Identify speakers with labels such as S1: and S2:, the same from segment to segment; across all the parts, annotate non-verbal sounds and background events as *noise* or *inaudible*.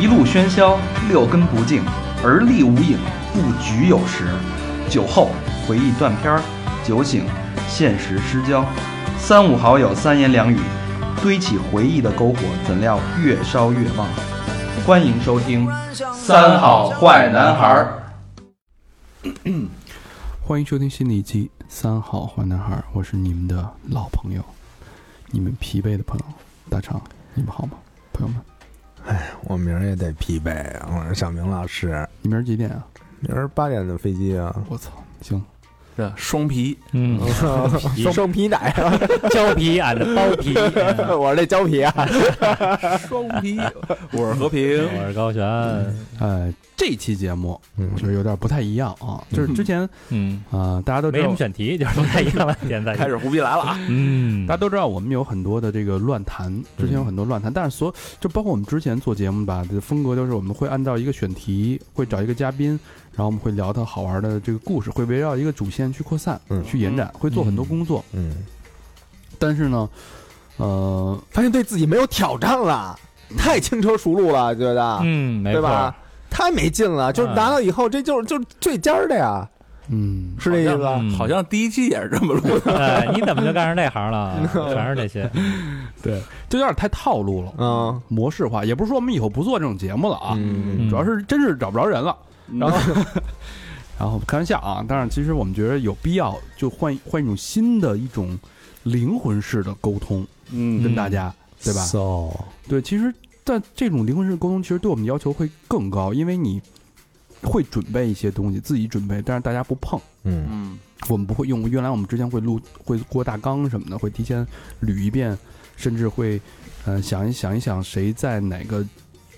S1: 一路喧嚣，六根不净，而立无影，不局有时。酒后回忆断片儿，酒醒现实失焦。三五好友三言两语，堆起回忆的篝火，怎料越烧越旺。欢迎收听《三好坏男孩儿》。
S2: 欢迎收听新的一期《三好坏男孩》，我是你们的老朋友，你们疲惫的朋友大肠，你们好吗？朋友们，
S3: 我明儿也得疲惫啊！我是小明老师，
S2: 你明儿几点啊？
S3: 明儿八点的飞机啊， *laughs*
S2: 我操，行，
S4: 这双皮
S5: 嗯，
S3: 双皮奶啊，
S5: 胶皮 and 包皮，
S3: 我是那胶皮啊，
S4: 双皮，我是和平，
S5: 我是高璇，
S2: 呃，这期节目
S3: 嗯
S2: 我觉得有点不太一样啊，就是之前
S5: 嗯，
S2: 啊、呃大家都
S5: 没
S2: 知
S5: 什
S2: 道
S5: 么，选题，就是不太一样了。现在
S4: 开始，胡逼来了啊！
S5: 嗯，
S2: 大家都知道我们有很多的这个乱谈，之前有很多乱谈，但是所就包括我们之前做节目吧，这风格都是我们会按照一个选题，会找一个嘉宾，然后我们会聊到好玩的这个故事，会围绕一个主线去扩散、
S3: 嗯
S2: 去延展，会做很多工作。
S3: 嗯，
S2: 但是呢，呃，
S3: *laughs* 发现对自己没有挑战了，太轻车熟路了，觉得，
S5: 嗯，没
S3: 对
S5: 错，
S3: 吧？太没劲了，就是
S5: 嗯
S3: 拿到以后，这就是就是最尖儿的呀，
S2: 嗯，
S3: 是这意思吧？
S5: 嗯
S4: 好像第一期也是这么录
S5: *laughs*
S4: 的，
S5: 哎你怎么就干上这行了？
S4: *laughs*
S5: 全是这些，
S2: 对，就有点太套路了，
S3: 嗯
S2: 模式化。也不是说我们以后不做这种节目了啊，
S3: 嗯
S5: 嗯
S2: 主要是真是找不着人了。然后， *laughs* 然后开玩笑啊，但是其实我们觉得有必要就换换一种新的一种灵魂式的沟通，
S4: 嗯
S2: 跟大家，对吧？
S3: ？So，
S2: 对，其实但这种灵魂式沟通其实对我们要求会更高，因为你会准备一些东西，自己准备，但是大家不碰。
S3: 嗯
S4: 嗯，
S2: 我们不会用，原来我们之前会录会过大纲什么的，会提前捋一遍，甚至会呃想一想一想谁在哪个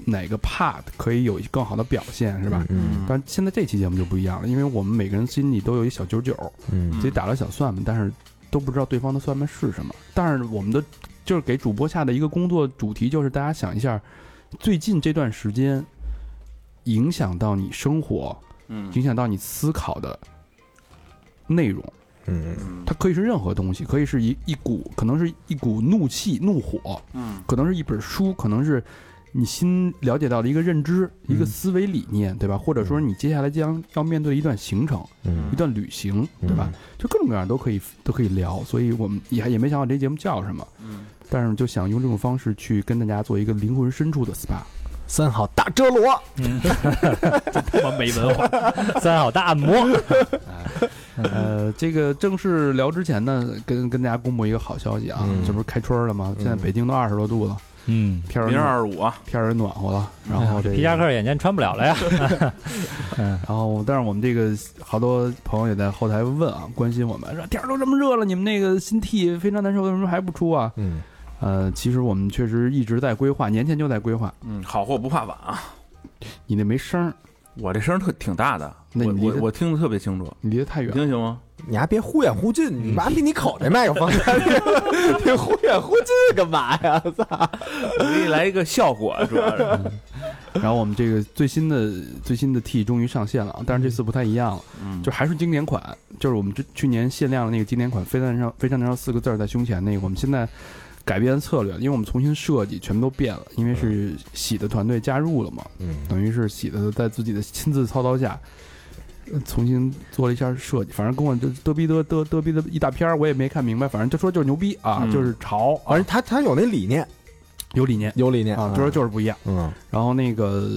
S2: 哪个 part 可以有更好的表现，是吧？
S3: 嗯
S2: 但现在这期节目就不一样了，因为我们每个人心里都有一小九九，
S3: 嗯
S2: 自己打了小算盘，但是都不知道对方的算盘是什么。但是我们的就是给主播下的一个工作主题，就是大家想一下，最近这段时间影响到你生活、
S4: 嗯
S2: 影响到你思考的内容。
S3: 嗯
S2: 它可以是任何东西，可以是一一股，可能是一股怒气、怒火，
S4: 嗯
S2: 可能是一本书，可能是你新了解到的一个认知、
S3: 嗯
S2: 一个思维理念，对吧？或者说你接下来将要面对一段行程、
S3: 嗯
S2: 一段旅行，对吧？就各种各样都可以都可以聊，所以我们也也没想好这节目叫什么，
S4: 嗯，
S2: 但是就想用这种方式去跟大家做一个灵魂深处的 SPA。
S3: 三好大遮罗，
S5: 嗯，这他妈没文化，三好大按摩，
S3: 嗯
S2: 呃，这个正式聊之前呢，跟跟大家公布一个好消息啊，
S3: 嗯
S2: 这不是开春了吗？现在
S3: 嗯
S2: 北京都二十多度了，
S5: 嗯，
S2: 天儿
S4: 明儿二十五啊，
S2: 天儿也暖和了，然后这
S5: 哎皮夹
S2: 个，
S5: 克眼前穿不了了呀，嗯，
S2: 然后但是我们这个好多朋友也在后台问啊，关心我们说天儿都这么热了，你们那个新 T 非常难受，为什么还不出啊？
S3: 嗯
S2: 呃，其实我们确实一直在规划，年前就在规划。
S4: 嗯，好货不怕晚啊，
S2: 你那没声儿，
S4: 我这声儿特挺大的，
S2: 那
S4: 我
S2: 你离
S4: 我
S2: 得
S4: 我听得特别清楚，
S2: 你离得太
S4: 你
S2: 远。
S4: 听行吗？
S3: 你还别忽远忽近，你妈逼你口那麦克风， *laughs* 你忽远忽近干嘛呀？操！
S4: 我给你来一个效 *laughs* 果，主要是，
S2: 然后我们这个最新的最新的 T 终于上线了啊，但是这次不太一样了，
S4: 嗯，
S2: 就还是经典款，就是我们这去年限量的那个经典款“非常燃烧非常燃烧”四个字儿在胸前那个，我们现在改变策略，因为我们重新设计，全都变了，因为是喜的团队加入了嘛，
S3: 嗯
S2: 等于是喜的在自己的亲自操刀下，呃重新做了一下设计。反正跟我这嘚逼嘚嘚嘚逼的一大篇儿，我也没看明白。反正就说就是牛逼啊，
S4: 嗯
S2: 就是潮，
S3: 反正他他有那理念，
S2: 有理念
S3: 有理念
S2: 啊，就说就是不一样。
S3: 嗯
S2: 然后那个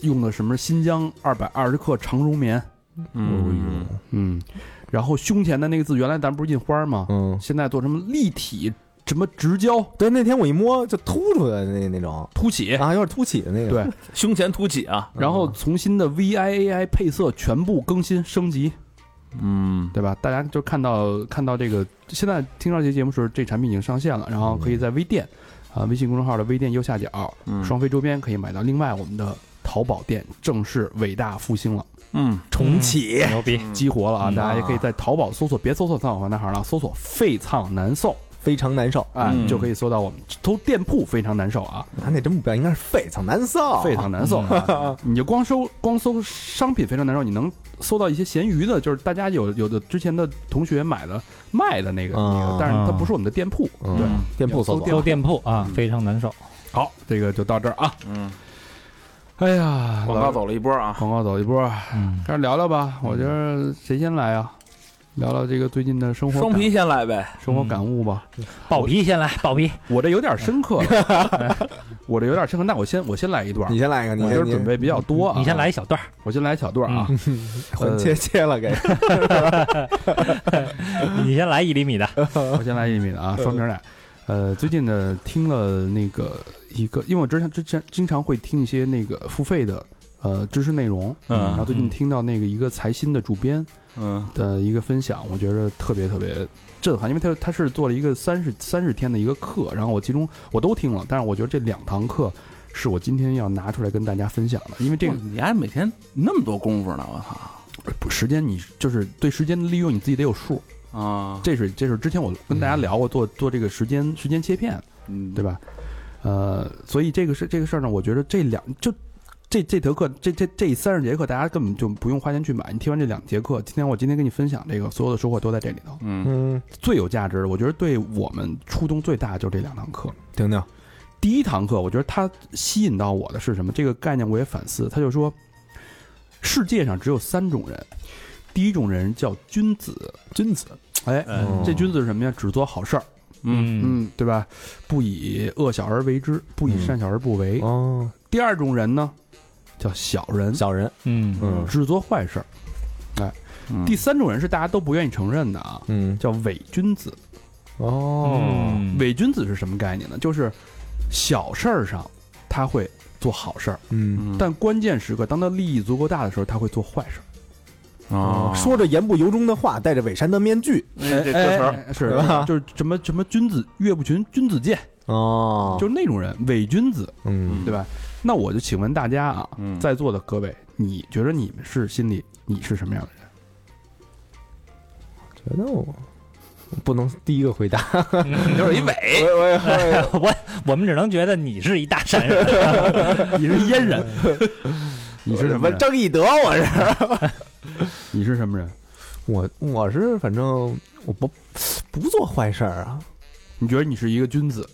S2: 用的什么新疆二百二十克长绒棉，
S4: 嗯，
S2: 嗯，然后胸前的那个字，原来咱不是印花儿吗？
S3: 嗯，
S2: 现在做什么立体，什么直胶
S3: 对，那天我一摸就凸出来的那那种，
S2: 凸起，
S3: 啊，有点凸起的那个，
S2: 对，
S4: 胸前凸起啊，
S2: 然后从新的 VIAI 配色全部更新升级。
S4: 嗯
S2: 对吧？大家就看到看到这个，现在听到这期节目时，候，这产品已经上线了，然后可以在微店，啊、微信公众号的微店右下角，
S4: 嗯
S2: 双飞周边可以买到。另外，我们的淘宝店正式伟大复兴了，
S4: 嗯，
S3: 重启，
S5: 牛逼，
S2: 激活了啊！
S5: 嗯
S2: 大家也可以在淘宝搜索，别搜索“藏好男孩”了，搜索“肺藏难受
S3: 非常难受”，。
S2: 哎、
S4: 嗯
S2: 就可以搜到我们。都店铺非常难受啊，
S3: 他那真目标应该是非常难受，
S2: 非常难受
S4: 嗯
S2: 啊！ *laughs* 你就光搜光搜商品非常难受，你能搜到一些闲鱼的，就是大家有有的之前的同学买的卖的那个
S4: 嗯
S2: 那
S3: 啊
S2: 个，但是它不是我们的店铺，
S3: 嗯
S2: 对。
S3: 店铺搜索
S5: 嗯有店铺啊，非常难受，
S2: 好，这个就到这儿啊。
S4: 嗯
S2: 哎呀，
S4: 广
S2: 老
S4: 告走了一波啊，
S2: 广告走一波啊，
S5: 嗯，
S2: 开始聊聊吧。我觉得谁先来啊？聊聊这个最近的生活
S4: 双
S2: 感
S4: 皮先来呗，
S2: 生活感悟吧。
S5: 爆皮先来，爆皮，
S2: 我这有点深刻，哎我这有点深刻。那我先我先来一段
S3: 你，先来一个，你
S2: 我今
S3: 先
S2: 儿准备比较多啊。
S5: 你先来，一嗯小段儿，
S2: 我先来一小段啊。
S3: *laughs* 混切切了给，
S5: 你先来一厘米的，
S2: 我先来一米的啊，双瓶奶。呃，最近呢，听了那个一个，因为我之前之前经常会听一些那个付费的呃知识内容，
S4: 嗯
S2: 然后最近听到那个一个财新的主编
S4: 嗯
S2: 的一个分享，我觉得特别特别震撼，因为他他是做了一个三十三十天的一个课，然后我其中我都听了，但是我觉得这两堂课是我今天要拿出来跟大家分享的，因为这个
S4: 哇你还每天那么多功夫呢，我操
S2: 时间你就是对时间的利用你自己得有数，
S4: 啊，
S2: 这是这是之前我跟大家聊过做做这个时间时间切片，
S4: 嗯
S2: 对吧？呃，所以这个事这个事儿呢，我觉得这两就这这节课这这这三十节课，大家根本就不用花钱去买。你听完这两节课，今天我今天跟你分享这个，所有的收获都在这里头。
S4: 嗯
S3: 嗯，
S2: 最有价值的，我觉得对我们触动最大的就是这两堂课。
S3: 婷婷，
S2: 第一堂课，我觉得它吸引到我的是什么？这个概念我也反思，他就说，世界上只有三种人，第一种人叫君子，
S3: 君子，
S2: 哎，
S5: 嗯
S2: 这君子是什么呀？只做好事儿，
S4: 嗯
S2: 嗯，对吧？不以恶小而为之，不以善小而不为。
S3: 哦，
S2: 第二种人呢，叫小人，
S3: 小人，
S5: 嗯
S3: 嗯
S2: 只做坏事儿。哎
S4: 嗯
S2: 第三种人是大家都不愿意承认的啊，
S3: 嗯，
S2: 叫伪君子。
S3: 哦，
S5: 为
S2: 伪君子是什么概念呢？就是小事儿上他会做好事儿，
S4: 哦
S3: 嗯，
S2: 但关键时刻，当他利益足够大的时候，他会做坏事儿。
S4: 啊
S3: 哦说着言不由衷的话，戴着伪善的面具，
S4: 哎这歌词儿
S2: 哎是
S3: 对吧
S2: 就是什么什么君子岳不群，君子剑，
S3: 哦
S2: 就是那种人，伪君子，
S3: 嗯
S2: 对吧？那我就请问大家啊，
S4: 嗯
S2: 在座的各位，你觉得你们是心里你是什么样的人？
S3: 觉得我不能第一个回答，
S4: 就是一尾，
S3: 我我也
S5: 我我们只能觉得你是一大善人，
S2: 你是阉人，你是什么人？
S3: 正义德，我是
S2: 你是什么人？
S3: 我我是反正我不不做坏事儿啊。
S2: 你觉得你是一个君子？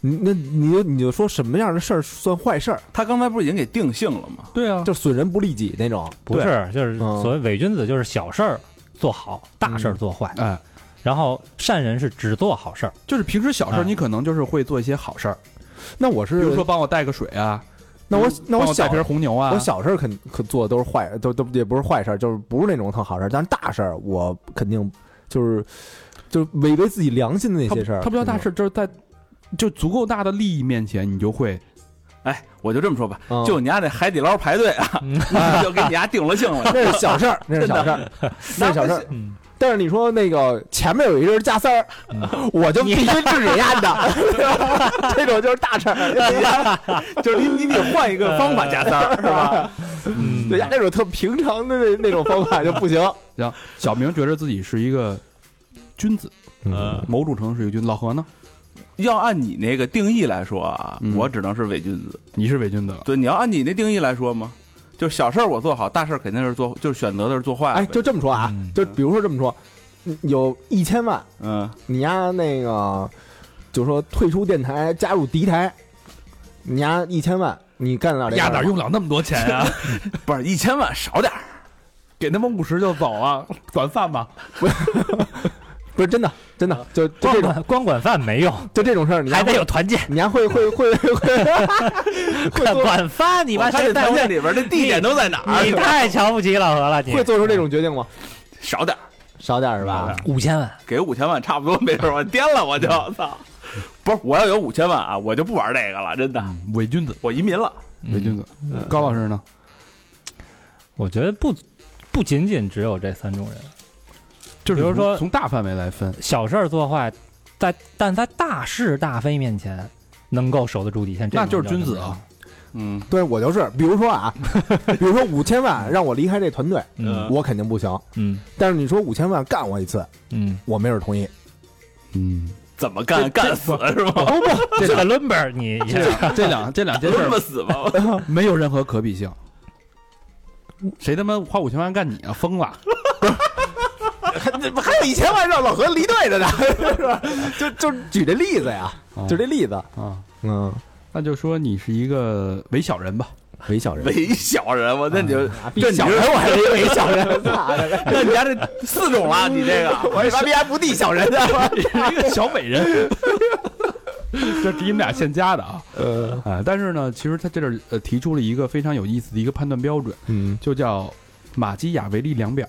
S3: 你那你就你就说什么样的事儿算坏事儿，
S4: 他刚才不是已经给定性了吗？
S2: 对啊，
S3: 就损人不利己那种。
S5: 不是，就是
S3: 嗯
S5: 所谓伪君子，就是小事儿做好，大事儿做坏，
S2: 哎，
S5: 然后善人是只做好事儿，
S2: 就是平时小事儿，
S5: 哎
S2: 你可能就是会做一些好事儿，
S3: 那我是
S2: 比如说帮我带个水啊，
S3: 那我那
S2: 帮
S3: 我
S2: 我
S3: 小
S2: 带瓶红牛啊，
S3: 我小事儿肯可做的都是坏，都都也不是坏事儿，就是不是那种特好事儿。但是大事儿我肯定就是就是违背自己良心的那
S2: 他
S3: 些事儿，
S2: 他不叫大事，儿，就是在就足够大的利益面前，你就会
S4: 哎，我就这么说吧，
S3: 嗯
S4: 就你家那海底捞排队
S5: 嗯
S4: 啊， *laughs* 就给你家定了性 *laughs* 了。
S3: *laughs* 那是小事儿，那是小事儿， *laughs* 那是小事儿。
S5: 嗯，
S3: 但是你说那个前面有一个人加塞儿，
S2: 嗯
S3: 我就必须制止
S2: *laughs*
S3: 压的，这种就是大事儿，
S4: 就是你你得换一个方法加塞儿，是吧？
S5: 嗯
S3: 对呀，那种特平常的那那种方法就
S2: *laughs*
S3: 不行。
S2: 让小明觉得自己是一个君子，
S5: 嗯
S2: 某种程度是一个君子。老何呢？
S4: 要按你那个定义来说啊
S2: 嗯，
S4: 我只能是伪君子。
S2: 你是伪君子了，
S4: 对，你要按你那定义来说吗？就是小事儿我做好，大事儿肯定是做，就是选择的是做坏。
S3: 哎，就这么说啊，
S5: 嗯
S3: 就比如说这么说，嗯有一千万，
S4: 嗯，
S3: 你呀那个，就说退出电台，加入敌台，你呀一千万，你干得了这事儿
S2: 压
S3: 吗
S2: 哪儿用不了那么多钱啊？
S4: *laughs* 不是一千万少点儿，
S2: 给他们五十就走啊，管饭吧。
S3: 不是真的，真
S2: 啊
S3: 的，就就
S5: 光
S3: 这种
S5: 管光管饭没用，
S3: 就这种事儿，你呀
S5: 还得
S3: 会
S5: 有团建，
S3: 你呀会会会会 *laughs* 会做
S5: 管饭你
S4: 我
S5: 把
S4: 看
S5: 谁
S4: 这
S5: 带
S4: 条
S5: 回来
S4: 件里边的地点都在哪儿？
S5: 你太瞧不起老何了，你
S3: 会做出这种决定吗？
S4: *laughs* 少点儿，
S3: 嗯少点儿是吧？
S5: 五千万，
S4: 给五千万差不多没事儿，我颠了我就操。不是，我要有五千万啊，我就不玩这个了，真的，
S2: 伪君子，
S4: 我移民了。
S2: 伪君子。高老师呢？
S5: 嗯我觉得不不仅仅只有这三种人，
S2: 就是
S5: 比如
S2: 从
S5: 说
S2: 从大范围来分，
S5: 小事儿做坏，在但在大是大非面前能够守得住底线，这
S2: 那就是
S5: 种叫
S2: 君子
S5: 什么
S2: 啊。
S4: 嗯
S3: 对我就是，比如说 *laughs* 啊，比如说五千万让我离开这团队，
S5: 人。嗯
S3: 我肯定不行。
S5: 嗯
S3: 但是你说五千万干我一次，
S5: 嗯，
S3: 我没准同意。
S2: 嗯，
S4: 怎么干干死是吗？
S5: 这个伦本儿你一下
S2: *laughs* 这两这两件
S4: 就
S2: 事
S4: 这
S2: 儿
S4: 么死吧？
S2: *laughs* 没有任何可比性。谁他妈花五千万干你啊？疯了！
S3: 还有一千万让老何离队 *laughs* 的呢，是吧？就就举这例子呀，
S2: 啊
S3: 就这例子，
S2: 啊，
S3: 嗯，
S2: 那就说你是一个伪小人吧，
S3: 伪小人，
S4: 伪小人，我那你
S2: 嗯
S4: 就这你
S3: 小
S4: 就
S3: 人，我还是一伪小人，操的 *laughs*
S4: 那你家这四种了，你这个
S3: 我还还不地小人呢，
S2: *laughs* 一个小美人。这是你们俩现加的啊，呃，啊，但是呢，其实他这儿呃提出了一个非常有意思的一个判断标准，
S3: 嗯，
S2: 就叫马基雅维利量表。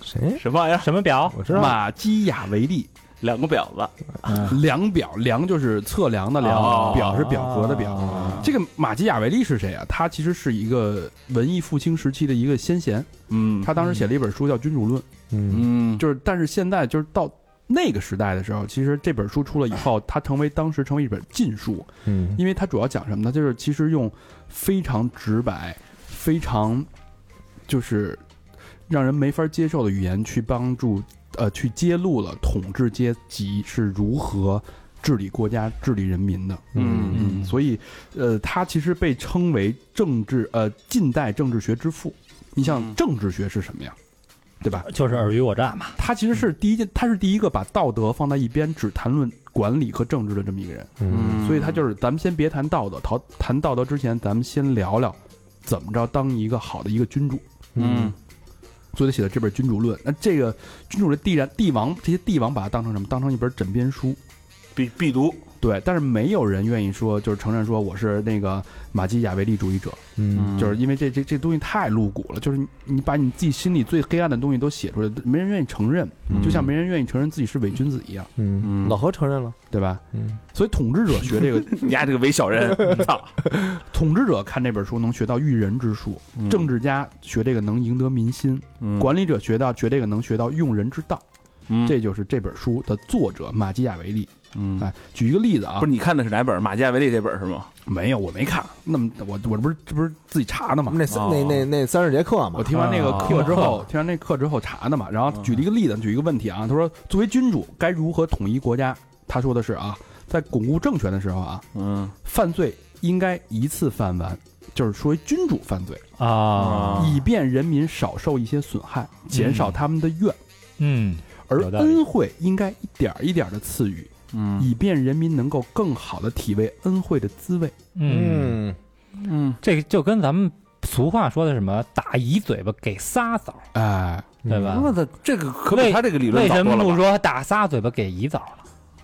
S3: 谁？
S4: 什么玩意儿？
S5: 什么表？
S3: 我知道，
S2: 马基雅维利
S4: 两个婊子，
S2: 量表，量就是测量的
S4: 哦
S2: 量，表是表格的表。
S3: 啊
S2: 这个马基雅维利是谁啊？他其实是一个文艺复兴时期的一个先贤，
S4: 嗯
S2: 他当时写了一本书叫《君主论》，
S3: 嗯
S4: 嗯
S2: 就是但是现在就是到那个时代的时候，其实这本书出了以后，它成为当时成为一本禁书，
S3: 嗯
S2: 因为它主要讲什么呢？就是其实用非常直白、非常就是让人没法接受的语言去帮助呃去揭露了统治阶级是如何治理国家、治理人民的。
S3: 嗯
S2: 嗯，所以，呃，他其实被称为政治呃近代政治学之父。你
S4: 嗯
S2: 像政治学是什么呀？
S3: 嗯
S2: 对吧？
S5: 就是尔虞我诈嘛。
S2: 他其实是第一件，他是第一个把道德放在一边，只谈论管理和政治的这么一个人。
S3: 嗯
S2: 所以他就是，咱们先别谈道德，讨谈道德之前，咱们先聊聊怎么着当一个好的一个君主。
S4: 嗯
S2: 所以他写的这本《君主论》，那这个君主的帝然帝王这些帝王把它当成什么？当成一本枕边书。
S4: 必必读，
S2: 对，但是没有人愿意说，就是承认说我是那个马基雅维利主义者。
S3: 嗯
S2: 就是因为这这这东西太露骨了，就是你你把你自己心里最黑暗的东西都写出来，没人愿意承认，
S4: 嗯
S2: 就像没人愿意承认自己是伪君子一样，
S3: 嗯，老何承认了，
S2: 对吧？
S3: 嗯
S2: 所以统治者学这
S4: *laughs*
S2: 个，
S4: 嗯你家这个伪
S3: *laughs*
S4: 小人，操，
S2: 统治者看这本书能学到驭人之术，
S4: 嗯
S3: 嗯
S2: 政治家学这个能赢得民心，管理者学到学这个能学到用人之道，
S4: 嗯
S2: 这就是这本书的作者马基雅维利。
S4: 嗯
S2: 哎，举一个例子啊，
S4: 不是你看的是哪本？马基雅维利这本是吗？
S2: 没有，我没看，那么我我这不是这不是自己查的吗？
S3: 那三那那那三十节课嘛
S2: 我，听完那个
S4: 嗯啊嗯
S2: 课之后，听完那课之后查的嘛，然后举了一个例子，举一个问题啊，他说作为君主该如何统一国家？他说的是啊，在巩固政权的时候啊，
S4: 嗯
S2: 犯罪应该一次犯完，就是说君主犯罪，
S5: 啊，
S4: 啊
S2: 以便人民少受一些损害，减少他们的怨，
S5: 嗯，
S2: 而
S5: 有道理
S2: 恩惠应该一点儿一点的赐予，
S4: 嗯
S2: 以便人民能够更好的体味恩惠的滋味。
S5: 嗯，
S4: 嗯
S5: 这个就跟咱们俗话说的什么“打一嘴巴给仨枣
S2: 哎，”，
S5: 对吧？
S4: 我操，这个嗯可比
S5: 为
S4: 他这个理论
S5: 为
S4: 早
S5: 什
S4: 多
S5: 么
S4: 了
S5: 不
S4: 吧？
S5: 说打仨嘴巴给一枣呢？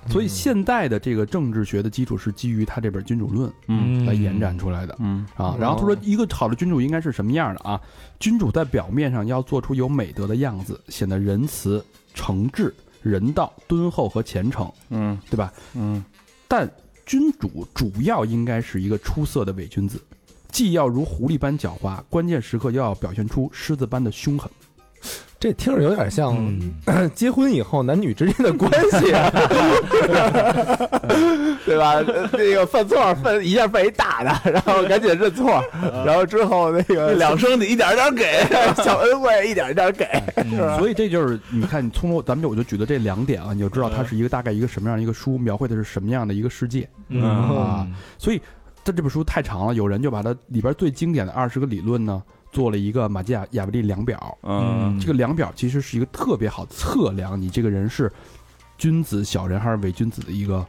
S2: 所以现代的这个政治学的基础是基于他这本《君主论》
S5: 嗯
S2: 来延展出来的。
S4: 嗯
S2: 啊
S3: 哦，
S2: 然后他说，一个好的君主应该是什么样的啊？君主在表面上要做出有美德的样子，显得仁慈、诚挚、人道、敦厚和虔诚，
S3: *laughs*
S4: 嗯
S2: 对吧？
S4: 嗯
S2: 但君主主要应该是一个出色的伪君子，既要如狐狸般狡猾，关键时刻又要表现出狮子般的凶狠。
S3: 这听着有点像
S5: 嗯，
S3: *clears throat* 结婚以后男女之间的关系，
S4: *laughs*
S3: 对吧？呃那个犯错犯一下犯一大的，然后赶紧认错，然后之后那个
S4: 嗯两生得一点儿一点儿
S3: *laughs*
S4: 给，
S3: 小恩惠一点一点给，
S2: 所以这就是你看，你通过咱们就我就举的这两点啊，你就知道它是一个大概一个什么样的一个书，描绘的是什么样的一个世界。
S5: 嗯
S2: 所以这这本书太长了，有人就把它里边最经典的二十个理论呢，做了一个马基雅亚维利量表。
S5: 嗯
S2: 这个量表其实是一个特别好测量你这个人是君子、小人还是伪君子的一个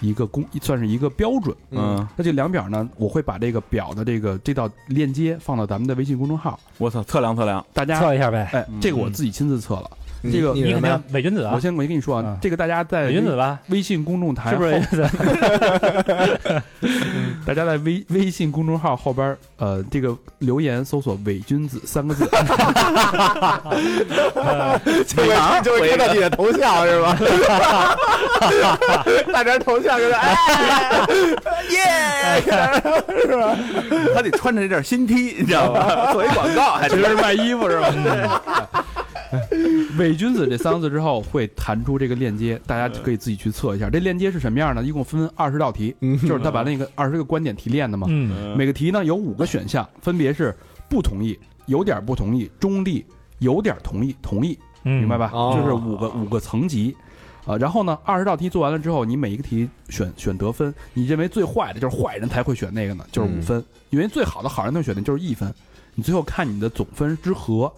S2: 一个公，算是一个标准。
S4: 嗯，
S2: 那这量表呢，我会把这个表的这个这道链接放到咱们的微信公众号，
S4: 我操，测量测量，
S2: 大家
S5: 测一下呗。
S2: 哎，这个我自己亲自测了。这个
S3: 你
S5: 你
S3: 什
S5: 肯
S3: 么呀
S5: 定伪君子啊
S2: 我，先我先跟你说啊
S5: 嗯，
S2: 这个大家在
S5: 伪君子吧？
S2: 微信公众台
S5: 是不是
S2: 后
S5: 伪君子？
S2: 大家在微微信公众号后边儿，呃，这个留言搜索“伪君子”三个字，
S3: *laughs*
S2: *laughs*
S3: 就会就会看到你的头像是吧？
S4: *laughs*
S3: 大张头像是吧？哎，耶！
S4: 他得穿着这件新 T，你知道 *laughs* 吧？作为广告，还真是卖衣服是吧？
S2: 伪君子这三个字之后会弹出这个链接，大家就可以自己去测一下。这链接是什么样呢？一共分二十道题，
S3: 嗯 *laughs*
S2: 就是他把那个二十个观点提炼的嘛。
S5: 嗯
S2: 每个题呢有五个选项，分别是不同意、有点不同意、中立、有点同意、同意，
S5: 嗯，
S2: 明白？吧？
S3: 哦
S2: 就是五个五个层级。啊，然后呢，二十道题做完了之后，你每一个题选选得分，你认为最坏的就是坏人才会选那个呢，就是五分，因为最好的好人他选的就是一分，你最后看你的总分之和，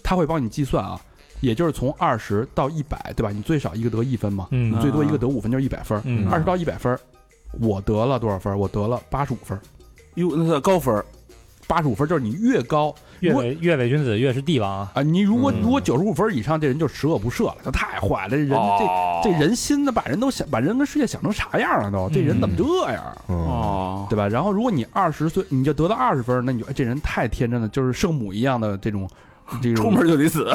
S2: 他会帮你计算啊，也就是从二十到一百，对吧？你最少一个得一分嘛，
S5: 嗯
S2: 你最多一个得五分就是一百分，
S5: 嗯
S2: 二十、到一百分，我得了多少分？我得了八十五分，
S4: 哟，那算高分儿，
S2: 八十五分，就是你越高
S5: 越
S2: 如果
S5: 伪越伪君子越是帝王啊，
S2: 啊，你如果、
S3: 嗯
S2: 如果九十五分以上，这人就十恶不赦了，他太坏了，这人、
S4: 哦
S2: 这这人心呢，把人都想把人跟世界想成啥样了都，这人怎么这样？
S3: 嗯，
S4: 哦，
S2: 对吧？然后如果你二十岁你就得到二十分，那你就哎这人太天真了，就是圣母一样的这种这
S4: 出
S2: 种
S4: 门就得死，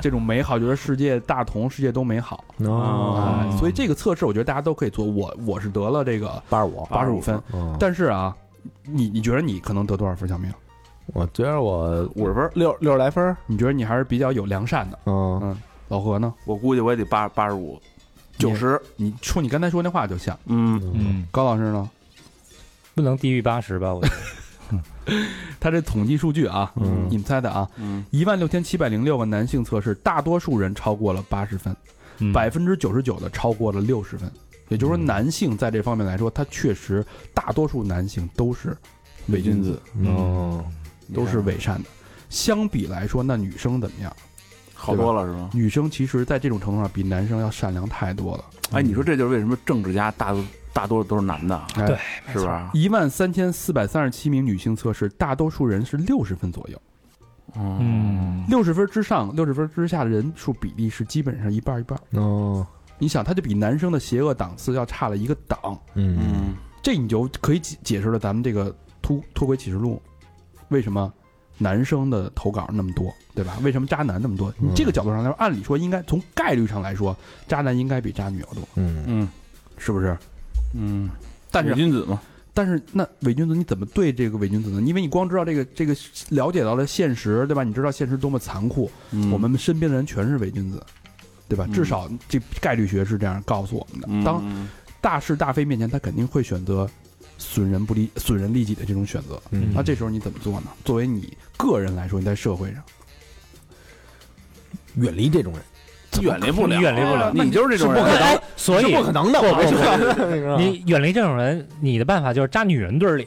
S2: 这种美好，觉得世界大同，世界都美好
S3: 哦，
S2: 啊、所以这个测试我觉得大家都可以做。我我是得了这个
S3: 八十五，
S2: 八十五分，
S3: 嗯，
S2: 但是啊，你你觉得你可能得多少分？小明，
S3: 我觉得我
S4: 五十分，
S3: 六六十来分儿，
S2: 你觉得你还是比较有良善的。
S3: 嗯
S2: 嗯，老何呢？
S4: 我估计我也得八八十五，九十，
S2: 你说你刚才说那话就像
S4: 嗯，
S5: 嗯，
S2: 高老师呢？
S5: 不能低于八十吧？我觉得
S2: 他这统计数据啊，
S3: 嗯
S2: 你们猜的啊，
S4: 嗯，
S2: 一万六千七百零六个男性测试，大多数人超过了八十分，
S5: 嗯
S2: 百分之九十九的超过了六十分。也就是说，
S3: 嗯
S2: 男性在这方面来说，他确实大多数男性都是伪君子，
S5: 嗯
S3: 哦，
S2: 都是伪善的。相比来说，那女生怎么样？
S4: 好多了是吗？
S2: 女生其实在这种程度上比男生要善良太多了。
S4: 哎，你说这就是为什么政治家大多大多数都是男的，啊
S2: 哎
S5: 对，
S4: 是吧？
S2: 一万三千四百三十七名女性测试，大多数人是六十分左右，
S4: 哦
S5: 嗯，
S2: 六十分之上、六十分之下的人数比例是基本上一半儿一半儿。
S3: 哦，
S2: 你想，他就比男生的邪恶档次要差了一个档，
S3: 嗯，
S4: 嗯，
S2: 这你就可以解解释了咱们这个脱脱轨启示录为什么男生的投稿那么多，对吧？为什么渣男那么多？
S3: 嗯
S2: 你这个角度上来说，按理说应该从概率上来说，渣男应该比渣女要多，
S3: 嗯，
S4: 嗯
S2: 是不是？
S4: 嗯，
S2: 但
S4: 伪
S2: 是
S4: 君子嘛，
S2: 但是那伪君子你怎么对这个伪君子呢？因为你光知道这个这个了解到了现实，对吧？你知道现实多么残酷，
S4: 嗯
S2: 我们身边的人全是伪君子，对吧？
S4: 嗯
S2: 至少这概率学是这样告诉我们的。
S4: 嗯
S2: 当大是大非面前，他肯定会选择损人不利、损人利己的这种选择。
S3: 嗯
S2: 那这时候你怎么做呢？作为你个人来说，你在社会上，
S3: 远离这种人，
S4: 远离不了，啊
S5: 远离不了
S4: 你就是这种
S3: 是不可
S4: 人，
S3: 能
S5: 哎所以
S3: 是不可能的，我跟你说，
S5: 你远离这种人，你的办法就是扎女人堆儿里，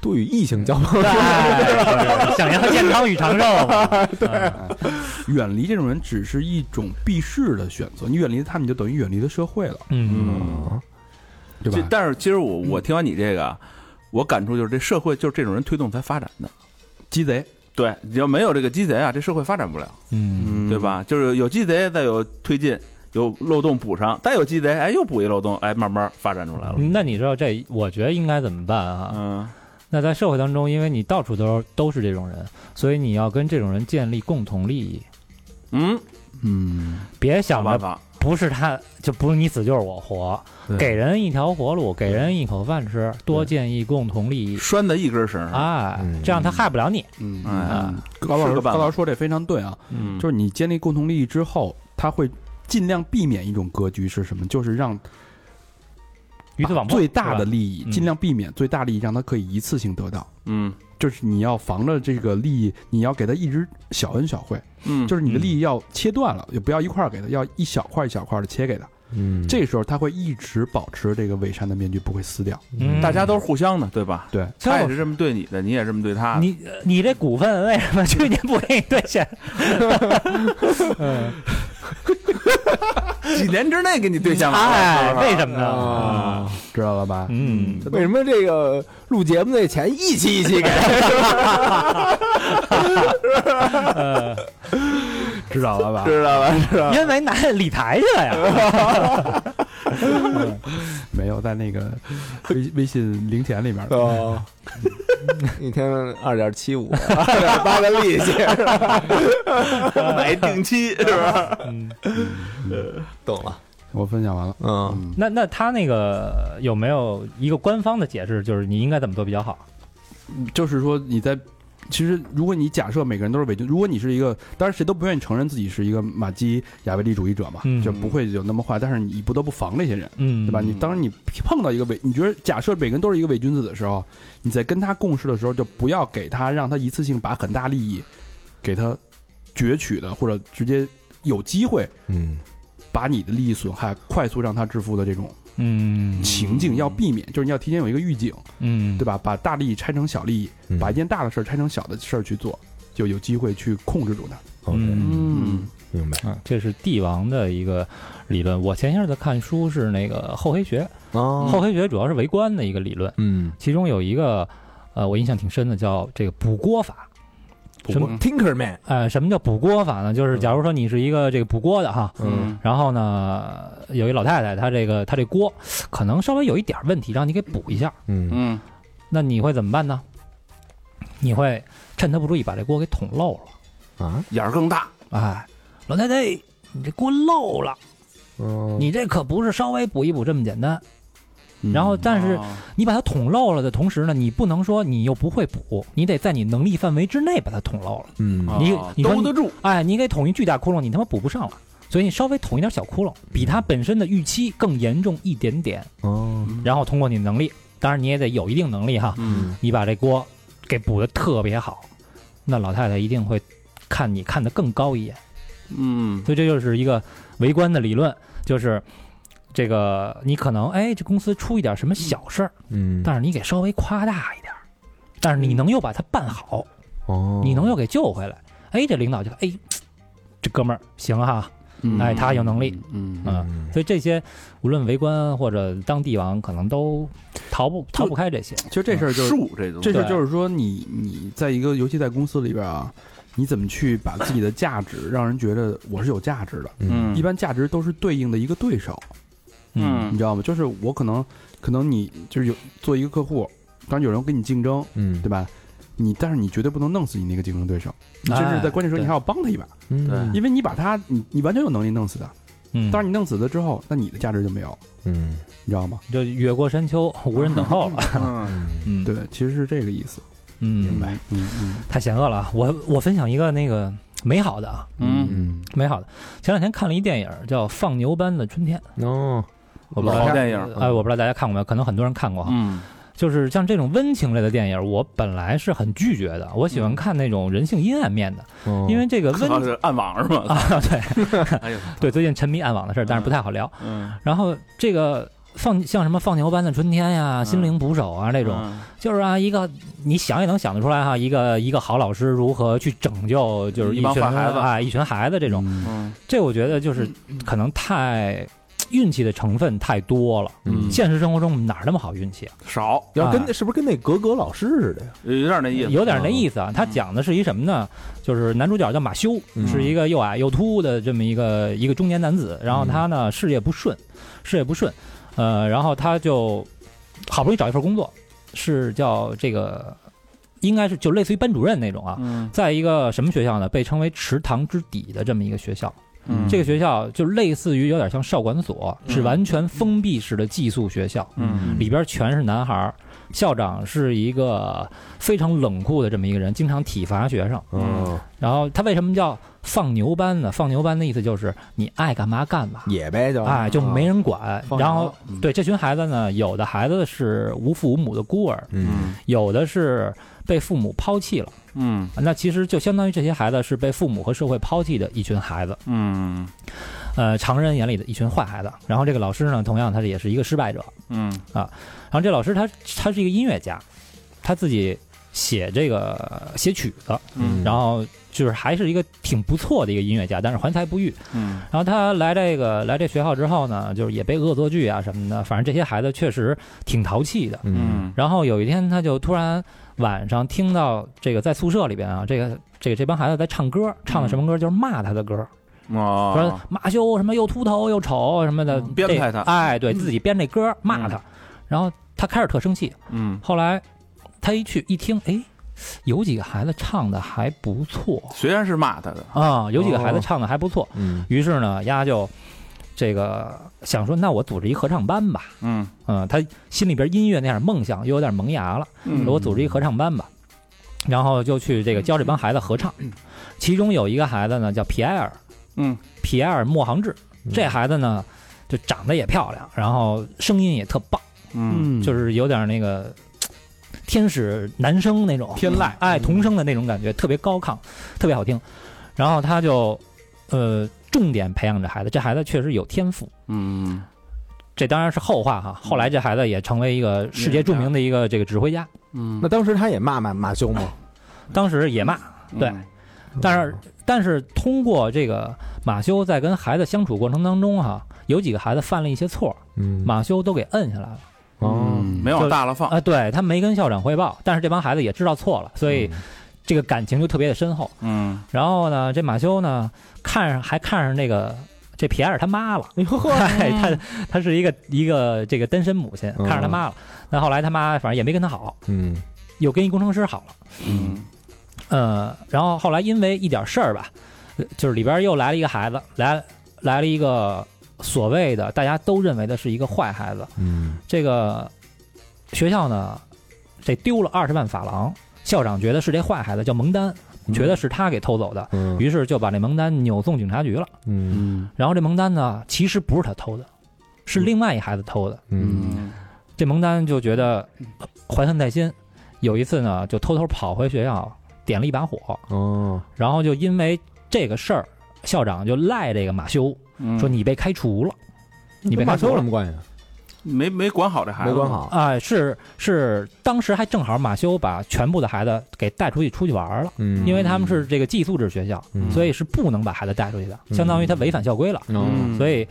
S3: 多与异性交朋友， *laughs*
S5: 哎想要健康与长寿嘛。对，
S2: 远离这种人只是一种避世的选择。你远离他们，你就等于远离了社会了，
S5: 嗯，
S4: 嗯，
S2: 对
S4: 这
S2: 吧？
S4: 但是其实我我听完你这个，我感触就是这社会就是这种人推动才发展的。
S2: 鸡贼，
S4: 对，你要没有这个鸡贼啊，这社会发展不了，
S5: 嗯，
S2: 嗯
S4: 对？吧？就是有鸡贼，再有推进，有漏洞补上，再有鸡贼，哎，又补一漏洞，哎，慢慢发展出来了。
S5: 那你知道这，我觉得应该怎么办啊？
S4: 嗯
S5: 那在社会当中，因为你到处都都是这种人，所以你要跟这种人建立共同利益，
S4: 嗯，
S2: 嗯，
S5: 别
S4: 想
S5: 想
S4: 办
S5: 着
S4: 法，
S5: 不是他就不是你死就是我活，
S2: 对
S5: 给人一条活路，给人一口饭吃，多建议共同利益，
S4: 拴在一根绳上。
S5: 哎
S3: 嗯，
S5: 这样他害不了你。
S2: 嗯，
S4: 哎
S2: 高老
S4: 是
S2: 师，
S4: 个办法
S2: 高老师说这非常对啊，
S4: 嗯，
S2: 就是你建立共同利益之后，他会尽量避免一种格局是什么？就是让
S5: 鱼死网破，
S2: 最大的
S5: 是吧
S2: 利益
S5: 嗯
S2: 尽量避免最大利益，让他可以一次性得到。
S4: 嗯
S2: 就是你要防着这个利益，你要给他一直小恩小惠，
S4: 嗯，
S2: 就是你的利益要切断了，也不要一块儿给他，要一小块一小块的切给他。
S3: 嗯
S2: 这时候他会一直保持这个伪善的面具不会撕掉。
S5: 嗯
S4: 大家都是互相的，对吧？
S2: 对，
S5: 所以我
S4: 他也是这么对你的，你也这么对他的。
S5: 你你这股份为什么去年不给你兑现？
S4: 几年之内给你兑现完了，
S5: 哎，
S4: 是不是
S5: *laughs* 为什
S3: *laughs*
S5: 么呢？
S3: 啊，
S2: 知道了吧？
S5: 嗯，
S3: 为什么这个录节目那钱一期一 *laughs* 期给？
S2: 知道了吧？
S4: 知道吧？是吧？
S5: 因为拿理财去了呀。
S2: 没有在那个微微信零钱里面。
S3: 哦，一天二点七五，二点八的利 *laughs* 息，
S4: 买定期是吧？
S5: 嗯，
S3: 懂了。
S2: 我分享完了。
S3: 嗯，
S2: 嗯，
S5: 那那他那个有没有一个官方的解释，就是你应该怎么做比较好？
S2: 就是说你在。其实，如果你假设每个人都是伪君，如果你是一个，当然谁都不愿意承认自己是一个马基雅维利主义者嘛，
S5: 嗯
S2: 就不会有那么坏。但是你不得不防这些人，
S5: 嗯，
S2: 对吧？你当然你碰到一个伪，你觉得假设每个人都是一个伪君子的时候，你在跟他共事的时候，就不要给他让他一次性把很大利益给他攫取的，或者直接有机会
S3: 嗯，
S2: 把你的利益损害快速让他致富的这种
S5: 嗯
S2: 情境要避免，就是你要提前有一个预警，
S5: 嗯，
S2: 对吧？把大利益拆成小利益，
S3: 嗯
S2: 把一件大的事儿拆成小的事儿去做，就有机会去控制住它。
S3: OK，
S2: 嗯，
S3: 明白
S5: 啊，这是帝王的一个理论。我前些日子看书是那个厚黑学，
S3: 啊
S5: 厚黑学主要是为官的一个理论，
S3: 嗯
S5: 其中有一个呃，我印象挺深的，叫这个补锅法。
S2: 补
S5: 什
S2: 锅
S5: 么？
S3: Tinker Man，
S5: 呃，什么叫补锅法呢？就是假如说你是一个这个补锅的哈，
S3: 嗯，
S5: 然后呢，有一老太太，她这个她这锅可能稍微有一点问题，让你给补一下，
S3: 嗯
S1: 嗯
S5: 那你会怎么办呢？你会趁她不注意把这锅给捅漏了。
S3: 啊，
S4: 眼儿更大，
S5: 哎，老太太，你这锅漏了，
S3: 嗯
S5: 你这可不是稍微补一补这么简单。
S2: 嗯
S5: 然后，但是
S4: 啊
S5: 你把它捅漏了的同时呢，你不能说你又不会补，你得在你能力范围之内把它捅漏了。
S3: 嗯
S4: 啊
S5: 你你说
S4: 兜
S5: 你
S4: 得住，
S5: 哎，你给捅一巨大窟窿，你他妈补不上了。所以你稍微捅一点小窟窿，比它本身的预期更严重一点点，
S3: 哦，
S5: 然后通过你的能力，当然你也得有一定能力哈，
S4: 嗯，
S5: 你把这锅给补的特别好，那老太太一定会看你看得更高一眼。
S4: 嗯
S5: 所以这就是一个围观的理论，就是这个你可能哎，这公司出一点什么小事儿，
S3: 嗯，
S5: 但是你给稍微夸大一点儿，但是你能又把它办好，
S3: 哦，
S5: 你能又给救回来，哎，这领导就哎，这哥们儿行哈，
S4: 嗯
S5: 哎，他有能力，
S4: 嗯
S5: 啊
S3: 嗯
S5: 所以这些无论围观或者当帝王，可能都逃不逃不开这些。
S2: 其实这事儿就是
S4: 术这东
S2: 这
S4: 西，
S2: 事儿就是说你，你在一个，尤其在公司里边啊，你怎么去把自己的价值让人觉得我是有价值的？
S3: 嗯
S2: 一般价值都是对应的一个对手，
S4: 嗯
S2: 你知道吗？就是我可能可能你就是有做一个客户，当然有人跟你竞争，
S3: 嗯
S2: 对吧？你但是你绝对不能弄死你那个竞争对手，你甚至在关键时候
S5: 哎
S2: 你还要帮他一把，
S3: 嗯
S4: 对
S2: 因为你把他你你完全有能力弄死他，
S5: 嗯，
S2: 但是你弄死他之后，那你的价值就没有，
S3: 嗯
S2: 你知道吗？
S5: 就越过山丘，无人等候了。
S4: 嗯
S5: 嗯，
S2: 对，其实是这个意思。
S5: 嗯，
S2: 白？嗯嗯
S5: 太险恶了啊！我我分享一个那个美好的啊，
S4: 嗯，
S3: 嗯
S5: 美好的。前两天看了一电影叫《放牛班的春天》，
S3: 哦，
S5: 我不知道大
S4: 老
S5: 家
S4: 电
S2: 啊
S4: 影
S5: 哎，我不知道大家看过没有，可能很多人看过哈。
S4: 嗯
S5: 就是像这种温情类的电影，我本来是很拒绝的，我喜欢看那种人性阴暗面的，
S3: 哦
S5: 因为这
S4: *laughs*
S5: 个
S4: 靠
S5: 温
S4: 是暗网是吗？
S5: 啊， *laughs* 对
S4: 哎呦，
S5: 对，最近沉迷暗网的事儿，但是不太好聊。
S4: 嗯，
S5: 然后这个放像什么放牛班的春天呀、
S4: 嗯
S5: 心灵捕手啊那
S4: 那
S5: 种，就是啊，一个你想也能想得出来哈，一个一个好老师如何去拯救就是
S4: 一帮
S5: 群
S4: 坏孩子
S5: 啊，一群孩子这种，
S4: 嗯
S5: 这我觉得就是可能太运气的成分太多了。
S3: 嗯
S5: 现实生活中哪儿那么好运气啊？
S4: 少，
S3: 要跟那是不是跟那格格老师似的呀？
S4: 有点那意思，
S5: 有点那意思
S4: 嗯
S5: 啊。他讲的是一什么呢？就是男主角叫马修，
S3: 嗯
S5: 是一个又矮又秃的这么一个一个中年男子，然后
S4: 嗯
S5: 他呢事业不顺，事业不顺，呃，然后他就好不容易找一份工作，是叫这个应该是就类似于班主任那种啊。
S4: 嗯
S5: 在一个什么学校呢？被称为池塘之底的这么一个学校，
S4: 嗯，
S5: 这个学校就类似于有点像少管所，是
S4: 嗯
S5: 完全封闭式的寄宿学校。
S4: 嗯
S5: 里边全是男孩儿，校长是一个非常冷酷的这么一个人，经常体罚学生。
S3: 哦，
S5: 然后他为什么叫放牛班呢？放牛班的意思就是你爱干嘛干嘛，
S3: 野呗就
S5: 哎，就没人管。
S3: 啊放羊
S5: 然后对这群孩子呢，有的孩子是无父无母的孤儿，
S3: 嗯
S5: 有的是被父母抛弃了。
S4: 嗯
S5: 那其实就相当于这些孩子是被父母和社会抛弃的一群孩子，
S4: 嗯
S5: 呃，常人眼里的一群坏孩子。然后这个老师呢，同样他也是一个失败者。
S4: 嗯
S5: 然后这老师他他是一个音乐家，他自己写这个写曲子，
S4: 嗯
S5: 然后就是还是一个挺不错的一个音乐家，但是怀才不遇。
S4: 嗯
S5: 然后他来这个来这学校之后呢，就是也被恶作剧啊什么的，反正这些孩子确实挺淘气的。
S3: 嗯
S4: 嗯
S5: 然后有一天，他就突然晚上听到这个在宿舍里边啊，这个这个这帮孩子在唱歌，唱的什么
S4: 嗯
S5: 歌？就是骂他的歌，说
S4: 哦，
S5: 马修什么又秃头又丑什么的，
S4: 嗯编
S5: 这
S4: 排他
S5: 哎，对自己编这歌骂他，然后他开始特生气，
S4: 嗯，
S5: 后来他一去一听，哎，有几个孩子唱的还不错
S4: 虽然是骂他的，
S5: 啊，有几个孩子
S3: 哦
S5: 唱的还不错。
S3: 嗯
S5: 于是呢，丫就这个想说，那我组织一合唱班吧。
S4: 嗯
S5: 嗯，他心里边音乐那点梦想又有点萌芽了，
S4: 嗯
S5: 说我组织一合唱班吧。然后就去这个教这帮孩子合唱，其中有一个孩子呢叫皮埃尔，
S4: 嗯，
S5: 皮埃尔莫杭志，这孩子呢就长得也漂亮，然后声音也特棒。
S4: 嗯
S5: 就是有点那个嘖天使男声那种
S2: 天籁
S5: 哎，童声的那种感觉，特别高亢，特别好听。然后他就呃重点培养这孩子，这孩子确实有天赋。
S4: 嗯
S5: 这当然是后话哈。
S2: 嗯
S5: 后来这孩子也成为一个世界著名的一个这个指挥家，
S4: 嗯
S3: 那当时他也骂马马修吗？
S5: 当时也骂，
S2: 嗯
S5: 但是但是通过这个马修在跟孩子相处过程当中哈，有几个孩子犯了一些错，
S3: 嗯
S5: 马修都给摁下来了。
S3: 哦，
S2: 嗯
S4: 没往大了放
S5: 啊、。对他没跟校长汇报，但是这帮孩子也知道错了，所以这个感情就特别的深厚。
S4: 嗯，
S5: 然后呢，这马修呢，看上还看上那个这皮埃尔他妈了， *laughs*
S3: 嗯，
S5: 哎，他他是一个一个这个单身母亲，
S3: 嗯
S5: 看上他妈了。那后来他妈反正也没跟他好，
S3: 嗯
S5: 又跟一工程师好了。
S4: 嗯
S5: 嗯，然后后来因为一点事儿吧，呃就是里边又来了一个孩子，来来了一个所谓的大家都认为的是一个坏孩子。
S3: 嗯
S5: 这个学校呢，这丢了二十万法郎，校长觉得是这坏孩子叫蒙丹，觉得是他给偷走的，
S3: 嗯
S5: 于是就把这蒙丹扭送警察局了。
S3: 嗯
S2: 嗯
S5: 然后这蒙丹呢，其实不是他偷的，是另外一孩子偷的。
S3: 嗯
S4: 嗯
S5: 这蒙丹就觉得呃怀恨在心，有一次呢，就偷偷跑回学校点了一把火，
S3: 哦，
S5: 然后就因为这个事儿，校长就赖这个马修，
S4: 嗯，
S5: 说你被开除了，你被
S3: 跟马
S5: 开
S3: 修有什
S5: 除了。
S3: 么关系啊？
S4: 没没管好这孩子，
S3: 没管。好，
S5: 啊、是是，当时还正好马修把全部的孩子给带出去出去玩了，
S3: 嗯，
S5: 因为他们是这个寄宿制学校，
S3: 嗯
S5: 所以是不能把孩子带出去的，相当于他违反校规了。
S3: 嗯
S5: 所以，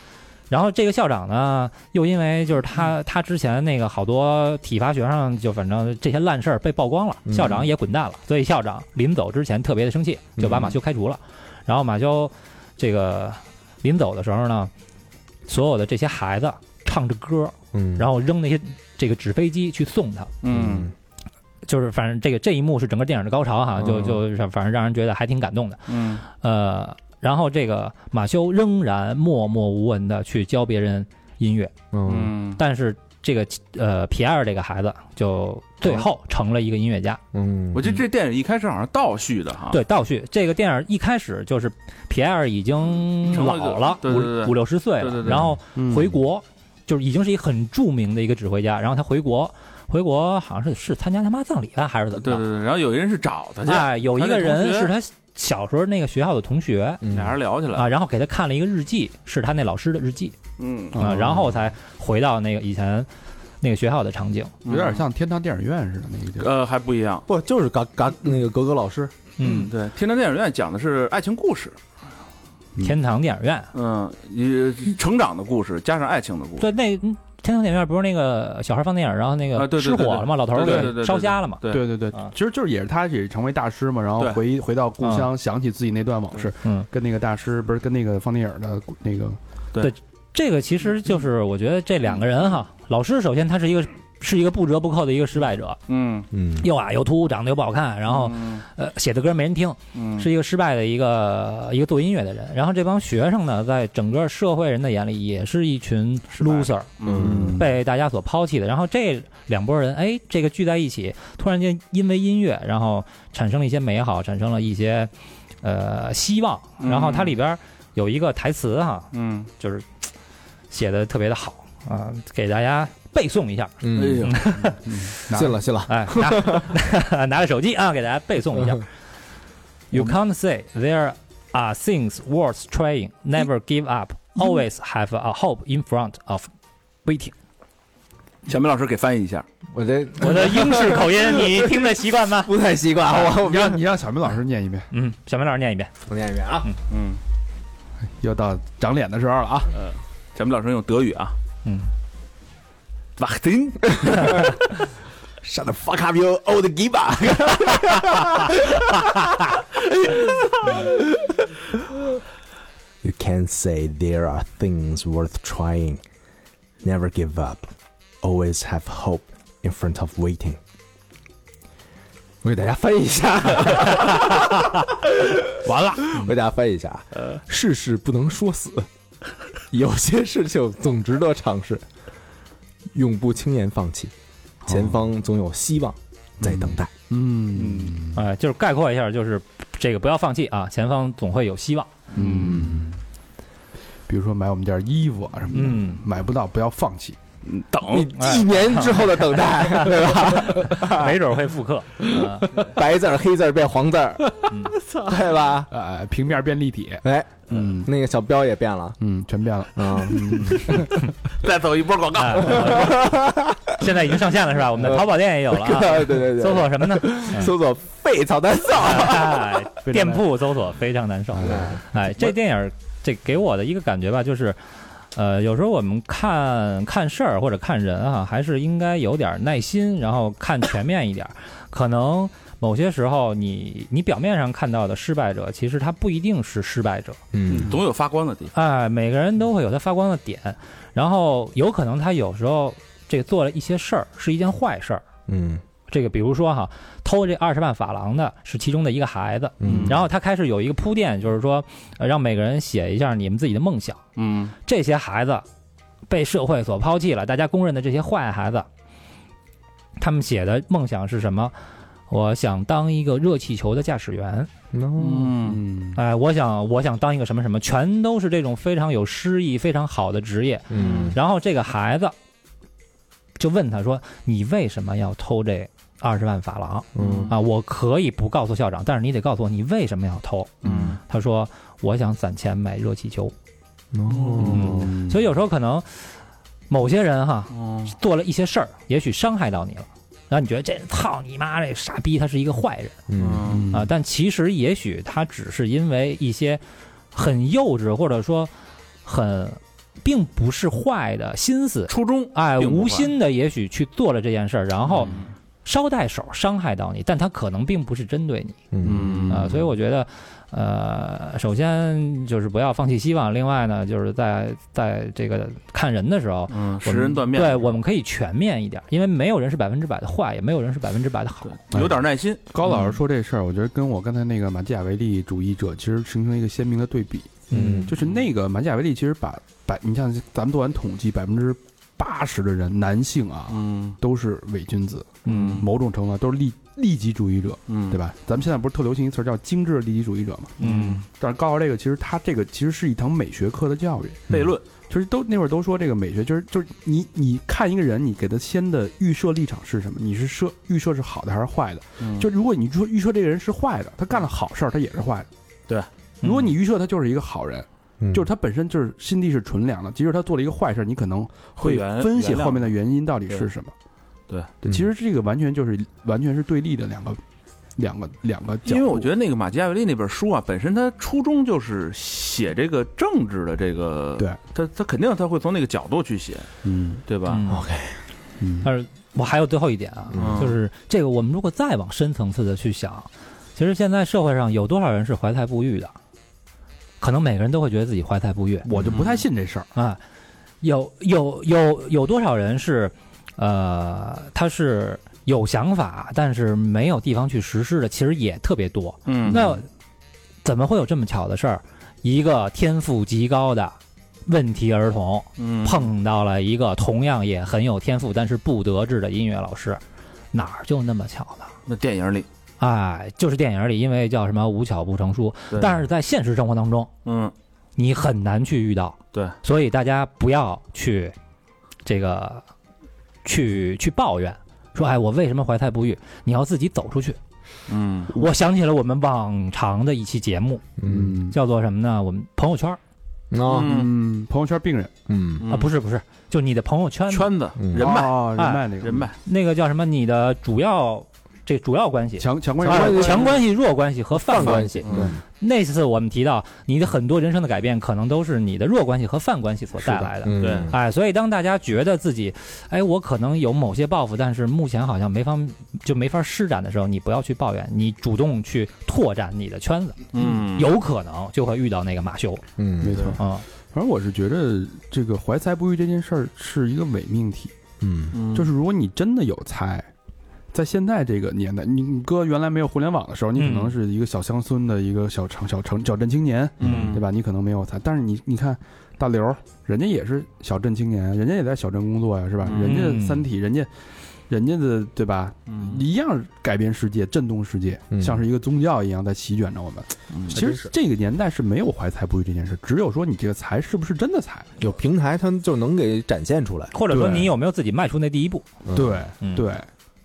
S5: 然后这个校长呢，又因为就是
S3: 嗯
S5: 他他之前那个好多体罚学生，就反正这些烂事儿被曝光了，
S3: 嗯
S5: 校长也滚蛋了，所以校长临走之前特别的生气，就把
S3: 嗯
S5: 马修开除了。然后马修这个临走的时候呢，所有的这些孩子唱着歌，
S3: 嗯，
S5: 然后扔那些这个纸飞机去送他。
S4: 嗯
S5: 就是反正这个这一幕是整个电影的高潮哈，就
S3: 嗯
S5: 就是反正让人觉得还挺感动的。
S4: 嗯
S5: 呃，然后这个马修仍然默默无闻的去教别人音乐，
S3: 嗯
S4: 嗯，
S5: 但是这个呃皮埃尔这个孩子就最后成了一个音乐家。
S3: 嗯，
S4: 我记得这电影一开始好像倒叙的哈，
S5: 对，倒叙这个电影一开始就是皮埃尔已经
S4: 成了一个
S5: 老了，
S4: 对对对
S5: 五五六十岁了，
S4: 对对对
S5: 然后
S2: 嗯
S5: 回国就是已经是一个很著名的一个指挥家，然后他回国。回国好像是是参加他妈葬礼了，还是怎
S4: 对
S5: 么
S4: 对
S5: 着？
S4: 对，然后有一人是找他去，
S5: 哎，有一
S4: 他
S5: 个
S4: 那同
S5: 人
S4: 学
S5: 是他小时候那个学校的同学
S3: 嗯
S4: 俩人聊起来，
S5: 啊，然后给他看了一个日记，是他那老师的日记。
S4: 嗯，
S5: 啊、
S2: 哦
S5: 然后才回到那个以前那个学校的场景。
S2: 有点像天堂电影院似的那个地儿，
S4: 呃还不一样。
S3: 不就是嘎嘎那个格格老师，
S5: 嗯，
S4: 对，天堂电影院讲的是爱情故事，
S5: 天堂电影院，
S4: 嗯，一成长的故事加上爱情的故事，
S5: 对，那嗯天堂电影院不是那个小孩放电影，然后那
S4: 啊
S5: 个
S4: 对对
S5: 失
S4: 对
S5: 火
S4: 对
S5: 了嘛，老头儿
S4: 对对对
S5: 给
S4: 对
S5: 烧瞎了嘛。
S4: 对
S2: 对对对
S5: 啊，
S2: 其实就是也是他也成为大师嘛，然后
S4: 对
S2: 回回到故乡，想起自己那段往事，
S5: 嗯，
S2: 跟那个大师不是跟那个放电影的那个，
S5: 这个其实就是我觉得这两个人哈，老师首先他是一个是一个不折不扣的一个失败者，
S4: 嗯，
S3: 嗯
S5: 又矮又秃，长得又不好看，然后
S4: 嗯
S5: 呃写的歌没人听，
S4: 嗯
S5: 是一个失败的一个一个做音乐的人。然后这帮学生呢，在整个社会人的眼里也是一群
S4: 失败
S5: loser，
S4: 嗯
S5: 被大家所抛弃的。然后这两拨人，哎，这个聚在一起，突然间因为音乐，然后产生了一些美好，产生了一些呃希望。
S4: 嗯
S5: 然后它里边有一个台词哈、
S4: 嗯，
S5: 就是嘖写的特别的好啊、给大家背诵一下。
S4: 哎
S3: *laughs* 嗯，
S4: 呦，
S3: 信了信了，
S5: 哎，拿 *laughs* 拿着手机啊，给大家背诵一下。You can't say there are things worth trying. Never give up. Always have a hope in front of waiting.
S4: 小明老师给翻译一下，
S3: *laughs* 我这
S5: 我的英式口音，你听得习惯吗？
S3: 不太习惯，我
S2: 你让你让小明老师念一遍，
S5: 嗯，小明老师念一遍。
S3: 啊我念一遍啊，
S4: 嗯，
S2: 又到长脸的时候了啊，
S4: 小明老师用德语啊，
S5: 嗯
S4: ，Wachtin，
S3: Shut the fuck up, you old giba！you can say there are things worth trying. Never give up. Always have hope in front of waiting. 我给大家翻译一下，
S5: 完了，
S3: 我给大家翻译一下啊。世事不能说死，有些事情总值得尝试，永不轻言放弃，前方总有希望在等待。
S2: 嗯
S4: 嗯
S5: 呃，就是概括一下，就是这个不要放弃啊，前方总会有希望。
S2: 嗯，比如说买我们件衣服啊什么的，
S5: 嗯
S2: 买不到不要放弃，
S4: 嗯等
S3: 你，一年之后的等待，对吧？
S5: 没准会复刻。呃
S3: 白字儿、黑字儿变黄字儿，
S5: 嗯
S3: 对吧？
S2: 呃，平面变立体，
S3: 哎，
S2: 嗯
S3: 那个小标也变了，
S2: 嗯，全变了，
S3: 嗯，
S4: 再走一波广告，
S5: 哎现在已经上线了是吧？我们的淘宝店也有了
S3: *laughs*
S5: 啊，
S3: 对对对
S5: 搜
S3: 对，
S5: 索什么呢？嗯
S3: 搜索“废草蛋扫
S5: 哎店铺搜索非常难受。哎，这电影这给我的一个感觉吧，就是，呃，有时候我们看看事儿或者看人啊，还是应该有点耐心，然后看全面一点儿。可能某些时候你你表面上看到的失败者，其实他不一定是失败者。
S3: 嗯
S4: 总有发光的地方。
S5: 哎，每个人都会有他发光的点，然后有可能他有时候这做了一些事儿是一件坏事儿。
S3: 嗯
S5: 这个比如说哈，偷这二十万法郎的是其中的一个孩子，
S3: 嗯，
S5: 然后他开始有一个铺垫，就是说、呃让每个人写一下你们自己的梦想。
S4: 嗯
S5: 这些孩子被社会所抛弃了，大家公认的这些坏孩子，他们写的梦想是什么？我想当一个热气球的驾驶员，
S3: No
S4: 嗯，
S2: 嗯
S5: 哎，我想我想当一个什么什么，全都是这种非常有诗意、非常好的职业。
S3: 嗯
S5: 然后这个孩子就问他说：“你为什么要偷这二十万法郎
S3: 嗯
S5: 啊？我可以不告诉校长，但是你得告诉我你为什么要偷。”
S3: 嗯，
S5: 他说：“我想攒钱买热气球。”
S3: No
S2: 嗯
S5: 所以有时候可能某些人哈
S4: 哦，
S5: 做了一些事儿，也许伤害到你了，然后你觉得这操你妈这傻逼他是一个坏人
S3: 嗯
S4: 嗯
S5: 啊，但其实也许他只是因为一些很幼稚或者说很并不是坏的心思，
S4: 初中
S5: 哎，
S4: 并不
S5: 无
S4: 坏
S5: 心的也许去做了这件事儿，然后
S4: 嗯
S5: 捎带手伤害到你，但他可能并不是针对你。
S3: 嗯
S4: 嗯
S5: 啊，所以我觉得，呃，首先就是不要放弃希望，另外呢，就是在在这个看人的时候，
S4: 嗯，
S5: 我
S4: 识
S5: 们
S4: 人断面，
S5: 对，我们可以全面一点，因为没有人是百分之百的坏，也没有人是百分之百的好。
S4: 对，有点耐心。
S2: 高老师说这事儿，我觉得跟我刚才那个马基雅维利主义者其实形成一个鲜明的对比。
S5: 嗯，
S2: 就是那个马基雅维利其实把百，你像咱们做完统计，百分之八十的人男性啊
S4: 嗯
S2: 都是伪君子，
S4: 嗯
S2: 某种程度上都是利利己主义者，
S4: 嗯，
S2: 对？吧？咱们现在不是特流行一词儿叫精致利己主义者嘛？
S5: 嗯
S2: 但是高老师这个其实他这个其实是一堂美学课的教育，
S4: 悖论，
S2: 就是都那会儿都说这个美学，就是就是你你看一个人，你给他先的预设立场是什么？你是设预设是好的还是坏的？
S4: 嗯
S2: 就如果你说预设这个人是坏的，他干了好事儿，他也是坏的。
S4: 对，
S2: 如果你预设他就是一个好人，
S3: 嗯
S2: 就是他本身就是心地是纯良的，即使他做了一个坏事儿，你可能
S4: 会
S2: 会
S4: 原
S2: 分析
S4: 原谅
S2: 后面的原因到底是什么。
S4: 对
S2: 对，其实这个完全就是完全是对立的两个两个两个角
S4: 因
S2: 度。
S4: 为我觉得那个马基雅维利那本书啊，本身他初衷就是写这个政治的这个，
S2: 对，
S4: 他他肯定他会从那个角度去写，
S2: 嗯
S4: 对吧？
S5: 嗯
S3: OK
S2: 嗯
S5: 但是我还有最后一点啊，
S4: 嗯
S5: 就是这个，我们如果再往深层次的去想，其实现在社会上有多少人是怀才不遇的？可能每个人都会觉得自己怀才不遇
S2: 我就不太信这事儿。
S5: 啊。有有有有多少人是，呃，他是有想法，但是没有地方去实施的，其实也特别多。
S4: 嗯，
S5: 那怎么会有这么巧的事儿？一个天赋极高的问题儿童
S4: 嗯
S5: 碰到了一个同样也很有天赋但是不得志的音乐老师，哪儿就那么巧呢？
S4: 那电影里，
S5: 哎，就是电影里因为叫什么无巧不成书
S4: 对，
S5: 但是在现实生活当中
S4: 嗯，
S5: 你很难去遇到。
S4: 对，
S5: 所以大家不要去这个去去抱怨，说哎我为什么怀才不遇？你要自己走出去。
S4: 嗯
S5: 我想起了我们往常的一期节目，
S3: 嗯
S5: 叫做什么呢？我们朋友圈儿
S3: No
S4: 嗯
S2: 嗯，朋友圈病人
S3: 嗯
S5: 啊，不是不是，就你的朋友圈
S4: 圈子
S3: 嗯
S4: 人脉
S2: 哦人脉那个
S4: 人脉，
S5: 那个叫什么？你的主要这主要关系。
S2: 强强关
S5: 啊
S2: 系，
S5: 强关系、弱关系和泛关系。
S4: 嗯
S5: 那次我们提到，你的很多人生的改变，可能都是你的弱关系和泛关系所带来的。
S3: 嗯
S4: 对
S5: 哎，所以当大家觉得自己，哎，我可能有某些抱负，但是目前好像没方就没法施展的时候，你不要去抱怨，你主动去拓展你的圈子，
S4: 嗯，
S5: 有可能就会遇到那个马修
S3: 嗯
S2: 没错。
S5: 啊、
S2: 反正我是觉得这个怀才不遇这件事儿是一个伪命题，
S3: 嗯
S4: 嗯
S2: 就是如果你真的有才，在现在这个年代，你你哥原来没有互联网的时候，你可能
S5: 嗯
S2: 是一个小乡村的一个小城、小城、小镇青年，
S4: 嗯
S2: 对吧？你可能没有才，但是你你看大刘儿，人家也是小镇青年，人家也在小镇工作呀，是吧？
S4: 嗯
S2: 人家《三体》，人家人家的对吧？
S4: 嗯
S2: 一样改变世界、震动世界，
S3: 嗯
S2: 像是一个宗教一样在席卷着我们。
S4: 嗯
S2: 其实这个年代是没有怀才不遇这件事，只有说你这个才是不是真的才。
S3: 有平台，他们就能给展现出来。
S5: 或者说
S2: 对
S5: 你有没有自己迈出那第一步？
S3: 嗯，
S2: 对
S5: 嗯
S2: 对，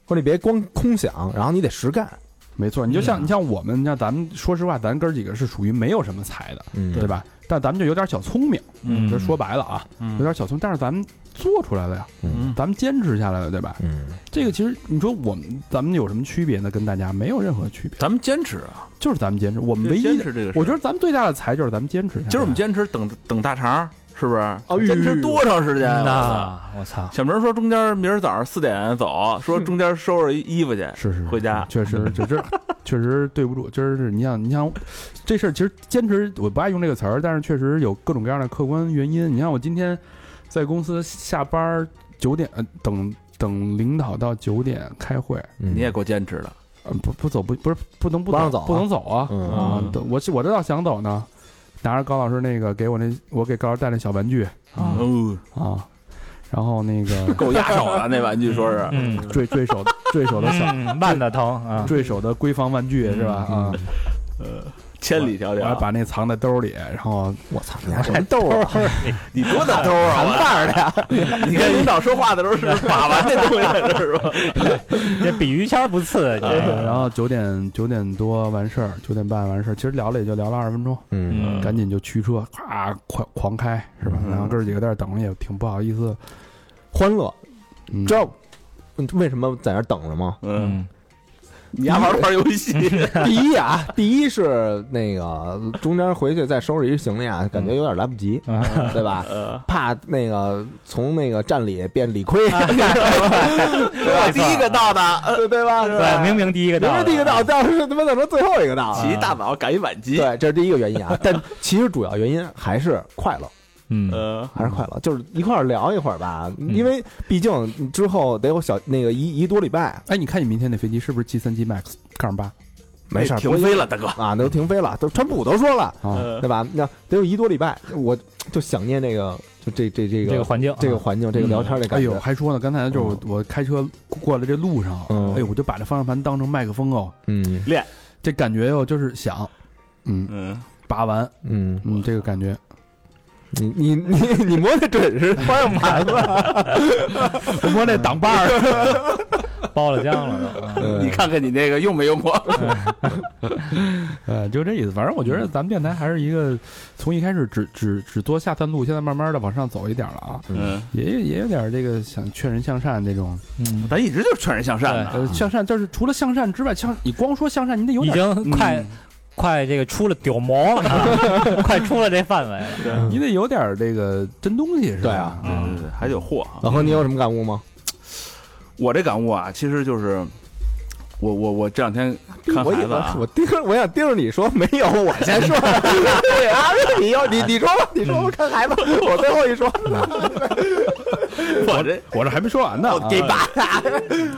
S3: 或者你别光空想，然后你得实干。
S2: 没错。你就像你像我们，像咱们说实话，咱哥几个是属于没有什么才的，
S3: 嗯
S2: 对吧？但咱们就有点小聪明，
S5: 嗯
S2: 这说白了啊，有点小聪明，但是咱们做出来了呀，
S4: 嗯
S2: 咱们坚持下来了，对吧？
S3: 嗯
S2: 这个其实你说我们咱们有什么区别呢？跟大家没有任何区别，
S4: 咱们坚持啊，
S2: 就是咱们坚持。我们唯
S4: 坚
S2: 一的，
S4: 持这个事儿，
S2: 哎我觉得咱们最大的才就是咱们坚持下来。
S4: 今儿我们坚持等等大肠，是不是？
S6: 哦
S4: 坚持多长时间啊？
S5: 嗯那我操，
S4: 小明说中间明儿早上四点走，说中间收拾衣服去，
S3: 嗯
S2: 是是，
S4: 回家
S2: 确实，就这，确实对不住。今儿是你想，你想这事儿，其实坚持我不爱用这个词儿，但是确实有各种各样的客观原因。你看我今天在公司下班九点，呃，等等领导到九点开会，
S3: 嗯
S4: 你也够坚持的。
S2: 呃、不不走不不是不能
S6: 不
S2: 不走
S6: 让走啊
S2: 不能走啊！
S3: 嗯
S2: 啊，等我我这倒想走呢，拿着高老师那个给我那我给高老师带那小玩具
S4: 哦，
S2: 啊，然后那
S4: *laughs*
S2: 个
S4: 够压手的那玩具，说是
S5: 嗯，
S2: 坠坠手坠手的小
S5: 嗯，慢的疼啊，
S2: 坠手的闺房玩具是吧？啊。
S4: 千里迢
S2: 我还
S4: 迢，
S2: 把那藏在兜里，然后
S3: 我操，你
S2: *laughs*
S3: 还什么豆啊？
S4: 你多大兜啊？我袋的 *laughs* 呀！你跟领导说话的时候是把玩那东西在这儿是吧？
S5: 这比于谦儿不次，这
S3: 啊
S2: 呃然后九点九点多完事儿，九点半完事儿，其实聊了也就聊了二十分钟，
S3: 嗯，
S5: 嗯
S2: 赶紧就驱车，咵狂狂开是吧？
S4: 嗯
S2: 然后哥儿几个在那儿等着，也挺不好意思。
S3: 欢乐，
S2: 嗯
S3: 知道为什么在那儿等着吗？
S4: 嗯，
S5: 嗯，
S4: 你还玩不玩游戏？
S3: 第一啊，第一是那个中间回去再收拾一行李啊，感觉有点来不及，对吧？怕那个从那个站里变理亏，
S4: 我第一个到的，
S3: 对对吧？
S5: 对，明明第一个
S3: 明
S5: 到，
S3: 明第一个到，，但是他妈怎么最后一个到？
S4: 起一大早赶一晚集。
S3: 啊对，这是第一个原因啊。但其实主要原因还是快乐，
S5: 嗯，
S4: 呃，
S3: 还是快乐，就是一块儿聊一会儿吧。因为毕竟之后得有小那个一一个多礼拜，
S2: 哎，你看你明天那飞机是不是 G 三 G Max 杠八
S3: 没事儿，
S4: 哎停飞了，大哥。
S3: 啊，都停飞了，都川普都说了，
S2: 啊？
S4: 呃
S3: 对吧？那得有一多礼拜，我就想念这个，就这这这个
S5: 这个环境，啊
S3: 这个环境，
S4: 嗯
S3: 这个聊天的
S2: 哎
S3: 感
S2: 呦，
S3: 觉。
S2: 还说呢，刚才就是我我开车过来这路上，
S3: 嗯
S2: 哎呦，我就把这方向盘当成麦克风哦，
S3: 嗯
S2: 这感觉哟就是响，嗯，
S4: 嗯，
S2: 拔完，
S3: 嗯，
S2: 嗯，这个感觉，
S3: 你你你你摸的准
S5: *laughs*
S3: 是方向盘了，
S2: 我摸那挡把儿，
S5: 包了浆了
S3: 呃
S5: 都，
S4: 嗯 *laughs* 你看看你那个用没用过？
S2: *laughs* 呃，就这意思。反正我觉得咱们电台还是一个从一开始只只只做下三路，现在慢慢的往上走一点了啊。
S4: 嗯，
S2: 也有也有点这个想劝人向善这种，
S5: 嗯，
S4: 咱一直就是劝人向善的。
S2: 呃，向善就是除了向善之外，向你光说向善，你得有
S5: 已
S2: 点，
S5: 经快
S4: 嗯
S5: 快这个出了屌毛了，快出了这范围了，
S2: 你得有点这个真东西是吧？
S3: 对啊
S4: 对对对，还得有货啊。
S3: 老何，你有什么感悟吗？
S4: 我这感悟啊，其实就是我我我这两天看
S3: 我以
S4: 孩
S3: 为
S4: 子啊
S3: 我，盯着，我想盯着你
S4: *laughs*
S3: 说没有，我
S2: *laughs*
S3: 先说。对啊，你要你你说吧，你说吧，看孩子，我最后一说。
S4: 我这
S2: 我这还没说完呢，
S4: 给爸，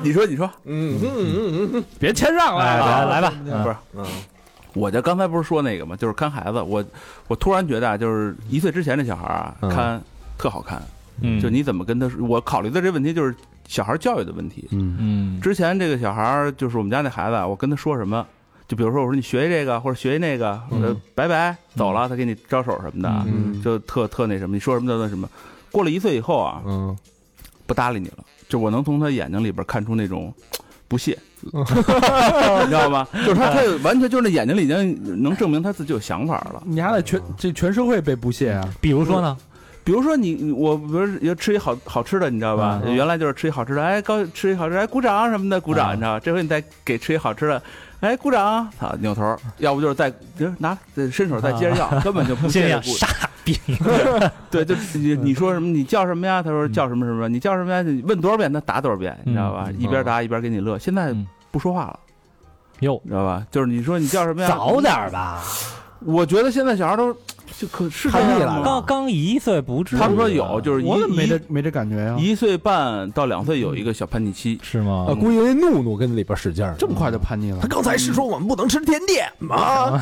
S4: 你说你说，
S3: 嗯嗯嗯嗯
S2: 别谦让了
S5: 哎，来
S2: 啊，
S5: 来吧，
S4: 不
S5: 嗯
S4: 是
S3: 嗯，
S4: 我就刚才不是说那个嘛，就是看孩子，我我突然觉得啊，就是一岁之前这小孩啊，
S3: 嗯
S4: 看特好看，
S5: 嗯，
S4: 就你怎么跟他说，我考虑的这问题就是小孩教育的问题。
S2: 嗯，
S5: 嗯，
S4: 之前这个小孩儿就是我们家那孩子啊，我跟他说什么，就比如说我说你学一这个或者学一那个，呃，拜拜走了，他给你招手什么的啊，
S3: 嗯
S4: 就特特那什么，你说什么就那什么。过了一岁以后啊，
S3: 嗯，
S4: 不搭理你了，就我能从他眼睛里边看出那种不 *laughs* 屑，你知道吗？ *laughs* 哎就是他，他有完全就是那眼睛里已经能证明他自己有想法了。
S2: 你还得全这全社会被不屑啊，
S5: 比如说呢，
S4: 比如说你，你我不是也吃一好好吃的，你知道吧？
S5: 嗯
S4: 原来就是吃一好吃的，哎，高吃一好吃的，哎，鼓掌什么的，鼓掌，你知道吧？这回你再给吃一好吃的，哎，鼓掌，操，扭头，要不就是再就是拿再伸手再接着要，根本就不
S5: 心
S4: 屑
S5: 里
S4: 这
S5: 想
S4: 鼓
S5: 傻逼，
S4: 对，就你你说什么？你叫什么呀？他说叫什么什么？你叫什么呀？你问多少遍他答多少遍，你知道吧？
S5: 嗯
S4: 一边答一边给你乐。现在
S5: 嗯
S4: 不说话了，
S5: 哟，
S4: 你知道吧？就是你说你叫什么呀？
S5: 早点儿吧，
S4: 我觉得现在小孩都就可是这
S3: 叛逆了
S4: 样吗
S5: 刚刚一岁不至于，啊
S4: 他们说
S5: 嗯
S4: 有，就是一
S2: 我怎么没这
S4: 一
S2: 没这感觉呀？
S4: 一岁半到两岁有一个小叛逆期。
S5: 是吗
S3: 啊，？
S4: 嗯
S3: 估计那怒怒跟里边使劲儿。
S2: 这么快就叛逆了
S3: 他？刚才是说我们不能吃甜点吗？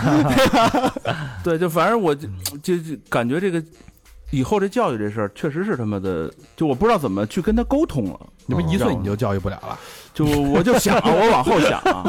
S4: 对，就反正我就就就感觉这个以后这教育这事儿确实是他妈的，就我不知道怎么去跟他沟通了。
S2: 你们一岁
S4: 嗯
S2: 你就教育不了了，
S4: 就我就想，我往后想，啊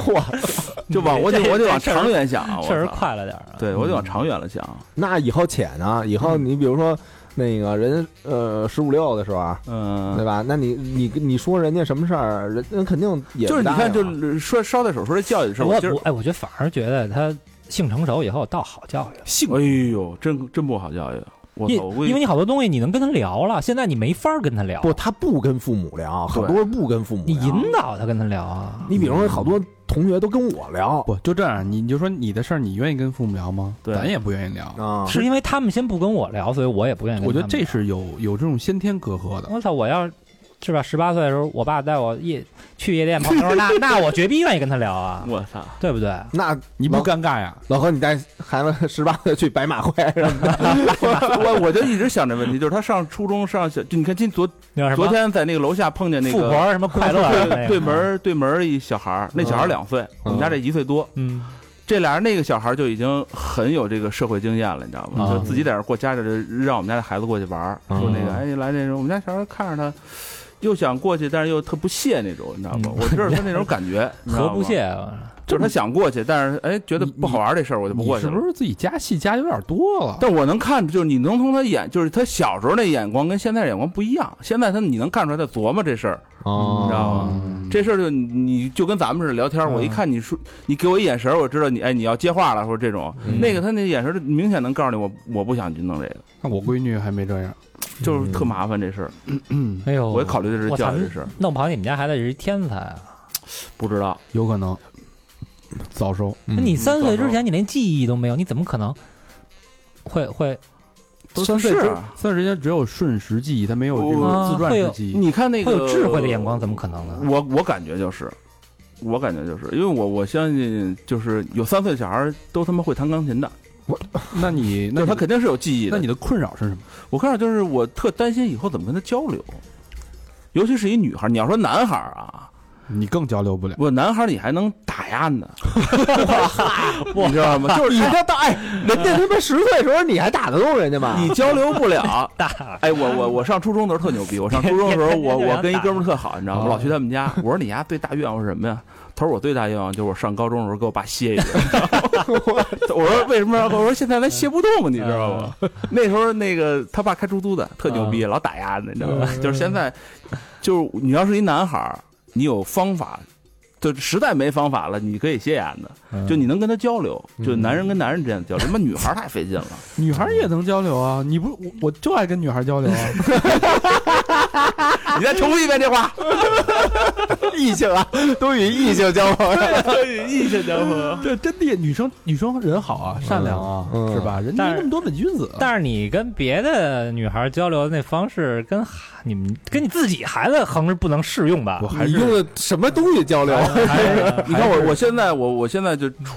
S4: 就往我就我就往
S5: 这事儿
S4: 长远想，
S5: 确实
S4: 我操
S5: 快了点儿啊，
S4: 对，我就往长远了想。
S3: 那以后且呢？以
S4: 嗯
S3: 后你比如说那个人呃十五六的时候啊，对
S4: 嗯，
S3: 吧？那你你你说人家什么事儿，人人肯定也
S4: 就是你
S3: 答应
S4: 看，就
S3: 了
S4: 是说捎带手说这教育的事儿，
S5: 我
S4: 今儿
S5: 我哎，我觉得反而觉得他性成熟以后倒好教育了，
S4: 性，哎呦，真真不好教育。我
S5: 因
S4: 操，我
S5: 因为你好多东西你能跟他聊了，现在你没法儿跟他聊，
S3: 不，他不跟父母聊，
S4: 对
S3: 很多人不跟父母
S5: 你
S3: 聊。
S5: 引导他跟他聊啊。
S3: 你比如说，好多同学都跟我聊
S2: 不就这样？你你就说你的事儿，你愿意跟父母聊吗？
S4: 对
S2: 咱也不愿意聊。
S3: 啊，
S5: 是因为他们先不跟我聊，所以我也不愿意跟
S2: 我觉
S5: 他
S2: 得
S5: 们
S2: 这是
S5: 聊
S2: 有有这种先天隔阂的。
S5: 我操！我要是吧，十八岁的时候，我爸带我夜去夜店泡妞，
S4: *laughs*
S5: 那那我绝逼愿意跟他聊啊，
S4: 我操，
S5: 对不对？
S3: 那
S2: 你不尴尬呀？
S3: 老何，你带孩子十八岁去白马会是吧？
S4: 我我就一直想这问题，就是他上初中上小，就你看今昨
S5: 那叫什
S4: 昨
S5: 么？
S4: 天在那个楼下碰见那
S5: 富
S4: 个
S5: 婆什么快乐什么那个
S4: 对对门，儿对门儿一小孩儿，那小孩儿两岁，我们家这一岁多，
S5: 嗯，
S4: 这俩人那个小孩儿就已经很有这个社会经验了，你知道吗？
S5: 啊
S4: 就自己在这儿过家家，让我们家的孩子过去玩儿，说
S2: 哦
S4: 那个
S5: 嗯
S4: 哎来那种，我们家小孩儿看着他。又想过去，但是又特不屑那种，你知道吗？
S5: 嗯
S2: *laughs*
S4: 我就是他那种感觉，你知道
S5: 何
S4: 吗
S5: 不屑？啊？
S4: 就是他想过去，但是哎，觉得不好玩儿这事儿，我就不
S2: 你
S4: 过去
S2: 是
S4: 了。
S2: 不是自己加戏加有点多了？
S4: 但我能看，就是你能从他眼，就是他小时候那眼光跟现在眼光不一样。现在他你能看出来他琢磨这事儿，你知道吗？
S2: 嗯
S4: 这事儿就你你就跟咱们似的聊天儿，我一看你说你给我一眼神儿，我知道你哎你要接话了，或者这种
S3: 嗯
S4: 那个他那眼神儿就明显能告诉你我我不想去弄这个，
S2: 那我闺女还没这样。
S4: 就是
S2: 嗯
S4: 特麻烦这事儿。
S5: 哎
S2: 哦
S5: 呦，
S4: 我也考虑的是
S5: 我操
S4: 教育这事儿，
S5: 弄不好你们家孩子是一天才啊！
S4: 不知道
S2: 有可能早熟，
S4: 嗯
S5: 那你三岁之
S4: 到时
S5: 前你连记忆都没有，你怎么可能会会
S2: 三岁
S4: 是
S2: 之
S4: 啊
S2: 三岁之前只有瞬时记忆，他没有这
S5: 我
S4: 哦
S2: 个自传
S5: 会有
S2: 式记忆。
S4: 你看那
S5: 会
S4: 个
S5: 有智慧的眼光？怎么可能呢？
S4: 我我感觉就是，我感觉就是因为我我相信就是有三岁的小孩儿都他妈会弹钢琴的，
S2: 那你
S4: 就
S2: 那
S4: 是
S2: 你
S4: 他肯定是有记忆的
S2: 那。你的困扰是什么？
S4: 我看着就是我特担心以后怎么跟他交流，尤其是一女孩儿。你要说男孩儿啊，
S2: 你更交流不了。
S4: 我男孩儿你还能打压
S5: *laughs*
S4: 呢，你知道吗？就是
S3: 你他大哎，人家他妈十岁的时候你还打得动人家吗？
S4: 你交流不了。
S5: 大
S4: 哎，我我我上初中的时候特牛逼，我上初中的时候，我我跟一哥们儿特好，你知道吗？我老去他们家，我说你丫最大愿望是什么呀？他说我最大愿望就是我上高中的时候给我爸歇 *laughs* 一顿。我说为什么？我说现在咱歇不动，你知道吗？那时候那个他爸开出租的，特牛逼，老打压的，你知道吗？就是现在，就是你要是一男孩儿，你有方法。就实在没方法了，你可以歇眼的，就你能跟他交流，就男人跟男人之间的交流。他妈女孩儿太费劲了，
S2: 女孩也能交流啊，你不我我就爱跟女孩交流啊。
S4: *laughs* 你再重复一遍这话。
S3: 异性啊，都与异性交往。
S4: 啊异性交朋
S2: 对，真的女生女生人好啊，善良
S4: 哦
S2: 啊，
S3: 嗯
S2: 是吧？人
S5: 但
S2: 家
S5: 是
S2: 那么多伪君子，啊
S5: 但是你跟别的女孩交流的那方式，跟孩你们跟你自己孩子横是不能适用吧
S2: 我？还
S3: 你
S2: 是
S3: 用的什么东西交流？ *laughs* 嗯
S4: 你看我，我现在我我现在就出，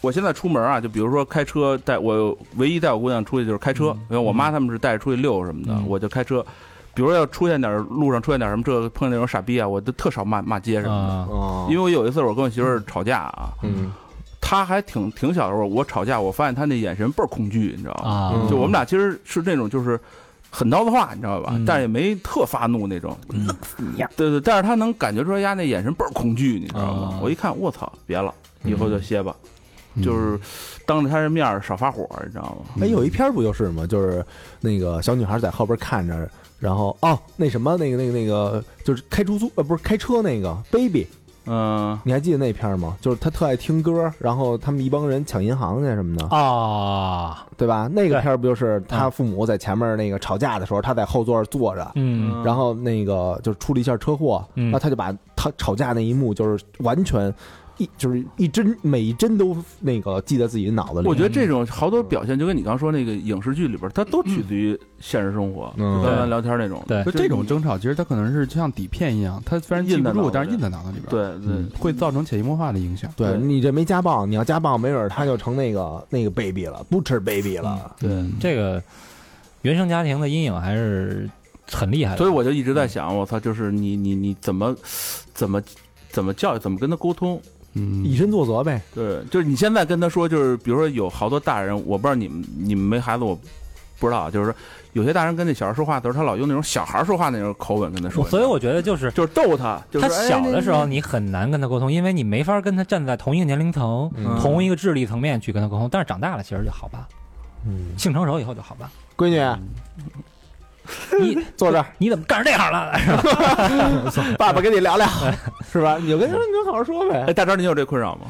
S4: 我现在出门啊，就比如说开车带我唯一带我姑娘出去就是开车，因为我妈他们是带着出去遛什么的，
S5: 嗯
S4: 我就开车。比如要出现点路上出现点什么这个碰见那种傻逼啊，我都特少骂骂街什么
S5: 啊，
S3: 哦
S4: 的。因为我有一次我跟我媳妇儿吵架啊，
S3: 嗯
S4: 她还挺挺小的时候，我吵架我发现她那眼神倍儿恐惧，你知道吗？
S5: 啊
S3: 嗯
S4: 就我们俩其实是那种就是很刀子话，你知道吧？
S5: 嗯
S4: 但是也没特发怒那种。
S3: 啊
S4: 对对，但是他能感觉出来，丫那眼神倍儿恐惧，你知道吗？
S5: 啊
S4: 我一看，我操，别了，以后就歇吧，
S2: 嗯
S4: 就是当着他人面儿少发火，你知道吗？
S3: 哎，有一篇不就是吗？就是那个小女孩在后边看着，然后哦，那什么，那个那个那个，就是开出租呃，不是开车那个 baby，
S4: 嗯，
S3: 你还记得那篇吗？就是她特爱听歌，然后他们一帮人抢银行去什么
S4: 嗯
S3: 的，
S5: 啊，
S3: 对吧？那个
S5: 对
S3: 片儿不就是她父母在前面那个吵架的时候，她在后座坐着，
S5: 嗯
S3: 然后那个就出了一下车祸，
S5: 嗯
S3: 然后他就把他吵架那一幕就是完全一就是一帧每一帧都那个记在自己脑子里。
S4: 我觉得这种好多表现，就跟你刚说那个影视剧里边儿，它都取自于现实生活，
S3: 嗯
S4: 就刚才聊天那种。
S5: 对
S2: 就
S4: 就是
S2: 这种争吵，其实它可能是就像底片一样，它虽然记
S4: 印
S2: 不
S4: 在脑
S2: 住，
S4: 子
S2: 但是
S4: 里
S2: 印在脑子里边，
S4: 对对
S2: 嗯，，会造成潜移默化的影响。
S3: 对
S4: 对
S3: 你这没家暴，你要家暴，没准儿他就成那个那个 baby 了，不吃 baby 了。
S2: 对，
S4: 嗯
S5: 这个原生家庭的阴影还是很厉害的。
S4: 所以我就一直在想，我操，就是你你你怎么怎么怎么教育，怎么跟他沟通？
S2: 嗯，
S3: 以身作则呗，
S4: 对，就是你现在跟他说，就是比如说有好多大人，我不知道你们你们没孩子，我不知道，就是说有些大人跟那小孩说话的时候，他老用那种小孩说话那种口吻跟他说，
S5: 所以我觉得就是
S4: 就是逗他，就
S5: 他
S4: 是说
S5: 小的时，候
S4: 哎
S5: 你很难跟他沟通，因为你没法跟他站在同一个年龄层、
S3: 嗯
S5: 同一个智力层面去跟他沟通。但是长大了其实就好办，
S3: 嗯，
S5: 性成熟以后就好办。
S3: 闺女
S5: 你
S3: 坐这儿，
S5: 你怎么干成这样了？是吧
S3: 爸爸跟你聊聊，是吧？你就跟你就好好说
S4: 哎，
S3: 呗。
S4: 大张，你有这困扰吗？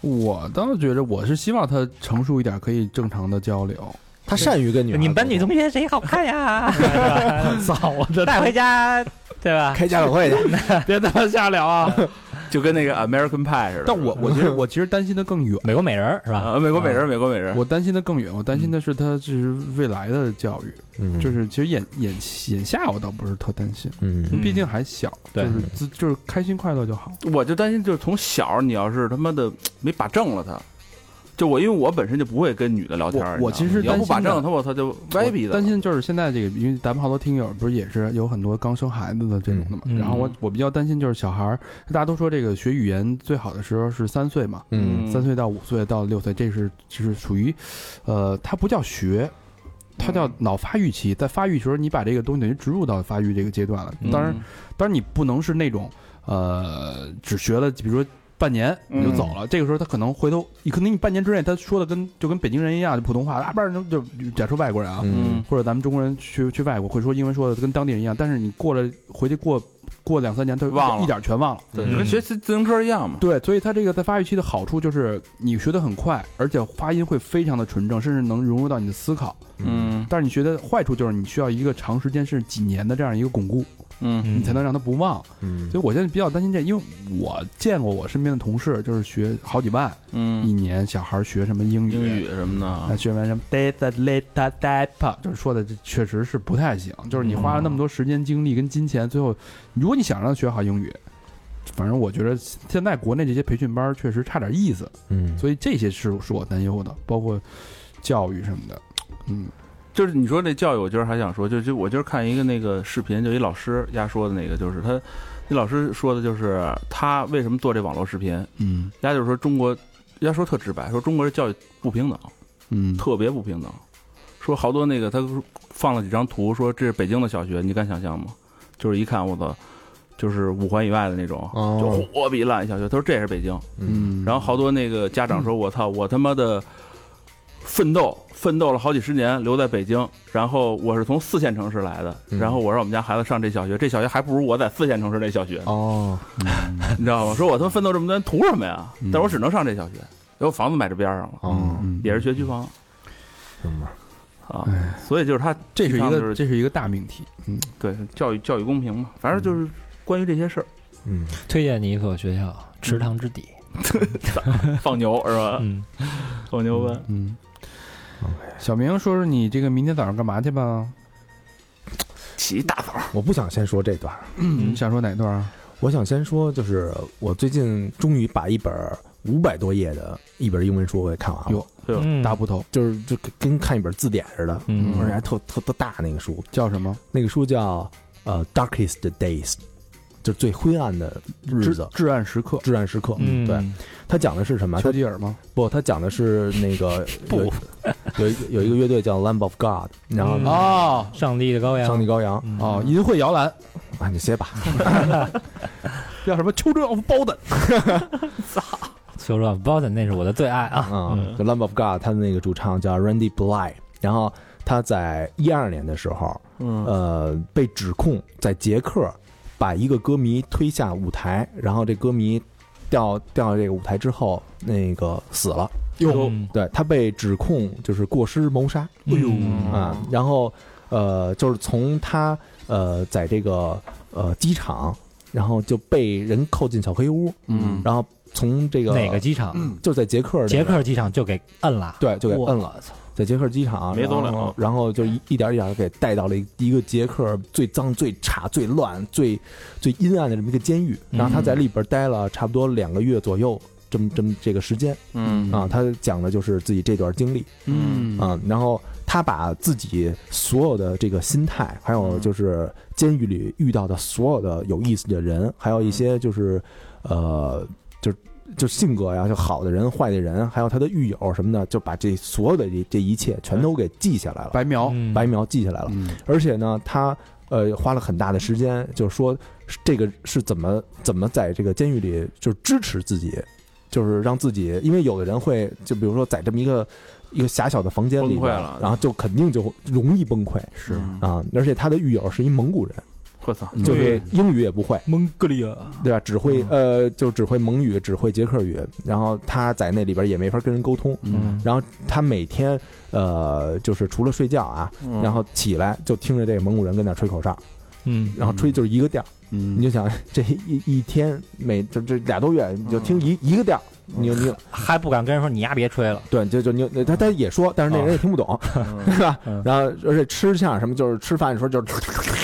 S2: 我倒觉着我是希望他成熟一点，可以正常的交流。
S3: 他善于跟女孩
S6: 你们班
S3: 沟
S6: 女
S3: 通
S6: 同学谁好看
S5: *laughs*
S6: 呀？是吧
S5: 操我 *laughs* 的，
S6: 带回家，对
S5: *laughs*
S6: 吧？
S3: 开家长会去，
S5: 别他妈瞎聊啊！
S4: 就跟那个 American Pie 似的。
S2: 但我我 *laughs* 觉得我其实担心的更远，
S5: *laughs* 美国美人儿是吧？
S4: 啊，美国美人，美国美人，
S2: 我担心的更远，我担心的是他是未来的教育，
S3: 嗯
S2: 就是其实眼眼眼下我倒不是特担心，
S3: 嗯，
S2: 毕竟还小，
S5: 对
S2: 就是自就是开心快乐就好。
S4: 我就担心，就是从小你要是他妈的没把正了他，就我因为我本身就不会跟女的聊天儿，
S2: 我我
S4: 你知道吗
S2: 其实
S4: 你要不
S2: 担
S4: 把
S2: 心的
S4: 正了他，我他就歪逼
S2: 我
S4: 的。
S2: 担心就是现在这个，因为咱们好多听友不是也是有很多刚生孩子的这种的嘛，
S5: 嗯
S2: 然后我我比较担心就是小孩儿，大家都说这个学语言最好的时候是三岁嘛，
S3: 嗯
S2: 三岁到五岁到六岁，这是就是属于，呃，它不叫学，它叫脑发育期。在发育时候，你把这个东西等于植入到发育这个阶段了。
S4: 嗯
S2: 当然，当然你不能是那种呃，只学了比如说半年你就走了，这个时候他可能回头，你可能你半年之内他说的跟就跟北京人一样，就普通话，啊，不然就就假说外国人啊，
S3: 嗯
S4: 嗯，
S2: 或者咱们中国人去去外国会说英文说的跟当地人一样，但是你过了回去过过两三年，他
S4: 忘了
S2: 一点儿全忘了。
S4: 对，就跟学自自行车一样嘛。
S2: 对，所以它这个在发育期的好处就是你学得很快，而且发音会非常的纯正，甚至能融入到你的思考。
S4: 嗯
S2: 但是你学的坏处就是你需要一个长时间甚至几年的这样一个巩固，
S4: 嗯
S2: 你才能让它不忘。
S3: 嗯
S2: 所以我现在比较担心这，因为我见过我身边的同事就是学好几万一
S4: 嗯，
S2: 年，小孩学什么英语。
S4: 英语什么
S2: 那
S4: 的，啊
S2: 学完什么 data data data，就是说的这确实是不太行。就是你花了那么多时间、精力跟金钱，最后如果你想让他学好英语，反正我觉得现在国内这些培训班儿确实差点意思。
S3: 嗯，
S2: 所以这些是是我担忧的，包括教育什么的。嗯，
S4: 就是你说这教育，我今儿还想说，就就我今儿看一个那个视频，就一老师丫说的那个，就是他，那老师说的就是他为什么做这网络视频，
S2: 嗯
S4: 丫就是说中国，丫说特直白，说中国的教育不平等，
S2: 嗯，
S4: 特别不平等。说好多那个，他放了几张图，说这是北京的小学，你敢想象吗？就是一看我操，就是五环以外的那种，
S3: 哦
S4: 就火比烂小学。他说这也是北京，
S2: 嗯，
S4: 然后好多那个家长说：“我操，我他妈的奋斗奋斗了好几十年，留在北京，然后我是从四线城市来的，
S3: 嗯
S4: 然后我让我们家孩子上这小学，这小学还不如我在四线城市那小学，
S3: 哦，
S4: 你知道吗？说我他妈奋斗这么多年图什么呀
S2: 嗯？
S4: 但我只能上这小学，因为我房子买这边上了，
S3: 哦，
S2: 嗯，
S4: 也是学区房
S3: 明白。
S4: 啊
S2: 哎，
S4: 所以就是他
S2: 这是一
S4: 提倡就
S2: 个
S4: 是
S2: 这是一个大命题。嗯，
S4: 对教育教育公平嘛，反正就是关于这些事儿，
S3: 嗯，
S5: 推荐你一所学校，池塘之底。
S4: *laughs* 放牛是吧？
S5: 嗯，
S4: 放牛呗。
S2: 嗯，小明说说你这个明天早上干嘛去吧？
S4: 起一大早，
S3: 我不想先说这段儿，
S2: 你想说哪段啊？
S3: 我想先说，就是我最近终于把一本五百多页的一本英文书给看完了
S2: 哟，
S5: 嗯
S2: 大部头
S3: 就是就跟跟看一本字典似的，
S5: 嗯
S3: 而且还特特特大那个书，
S2: 叫什么？
S3: 那个书叫呃《Darkest Days》，就是最灰暗的日
S2: 至
S3: 子，
S2: 至暗时刻，
S3: 至暗时刻。
S5: 嗯，
S3: 对，它讲的是什么？
S2: 丘
S3: 它
S2: 吉尔吗？
S3: 不，它讲的是
S2: *laughs*
S3: 那个
S5: 不
S3: 有有有一个乐队叫 Lamb of God，然后
S5: 嗯
S2: 哦
S5: 上帝的羔
S3: 上
S5: 羊。
S3: 帝羔羊
S5: 嗯
S2: 哦，淫秽摇篮
S3: 啊，你歇吧，
S2: 叫什么？Children of Bodom。
S5: 就说 b o t o n 那是我的最爱啊。
S3: 啊，就 Lamb of God，他的那个主唱叫 Randy Bly，然后他在一二年的时候，
S4: 嗯
S3: 呃，被指控在捷克把一个歌迷推下舞台，然后这歌迷掉掉这个舞台之后，那个死了，
S4: 哟，
S5: 嗯
S3: 对他被指控就是过失谋杀
S5: 哎呦
S4: 嗯
S3: 啊，然后呃，就是从他呃在这个呃机场，然后就被人扣进小黑屋，
S2: 嗯
S3: 然后从这个
S5: 哪个机场？
S3: 就在捷克那边
S5: 捷克机场就给摁了。
S3: 对就给摁了。
S5: 我操。
S3: 在捷克机场
S4: 没走了
S3: 然后然后就一一点一点地给带到了一一个捷克最脏、最差、最乱、最最阴暗的这么一个监狱。
S5: 嗯
S3: 然后他在里边待了差不多两个月左右，这么这么这个时间
S4: 嗯
S3: 啊，他讲的就是自己这段经历
S2: 嗯
S3: 啊。然后他把自己所有的这个心态，还有
S2: 嗯
S3: 就是监狱里遇到的所有的有意思的人，
S2: 嗯
S3: 还有一些就是呃，就是。就性格呀，就好的人、坏的人，还有他的狱友什么的，就把这所有的这这一切全都给记下来了。
S2: 白描。
S5: 嗯
S3: 白描记下来了。
S2: 嗯
S3: 而且呢，他呃花了很大的时间，就是说这个是怎么怎么在这个监狱里就是支持自己，就是让自己，因为有的人会就比如说在这么一个一个狭小的房间里
S4: 崩溃
S3: 边
S4: 了
S3: 然后就肯定就容易崩溃
S4: 是
S3: 啊。而且他的狱友是一蒙古人，
S4: 我操，
S2: 嗯
S3: 就是英语也不会，
S5: 蒙哥利亚。
S3: 对吧？
S4: 嗯
S3: 只会呃就只会蒙语，只会捷克语，然后他在那里边也没法跟人沟通。
S2: 嗯
S3: 然后他每天呃，就是除了睡觉啊，
S4: 嗯
S3: 然后起来就听着这个蒙古人跟那儿吹口哨，
S5: 嗯，
S3: 然后吹就是一个调儿，你
S2: 嗯，
S3: 就想这一一天每这这俩多月，你就
S5: 嗯
S3: 听一一个调儿，你就你就
S5: 还不敢跟人说你丫别吹了，
S3: 对，就就你就他他也说，但是那人也听不懂， *laughs* 对吧
S5: 嗯？
S3: 然后而且吃相什么，就是吃饭的时候就是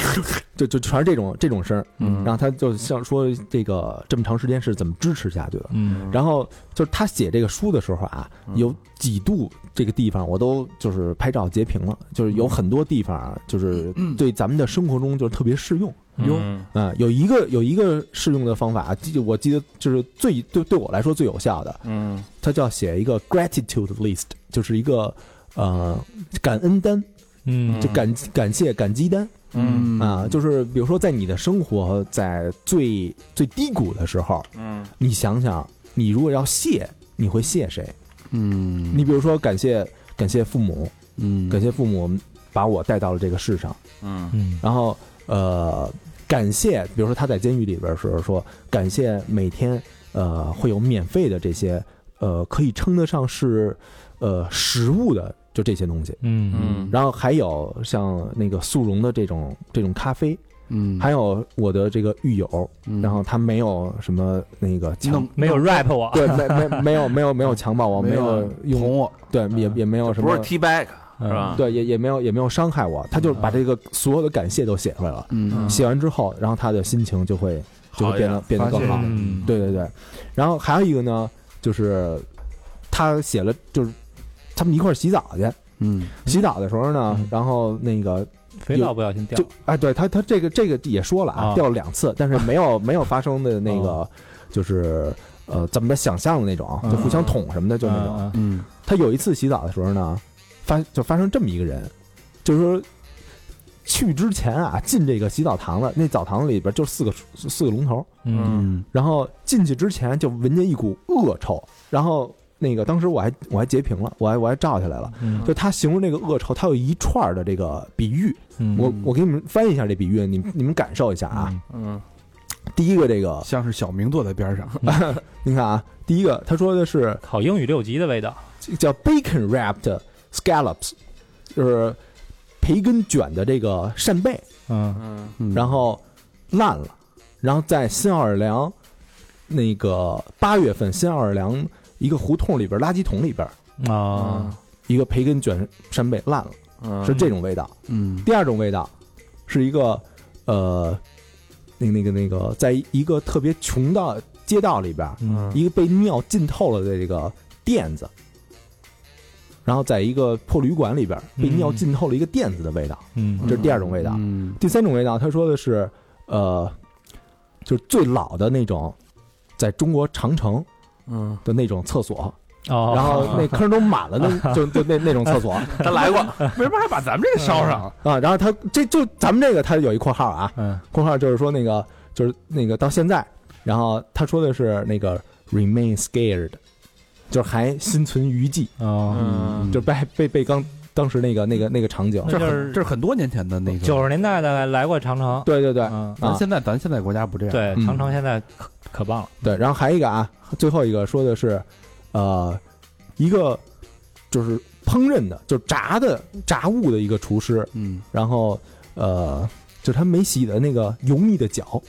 S3: 就就全是这种这种声儿，
S4: 嗯
S3: 然后他就像说这个这么长时间是怎么支持下去的。
S5: 嗯
S3: 然后就是他写这个书的时候啊，有几度这个地方我都就是拍照截屏了，就是有很多地方啊就是对咱们的生活中就是特别适用。
S5: 哟，
S3: 啊、有一个有一个适用的方法，啊记我记得就是最对对我来说最有效的，
S4: 嗯
S3: 它叫写一个 gratitude list，就是一个呃感恩单，
S5: 嗯
S3: 就感感谢感激单
S4: 嗯
S3: 啊、就是比如说在你的生活在最最低谷的时候，
S4: 嗯
S3: 你想想，你如果要谢，你会谢谁？
S2: 嗯
S3: 你比如说感谢感谢父母，
S2: 嗯
S3: 感谢父母把我带到了这个世上，
S4: 嗯
S5: 嗯
S3: 然后呃，感谢，比如说他在监狱里边的时候说，感谢每天呃会有免费的这些呃可以称得上是呃食物的就这些东西，
S5: 嗯
S4: 嗯
S3: 然后还有像那个速溶的这种这种咖啡，
S2: 嗯，
S3: 还有我的这个狱友，
S2: 嗯
S3: 然后他没有什么那个强
S2: 弄。
S5: 没有 rap 我，
S3: *laughs* 对，
S2: *laughs*
S3: 没没没有没有没有强暴我，没有
S2: 有啊
S3: 用
S2: 捅我，
S3: 对，也也没有什
S4: 不
S3: 么呃
S4: 是 T back 是吧？
S3: 对，也也没有也没有伤害我，他就把这个所有的感谢都写出来了。
S2: 嗯
S3: 写完之后，然后他的心情就会就会变得变得
S2: 发
S3: 更
S2: 泄
S3: 好。
S5: 嗯
S3: 对对对，然后还有一个呢，就是他写了，就是他们一块儿洗澡去，
S2: 嗯
S3: 洗澡的时候呢
S5: 嗯，
S3: 然后那个
S5: 肥皂不小心掉
S3: 就，哎，对他他这个这个也说了啊
S5: 啊，
S3: 掉了两次，但是没有没有发生的那个就是。呃，怎么着想象的那种，啊就互相捅什么的，就那种。啊
S5: 嗯
S2: 嗯
S3: 他有一次洗澡的时候呢，发就发生这么一个人，就是说去之前啊，进这个洗澡堂子，那澡堂子里边就四个四个龙头，
S5: 嗯
S2: 嗯
S3: 然后进去之前就闻见一股恶臭，然后那个当时我还我还截屏了，我还我还照下来了。
S5: 嗯
S3: 就他形容那个恶臭，他有一串儿的这个比喻，
S5: 嗯，
S3: 我我给你们翻译一下这比喻，你们你们感受一下啊。
S5: 嗯
S4: 嗯
S3: 第一个这个，
S2: 像是小明坐在边上，
S3: 你看啊，第一个他说的是
S5: 考英语六级的味道，
S3: 叫 bacon wrapped scallops，就是培根卷的这个扇贝，
S5: 嗯
S4: 嗯
S2: 嗯
S3: 然后烂了，然后在新奥尔良那个八月份，新奥尔良一个胡同里边垃圾桶里边，
S5: 啊，
S3: 一个培根卷扇贝烂了，
S4: 嗯
S3: 是这种味道。
S2: 嗯
S3: 第二种味道是一个呃，那个那个那个，在一个特别穷的街道里边，
S5: 嗯
S3: 一个被尿浸透了的这个垫子。然后在一个破旅馆里边，被尿浸透了一个垫子的味道，
S5: 嗯
S3: 这是第二种味道。
S2: 嗯
S3: 第三种味道，他说的是，呃，就是最老的那种，在中国长城
S4: 嗯，
S3: 的那种厕所，
S5: 哦，
S3: 然后那坑都满了的，就就那那种厕所啊。
S4: 他来过，
S2: 为什么还把咱们这个烧上？
S3: 然后他这就咱们这个，他有一括号啊，
S5: 嗯
S3: 括号就是说那个就是那个到现在，然后他说的是那个 remain scared，就是还心存余悸，
S5: 哦，
S4: 嗯
S3: 就被被被刚当时那个那个那个场景。
S5: 那
S2: 这
S5: 就是
S2: 很这是很多年前的那个，
S5: 九十年代的来过长城，
S3: 对对对
S5: 嗯，
S2: 咱
S3: 啊
S2: 现在咱现在国家不这样，，
S5: 对，
S3: 嗯
S5: 长城现在可可棒了，
S3: 对，然后还有一个啊，最后一个说的是，呃，一个就是烹饪的，就是炸的炸物的一个厨师，
S2: 嗯
S3: 然后呃，就是他没洗的那个油腻的脚，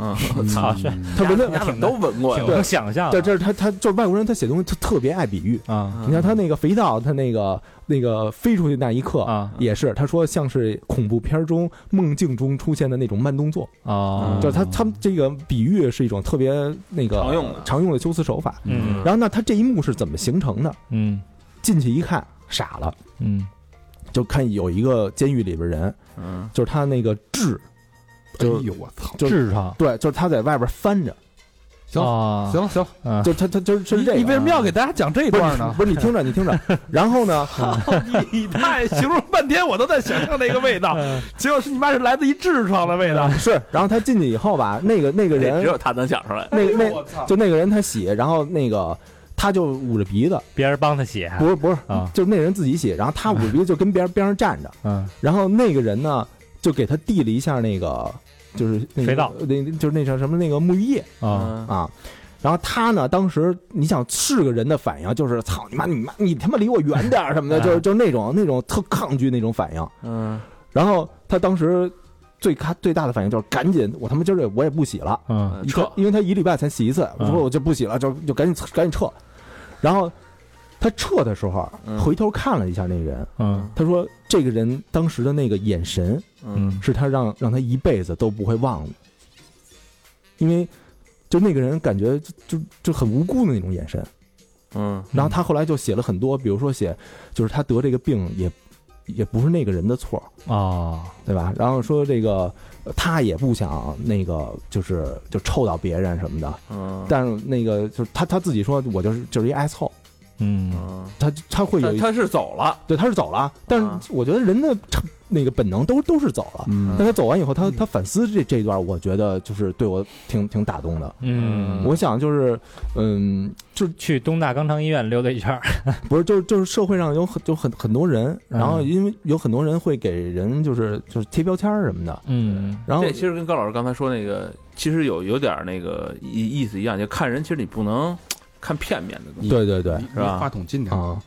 S4: 嗯，
S5: 操
S2: 嗯
S5: 是
S3: 他闻着
S4: 家怎么都闻过
S5: 挺
S4: 呀？
S5: 能想象
S3: 对，
S5: 的，
S3: 这是他他就是外国人，他写东西他特别爱比喻。
S5: 啊
S3: 你看他那个肥皂，他那个那个飞出去那一刻，
S5: 啊
S3: 也是他说像是恐怖片中梦境中出现的那种慢动作，
S2: 啊
S5: 哦，
S3: 嗯就是他他们这个比喻是一种特别那个
S4: 常用的
S3: 常用的修辞手法。
S5: 嗯
S3: 然后那他这一幕是怎么形成的？
S5: 嗯
S3: 进去一看，傻了，
S5: 嗯
S3: 就看有一个监狱里边人，
S4: 嗯
S3: 就是他那个痣，
S2: 哎
S3: 就
S2: 呦我操！
S3: 就
S5: 痔疮
S3: 对，就是他在外边翻着，
S2: 行
S5: 啊，
S2: 行了行了，
S5: 嗯
S3: 就他他就是是这
S2: 你你为
S3: 个。
S2: 什么要给大家讲这一
S3: 不是
S2: 段
S3: 你
S2: 呢？
S3: 不是你听着，你听着，
S2: *laughs*
S3: 然后呢，
S2: 你太形容半天，我都在想象那个味道，结果是你妈是来自于痔疮的味道。
S3: 是，然后他进去以后吧，那个那个
S4: 哎
S2: 哎
S4: 只
S3: 人，
S4: 有他能想出来。
S3: 那
S2: 哎呦
S3: 那
S2: 我操！
S3: 就那个人他洗，然后那个他就捂着鼻子，
S5: 别人帮他写，
S3: 不是不是
S5: 啊，
S3: 就是那人自己洗，然后他捂着鼻子就跟边边上站着，
S5: 嗯
S3: 然后那个人呢就给他递了一下那个就是那个
S5: 肥皂
S4: 嗯
S3: 那就是那叫什么那个沐浴液
S5: 啊
S3: 啊，然后他呢，当时你想是个人的反应，就是操你妈，你妈，你他妈离我远点儿什么
S5: 啊
S3: 的，就是就是那种那种特抗拒那种反应。
S4: 嗯，
S3: 然后他当时最他最大的反应就是赶紧，我他妈今儿这我也不洗了，
S5: 嗯
S3: 一
S4: 呃撤
S3: 看，因为他一礼拜才洗一次，我
S5: 嗯
S3: 说我就不洗了，就就赶紧赶紧撤。然后他撤的时候啊
S4: 嗯
S3: 回头看了一下那人，
S5: 嗯
S3: 他说这个人当时的那个眼神
S5: 嗯
S3: 是他让让他一辈子都不会忘的，因为就那个人感觉就就就很无辜的那种眼神。
S4: 嗯
S3: 然后他后来就写了很多，比如说写就是他得这个病也也不是那个人的错，
S5: 哦，
S3: 对吧？然后说这个呃他也不想那个就是就臭到别人什么的，
S4: 嗯，
S3: 但是那个就是他他自己说我就是就是一爱凑，
S5: 嗯
S4: 嗯
S3: 他他会有
S4: 但
S3: 一
S4: 他是走了，
S3: 对他是走了，但
S4: 啊
S3: 是我觉得人的那个本能都都是走了。
S2: 嗯
S3: 但他走完以后，他
S2: 嗯
S3: 他反思这这一段，我觉得就是对我挺挺打动的。
S5: 嗯，
S3: 我想就是，嗯，
S5: 去东大肛肠医院溜达一圈儿，
S3: 不是，就是就是社会上有很就很很多人，然后因为有很多人会给人就是就是贴标签儿什么的，
S5: 嗯
S3: 然后
S4: 这其实跟高老师刚才说那个，其实有有点那个意意思一样，就看人，其实你不能看片面的东西。
S3: 对对对
S2: 离
S4: 是吧
S2: 话筒近点儿，
S3: 啊，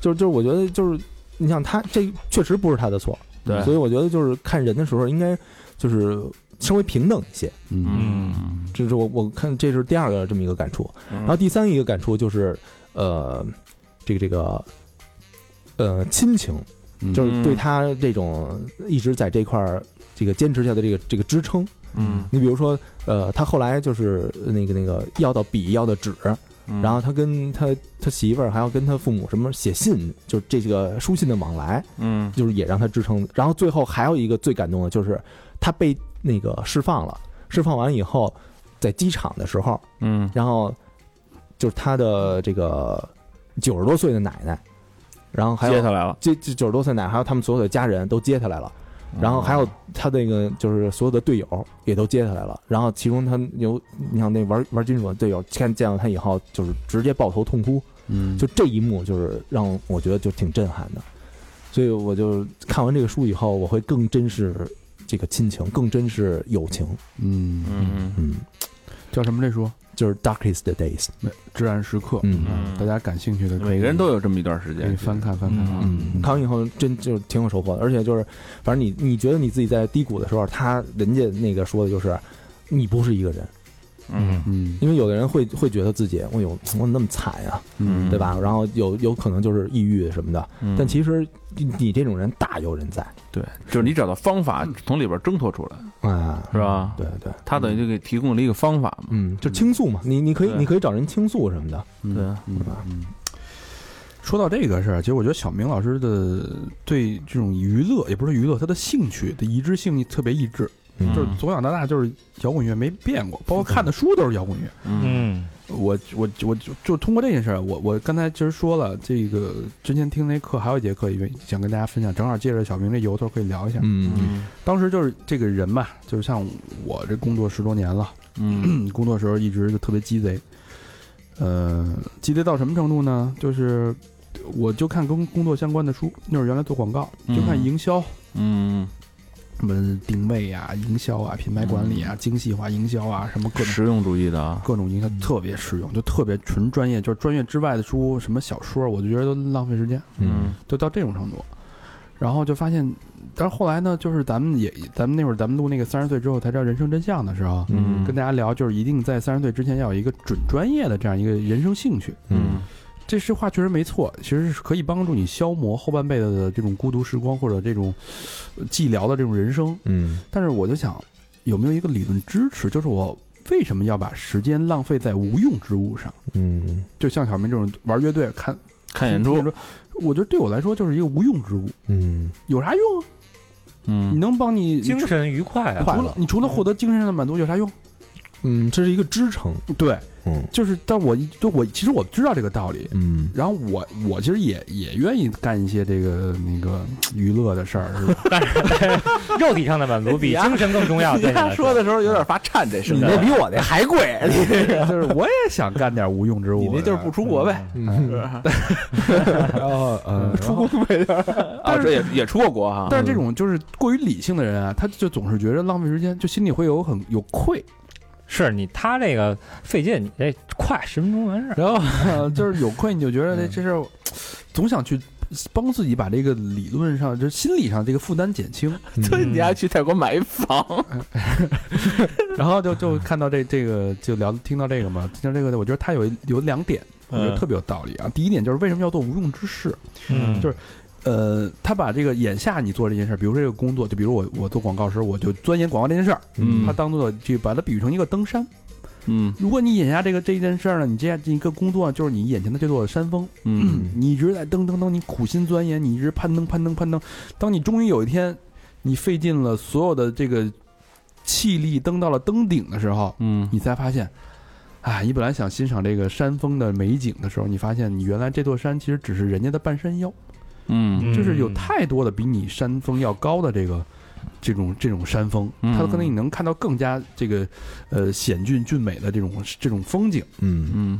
S3: 就是就是我觉得就是你想他这确实不是他的错，
S4: 对
S3: 所以我觉得就是看人的时候应该就是稍微平等一些，
S2: 嗯
S5: 嗯
S3: 这是我我看这是第二个这么一个感触，
S4: 然
S3: 然后第三一个感触就是呃，这个这个呃亲情，
S2: 嗯
S3: 就是对
S4: 嗯
S3: 他这种一直在这块儿这个坚持下的这个这个支撑。
S4: 嗯，
S3: 你比如说，呃，他后来就是那个那个要到笔，要到纸，嗯
S4: 嗯
S3: 然后他跟他他媳妇儿还要跟他父母什么写信，就是这个书信的往来，
S4: 嗯
S3: 就是也让他支撑。然后最后还有一个最感动的就是他被那个释放了，释放完以后，在机场的时候，
S4: 嗯
S3: 然后就是他的这个九十多岁的奶奶，然后还有
S4: 接下来了，
S3: 这这九十多岁奶奶还有他们所有的家人都接他来了。然后还
S4: 嗯
S3: 有他那个就是所有的队友也都接下来了，然后其中他有你像那玩玩金属的队友见见到他以后就是直接抱头痛哭，
S2: 嗯
S3: 就这一幕就是让我觉得就挺震撼的，所以我就看完这个书以后，我会更珍视这个亲情，更珍视友情，
S2: 嗯
S4: 嗯
S3: 嗯，
S2: 叫什么这书？
S3: 就是 darkest days，
S2: 至暗时刻，
S3: 嗯
S2: 啊大家感兴趣的
S4: 嗯，
S2: 可以
S4: 每个人都有这么一段时
S2: 可以
S4: 间
S2: 翻。看翻看，
S5: 嗯
S3: 嗯，看完以后真就挺有收获的，而且就是反正你你觉得你自己在低谷的时候，他人家那个说的就是你不是一个人。
S4: 嗯
S2: 嗯
S3: 因为有的人会会觉得自己，哎呦，我怎么那么惨呀、
S2: 嗯
S3: 对吧？然后有有可能就是抑郁什么的，
S4: 嗯，
S3: 但其实你你这种人大有人在
S4: 对，就是你找到方法从里边挣脱出来，
S3: 啊，
S4: 是？吧？
S3: 对对，
S4: 他等于就给提供了一个方法嘛。
S3: 嗯，就倾诉嘛，你你可以
S4: 对
S3: 你可以找人倾诉什么的，
S2: 嗯
S4: 对
S2: 嗯
S3: 是吧
S2: 嗯。说到这个事儿，其实我觉得小明老师的对这种娱乐，也不是娱乐，他的兴趣的一致性特别一致，
S3: 嗯
S2: 就是从小到大就是摇滚乐没变过，包括看的书都是摇滚乐。
S5: 嗯
S2: 我我我就就通过这件事儿，我我刚才其实说了，这个之前听那课还有一节课，因为想跟大家分享，正好借着小明这由头可以聊一下。
S3: 嗯
S4: 嗯
S2: 当时就是这个人嘛，就是像我这工作十多年了，
S4: 嗯
S2: 嗯工作时候一直就特别鸡贼，呃，鸡贼到什么程度呢？就是我就看跟工作相关的书，那会儿原来做广告，就看
S4: 嗯
S2: 营销，
S4: 嗯，
S2: 什么定位啊、营销啊、品牌管理啊、精细化营销啊，什么各种
S4: 实用主义的啊，
S2: 各种营销特别实用，就特别纯专业，就是专业之外的书，什么小说，我就觉得都浪费时间，
S3: 嗯
S2: 就到这种程度。然后就发现，但是后来呢，就是咱们也，咱们那会儿咱们录那个三十岁之后才知道人生真相的时候，
S4: 嗯
S2: 跟大家聊，就是一定在三十岁之前要有一个准专业的这样一个人生兴趣。
S3: 嗯
S2: 这句话确实没错，其实是可以帮助你消磨后半辈子的这种孤独时光或者这种呃寂寥的这种人生。
S3: 嗯
S2: 但是我就想，有没有一个理论支持？就是我为什么要把时间浪费在无用之物上？
S3: 嗯
S2: 就像小明这种玩乐队、看
S4: 看演出，，
S2: 我觉得对我来说就是一个无用之物，
S3: 嗯
S2: 有啥用啊？你
S4: 嗯
S2: 能帮你
S5: 精
S2: 你除
S5: 神愉快啊，
S2: 除了你除了获得精神上的满足有啥用？
S3: 嗯，这是一个支撑，
S2: 对，
S3: 嗯
S2: 就是，但我就我其实我知道这个道理，
S3: 嗯
S2: 然后我我其实也也愿意干一些这个那个娱乐的事儿，是吧？
S5: 肉体上的满 *laughs* 足比精神更重要。对你来
S4: 说的时候有点发颤，这是
S3: 你那比我那还贵，
S2: 就是我也想干点无用之物，
S4: 你那就是不出国呗。
S3: 嗯哦
S2: 然后呃，出国。
S4: 啊，这也也出过国
S2: *laughs*
S4: 啊哈。
S2: 但是这种就是过于理性的人啊，他就总是觉得浪费时间，就心里会有很有愧，
S5: 是你他这个费劲，你这快十分钟完事儿。
S2: 然后 *laughs* 就是有困，你就觉得这
S5: 嗯
S2: 这事儿，总想去帮自己把这个理论上，就是心理上这个负担减轻。
S3: 嗯
S4: 对，你还去泰国买一房，
S2: 然后就就看到这这个，就聊听到这个嘛，听到这个，我觉得他有有两点，我觉得
S5: 嗯
S2: 特别有道理啊。第一点就是为什么要做无用之事？
S5: 嗯，
S2: 就是呃，他把这个眼下你做这件事儿，比如说这个工作，就比如我我做广告时，我就钻研广告这件事儿，
S3: 嗯
S2: 他当做就把它比喻成一个登山。
S4: 嗯
S2: 如果你眼下这个这件事儿呢，你这样这一个工作就是你眼前的这座山峰，
S4: 嗯
S2: 你一直在登登登，你苦心钻研，你一直攀登攀登攀登，当你终于有一天，你费尽了所有的这个气力登到了登顶的时候，
S4: 嗯
S2: 你才发现，啊，你本来想欣赏这个山峰的美景的时候，你发现你原来这座山其实只是人家的半山腰，
S4: 嗯
S2: 就是有太多的比你山峰要高的这个。这种这种山峰，
S4: 嗯
S2: 它可能你能看到更加这个，呃，险峻俊美的这种这种风景。
S3: 嗯
S4: 嗯，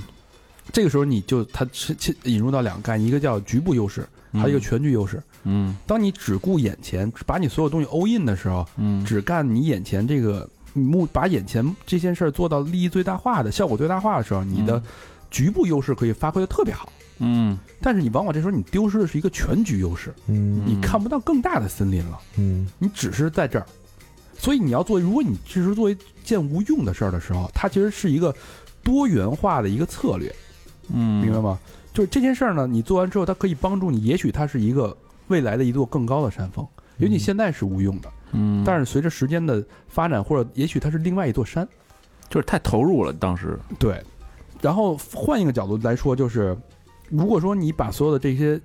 S2: 这个时候你就它切切引入到两个概念，一个叫局部优势，还有一个全局优势。
S4: 嗯
S2: 当你只顾眼前，只把你所有东西 all in 的时候，
S4: 嗯
S2: 只干你眼前这个目，把眼前这件事儿做到利益最大化的效果最大化的时候，你的局部优势可以发挥的特别好。
S4: 嗯
S2: 但是你往往这时候你丢失的是一个全局优势，
S3: 嗯
S2: 你看不到更大的森林了，
S3: 嗯
S2: 你只是在这儿。所以你要做，如果你只是做一件无用的事儿的时候，它其实是一个多元化的一个策略。
S4: 嗯
S2: 明白吗？就是这件事儿呢，你做完之后，它可以帮助你，也许它是一个未来的一座更高的山峰，也许你现在是无用的，
S4: 嗯，
S2: 但是随着时间的发展，或者也许它是另外一座山。
S4: 就是太投入了，当时
S2: 对，然后换一个角度来说，就是如果说你把所有的这些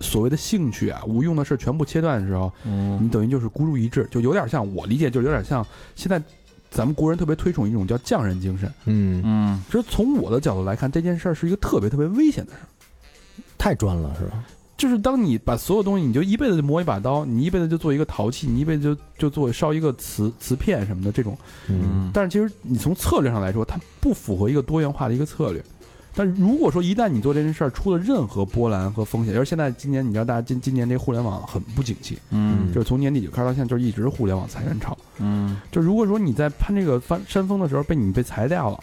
S2: 所谓的兴趣啊、无用的事儿全部切断的时候，
S4: 嗯
S2: 你等于就是孤注一掷，就有点像我理解，就是有点像现在咱们国人特别推崇一种叫匠人精神。
S3: 嗯，
S4: 嗯
S2: 其实从我的角度来看，这件事儿是一个特别特别危险的事儿。
S3: 太赚了是吧？
S2: 就是当你把所有东西，你就一辈子就磨一把刀，你一辈子就做一个陶器，你一辈子就就做烧一个瓷瓷片什么的这种。
S3: 嗯
S2: 但是其实你从策略上来说，它不符合一个多元化的一个策略。但是如果说一旦你做这件事儿出了任何波澜和风险，就是现在今年你知道大家今今年这互联网很不景气，
S4: 嗯
S2: 就是从年底就开始到现在，就是一直互联网裁员潮。
S4: 嗯
S2: 就如果说你在攀这个翻山峰的时候被你被裁掉了，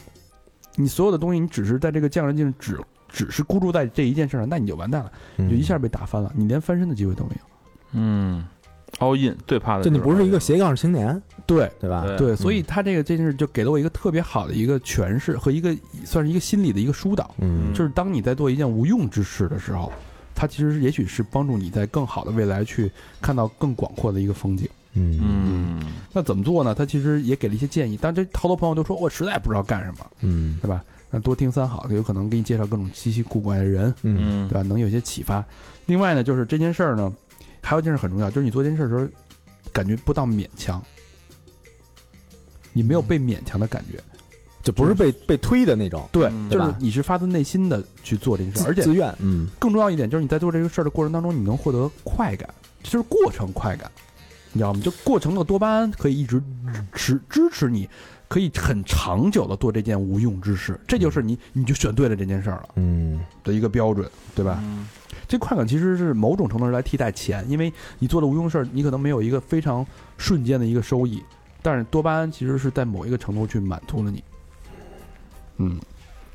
S2: 你所有的东西你只是在这个匠人精神只只是孤注在这一件事上，那你就完蛋了。
S3: 嗯
S2: 就一下被打翻了，你连翻身的机会都没有。
S4: 嗯，all in 最怕的
S3: 就你不是一个
S4: all
S3: 斜杠青年，
S2: 对
S3: 对吧？
S4: in
S2: 对，所以他这个这件事就给了我一个特别好的一个诠释和一个算是一个心理的一个疏导，
S3: 嗯
S2: 就是当你在做一件无用之事的时候，它其实也许是帮助你在更好的未来去看到更广阔的一个风景。
S3: 嗯
S4: 嗯
S2: 那怎么做呢？他其实也给了一些建议，但这好多朋友都说我实在不知道干什么，
S3: 嗯
S2: 对吧？那多听三好，有可能给你介绍各种稀奇古怪的人，
S3: 嗯
S4: 嗯
S2: 对吧？能有一些启发。另外呢，就是这件事儿呢，还有一件事很重要，就是你做这件事儿的时候，感觉不到勉强，你没有被勉强的感觉，
S3: 嗯就不是被被推的那种，
S2: 对
S4: 嗯
S2: 就
S3: 对
S2: 是
S3: 吧
S2: 你是发自内心的去做这件事
S3: 自
S2: 儿，而且
S3: 自愿，嗯
S2: 更重要一点就是你在做这个事儿的过程当中，你能获得快感，这就是过程快感，你知道吗？就过程的多巴胺可以一直支支持你，可以很长久的做这件无用之事，这就是你你就选对了这件事儿了
S3: 嗯
S2: 的一个标准，对吧？
S4: 嗯
S2: 这快感其实是某种程度上来替代钱，因为你做的无用事儿，你可能没有一个非常瞬间的一个收益，但是多巴胺其实是在某一个程度去满足了你。嗯，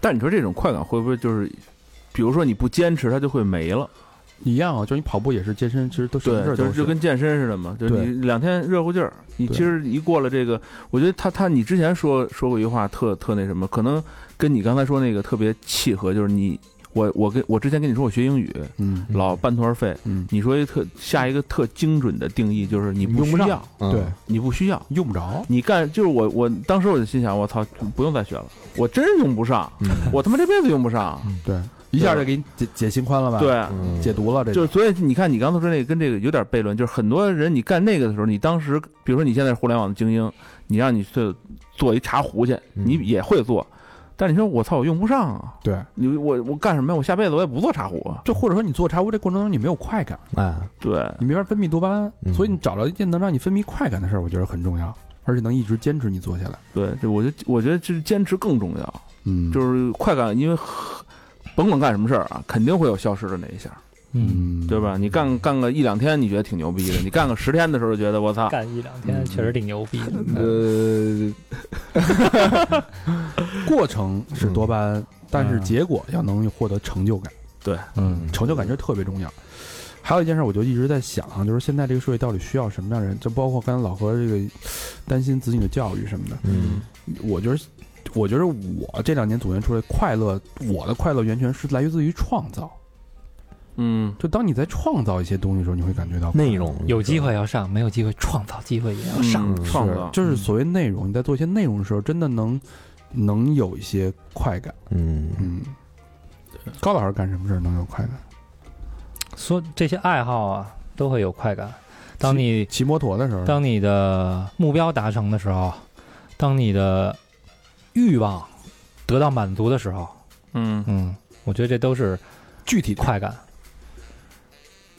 S4: 但你说这种快感会不会就是，比如说你不坚持，它就会没了？
S2: 一样啊，就是你跑步也是健身，其实都什么事
S4: 对，
S2: 儿
S4: 就
S2: 都
S4: 是就跟健身似的嘛，就是
S2: 对
S4: 你两天热乎劲儿，你
S2: 对
S4: 其实一过了这个，我觉得他他你之前说说过一句话特特那什么，可能跟你刚才说那个特别契合，就是你我我跟我之前跟你说我学英语
S2: 嗯
S4: 老半途而废，
S2: 嗯，
S4: 你说一特下一个特精准的定义就是你不
S2: 用
S4: 需
S2: 不上
S4: 要，
S3: 嗯
S2: 对，
S4: 你不需要，
S2: 用不着，
S4: 你干就是我我当时我就心想我操不用再学了，我真用不上，
S3: 嗯
S4: 我他妈这辈子用不上，
S2: 对，一下就给你解解心宽了吧？，
S4: 对。
S3: 嗯
S2: 解毒了这
S4: 就是，所以你看，你刚才说那个跟这个有点悖论，就是很多人你干那个的时候，你当时，比如说你现在是互联网的精英，你让你去做一茶壶去，
S3: 嗯
S4: 你也会做，但你说我操，我用不上啊，
S2: 对。
S4: 你我我干什么呀？我下辈子我也不做茶壶啊。
S2: 就或者说你做茶壶这过程当中你没有快感，
S3: 啊，
S4: 对，
S2: 你没法分泌多巴胺，
S3: 嗯
S2: 所以你找着一件能让你分泌快感的事儿，我觉得很重要，而且能一直坚持你做下来。
S4: 对，这我觉得我觉得就是坚持更重要，
S2: 嗯
S4: 就是是快感，因为很甭管干什么事儿啊，肯定会有消失的那一下，
S5: 嗯，
S4: 对吧？你干干个一两天，你觉得挺牛
S5: 嗯
S4: 逼的，你干个十天的时候，觉得我操，
S5: 干一两天确实挺牛逼的。
S4: 呃，
S2: 过程是多巴胺，但是结果要能获得成就感，
S3: 嗯，
S2: 成就感这特别重要。还有一件事，我就一直在想啊，就是现在这个社会到底需要什么样的人？就包括刚才老何这个担心子女的教育什么的，
S3: 嗯
S2: 我觉得，我觉得我这两年总结出来，快乐，我的快乐源泉是来自于创造。
S4: 嗯，
S2: 就当你在创造一些东西的时候，你会感觉到快乐
S3: 内容
S5: 有机会要上，没有机会创造机会也要上。
S4: 上
S3: 嗯
S4: 创
S2: 是
S4: 造
S2: 就是所谓内容。你在做一些内容的时候，真的能能有一些快感。
S3: 嗯
S2: 嗯，高老师干什么事儿能有快感？
S5: 说这些爱好啊，都会有快感。当你
S2: 骑摩托的时候，
S5: 当你的目标达成的时候，当你的欲望得到满足的时候，
S4: 嗯
S5: 嗯，我觉得这都是
S2: 具体快，
S5: 快感。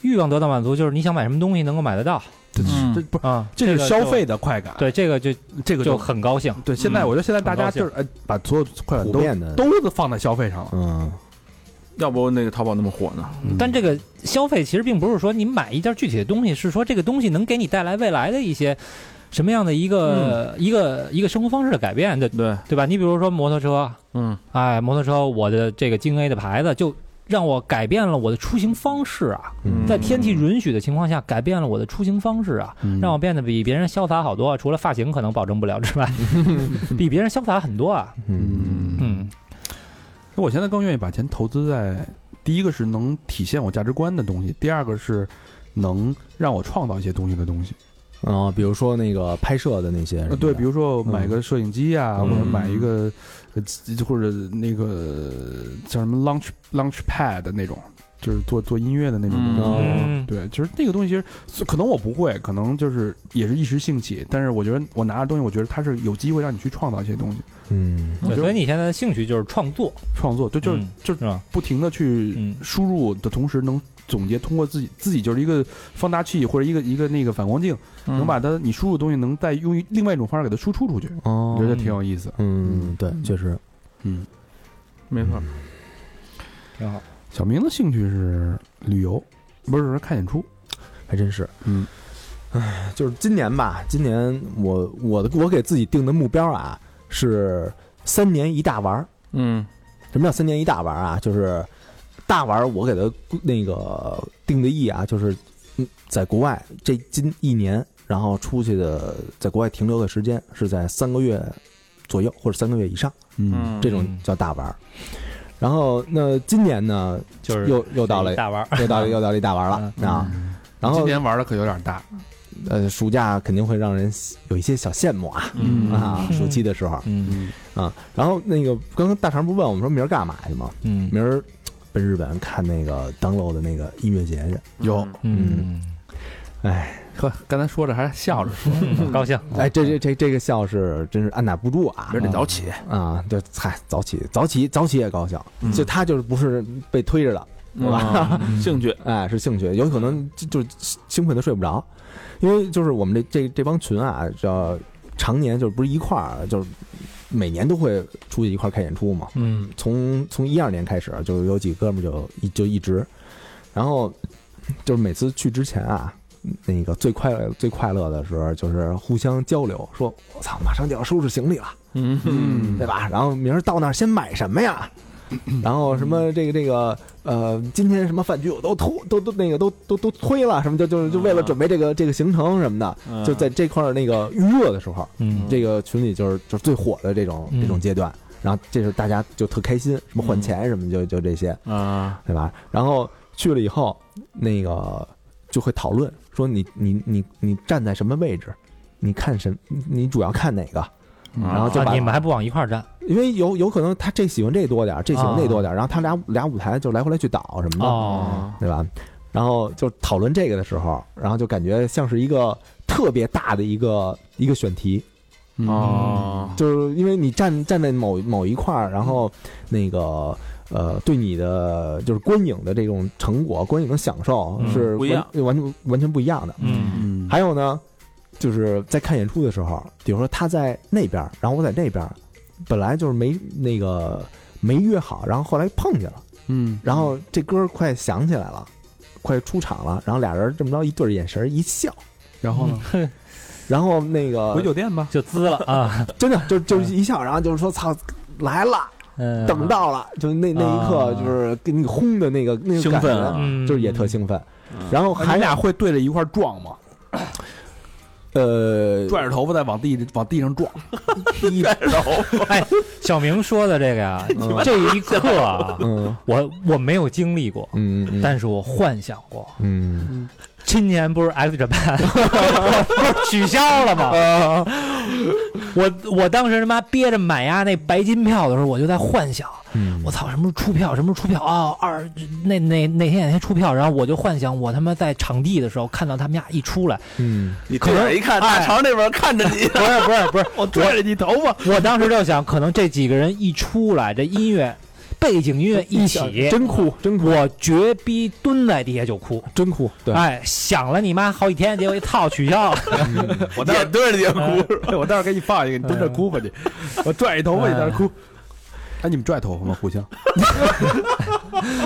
S5: 欲望得到满足，就是你想买什么东西能够买得到
S2: 这
S4: 嗯
S2: 这不是
S5: 啊，
S2: 这是
S5: 个
S2: 消
S5: 就
S2: 费的快感。
S5: 对这个就
S2: 这个
S5: 就很高兴。
S2: 对。现在
S4: 嗯
S2: 我觉得现在大
S5: 很
S2: 家
S5: 高兴
S2: 就是哎，把所有快感
S3: 普
S2: 都
S3: 遍的，
S2: 都是放在消费上了。
S3: 嗯
S4: 要不那个淘宝那么火呢？
S2: 嗯
S5: 但这个消费其实并不是说你买一件具体的东西，是说这个东西能给你带来未来的一些什么样的一个、
S2: 嗯
S5: 一个一个生活方式的改变的，
S4: 对，
S5: 对吧？你比如说摩托车，
S4: 嗯
S5: 哎，摩托车，我的这个京 A 的牌子就让我改变了我的出行方式啊，
S3: 嗯
S5: 在天气允许的情况下，改变了我的出行方式啊，
S2: 嗯
S5: 让我变得比别人潇洒好多啊。除了发型可能保证不了之 *laughs* 外，比别人潇洒很多啊。
S3: 嗯
S5: 嗯，
S2: 我现在更愿意把钱投资在第一个是能体现我价值观的东西，第二个是能让我创造一些东西的东西。
S3: 啊，比如说那个拍摄的那些什么
S2: 呃，
S3: 的，
S2: 对，比如说买个摄影机啊，
S3: 嗯
S2: 或者买一个，呃，或者那个叫什么 launch launch pad 那种，就是做做音乐的那种东西。啊
S3: 哦
S5: 嗯
S2: 对，其实那个东西其实可能我不会，可能就是也是一时兴起，但是我觉得我拿着东西，我觉得它是有机会让你去创造一些东西，
S3: 嗯
S5: 对所以你现在的兴趣就是创作，
S2: 创作，对，就是、
S5: 嗯
S2: 就是
S5: 是吧？
S2: 不停的去
S5: 嗯
S2: 输入的同时，能总结，通过自己自己就是一个放大器或者一个一个那个反光镜，能把它你输入的东西能再用另外一种方式给它输出出去，我
S3: 哦
S2: 觉得挺有意思。
S3: 嗯，对，确实，
S2: 嗯，
S4: 没错，
S5: 挺好。
S2: 小明的兴趣是旅游，不是说看演出。
S3: 还真是，
S2: 嗯，
S3: 唉，哎就是今年吧，今年我我的我给自己定的目标啊是三年一大玩儿。
S4: 嗯
S3: 什么叫三年一大玩儿啊？就是大玩儿，我给它那个定的义啊，就是嗯，在国外这今一年，然后出去的在国外停留的时间是在三个月左右或者三个月以上，
S4: 嗯，
S3: 这种
S5: 嗯
S3: 叫大玩儿。然后那今年呢，
S5: 就是
S3: 又又到了
S5: 大玩儿，
S3: 又到了又到了一大玩儿了
S2: 嗯
S3: 啊。，然后
S2: 今年玩的可有点大，
S3: 呃，暑假肯定会让人有一些小羡慕啊
S2: 嗯
S3: 啊，
S5: 嗯
S3: 暑期的时候
S5: 嗯
S3: 啊。然后那个刚刚大肠不问我们说明儿干嘛去吗？
S5: 嗯
S3: 明儿奔日本看那个 download 的那个音乐节去。
S2: 有
S5: 嗯
S3: 哎
S2: 呵，刚才说着还笑着说，
S5: 嗯，高兴。
S3: 哎，这这这这个笑是真是按捺不住啊
S4: 哦明儿得早起，
S3: 啊！对，嗨，早起早起早起也高兴，
S4: 嗯
S3: 就他就是不是被推着的，
S4: 嗯啊兴趣，
S3: 哎，是兴趣，有可能就就是兴奋的睡不着，因为就是我们这这这帮群啊，这常年就是不是一块儿，就是每年都会出去一块儿看演出嘛。
S5: 嗯
S3: 从从一二年开始，就有几哥们儿就一就一直，然后就是每次去之前啊，那个最快乐最快乐的时候就是互相交流，说我操，马上就要收拾行李了，
S4: 嗯
S2: 嗯
S3: 对吧？然后明儿到那儿先买什么呀？然后什么这个这个呃，今天什么饭局我都推都都那个都都都推了，什么就就就为了准备这个这个行程什么的，
S4: 嗯
S3: 就在这块儿那个预热的时候，
S5: 嗯
S3: 这个群里就是就是最火的这种
S5: 嗯
S3: 这种阶段，然后这时候大家就特开心，什么换钱什么就就这些，
S4: 啊，
S3: 对吧？然后去了以后，那个就会讨论说你你你你站在什么位置，你看什你你主要看哪个？然后就把
S5: 啊，你们还不往一块儿站？
S3: 因为有有可能他这喜欢这多点儿，这喜欢那多点儿，然后他俩俩舞台就来回来去倒什么的，
S5: 啊哦，
S3: 对吧？然后就讨论这个的时候，然后就感觉像是一个特别大的一个一个选题，嗯
S2: 嗯
S4: 哦，
S3: 就是因为你站站在某某一块儿，然后那个呃，对你的就是观影的这种成果、观影的享受
S5: 嗯
S3: 是完、
S4: 不一样
S3: 完全完全不一样的。
S5: 嗯
S2: 嗯，
S3: 还有呢，就是在看演出的时候，比如说他在那边儿，然后我在那边儿，本来就是没那个没约好，然后后来碰见了，
S2: 嗯，
S3: 然后这歌儿快想起来了，快出场了，然后俩人这么着一对儿眼神儿一笑，
S2: 嗯然后呢？
S3: 然后那个
S2: 回酒店
S3: 嗯
S2: 吧。
S5: 就滋了
S3: *laughs*
S5: 啊，
S3: 真的就就一下，然后就是说操来了，
S5: 嗯，
S3: 等到了，就那那一刻
S5: 啊
S3: 就是给你轰的那个那个
S4: 兴
S3: 感
S4: 奋
S3: 觉，
S4: 啊！
S5: 嗯，
S3: 就是也特兴奋。然后
S2: 你
S3: 还
S2: 俩会对着一块儿撞吗？
S3: 呃
S2: 拽着头发再往地往地上撞，
S3: 一
S5: 小明说的这
S3: *laughs*
S5: 个呀，这一刻啊，
S3: 嗯
S5: 我我没有经历过，
S3: 嗯嗯
S5: 但是我幻想过。
S3: 嗯
S5: 今年不是 X
S4: *laughs*
S5: Japan 不是取消了吗？
S4: 啊
S5: 我我当时他妈憋着买呀那白金票的时候，我就在幻想，
S3: 嗯
S5: 我操，什么时候出票？什么时候出票啊、二那那那天哪天出票？然后我就幻想我他妈在场地的时候看到他们俩一出来，
S3: 嗯
S4: 你对眼一看，大肠那边看着你，
S5: 不是不是不是，
S4: *laughs* 我拽着你头发，
S5: 我当时就想，可能这几个人一出来，这音乐背景音乐一起，
S3: 真酷真酷
S5: 我绝逼蹲在地下就哭。
S3: 真酷，对，
S5: 哎，想了你妈好几天，结果一套取消了。
S2: *laughs*
S4: 我也对着你哭。
S2: 哎我待会儿给你放一个，你蹲着哭吧你，我拽一头发你在那儿哭。哎，你们拽头发吗？互相？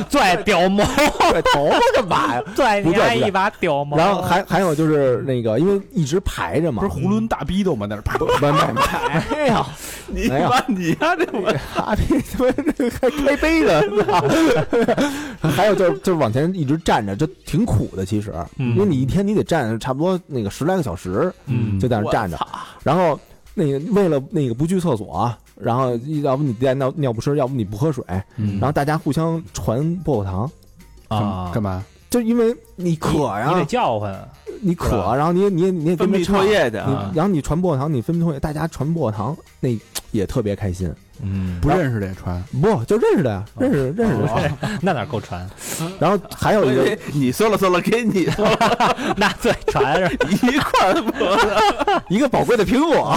S5: 拽屌毛，
S3: 拽头发干嘛哎呀？
S5: *laughs* 拽
S3: 不
S5: 你
S3: 拽
S5: 妈
S3: 不拽
S5: 一把屌毛。
S3: 然后还还有就是那个，因为一直排着嘛
S2: 不是，囫囵大逼斗吗？在那儿啪
S3: 不不没没有，
S4: 你
S3: 没有
S4: 把你呀，这我
S3: 哈比他妈这还开杯呢，还有就是就是往前一直站着，就挺苦的其实，
S5: 嗯
S3: 因为你一天你得站差不多那个十来个小时，
S5: 嗯
S3: 就在那儿站着，然后那个为了那个不去厕所啊，然后要不你带尿尿不湿，要不你不喝水，然后大家互相传薄荷糖，
S5: 啊，
S2: 干嘛？
S3: 就因为你渴
S4: 啊
S5: 你得
S3: 呀，
S5: 叫唤，
S3: 你渴，然后你也你也你也
S4: 分
S3: 跟着
S4: 泌
S3: 唱
S4: 唾。液去
S3: 你
S4: 啊！
S3: 然后你传薄荷糖，你分泌唾液，大家传薄荷糖，那也特别开心。
S5: 嗯，
S2: 不认识的也穿。
S3: 不就认识的呀，认识认识
S5: 哦
S3: 的。
S5: *laughs* 那哪够传？ *laughs*
S3: 然后还有一个，
S4: 哎你说了说了，给你说了
S5: 那最传
S3: *laughs*
S5: 是吧
S4: 一块儿播，
S3: 一个宝贵的苹果。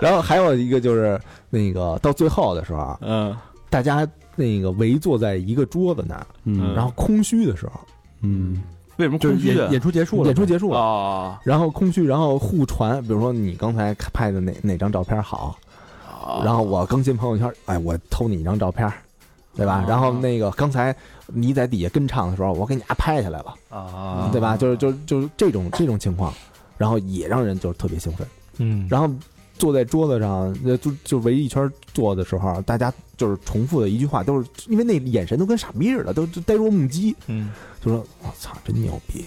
S3: 然后还有一个就是那个到最后的时候啊，
S4: 嗯，
S3: 大家那个围坐在一个桌子那儿，
S2: 嗯
S3: 然后空虚的时候，
S2: 嗯，
S4: 为什么
S2: 就是
S4: 空虚
S2: 演演出结束了，哦
S3: 演出结束了，
S4: 啊？
S3: 然后空虚，然后互传，比如说你刚才拍的哪哪张照片好，
S2: 哦
S3: 然后我更新朋友圈，哎，我偷你一张照片，
S2: 哦
S3: 对吧？然后那个刚才你在底下跟唱的时候，我给你啊拍下来了，
S5: 啊
S3: 对吧？就是就就是这种这种情况，然后也让人就是特别兴奋。
S5: 嗯，
S3: 然后坐在桌子上，呃就就围一圈坐的时候，大家就是重复的一句话，都是因为那眼神都跟傻逼似的，都都呆若木鸡，
S5: 嗯，
S3: 就说我操，真牛逼！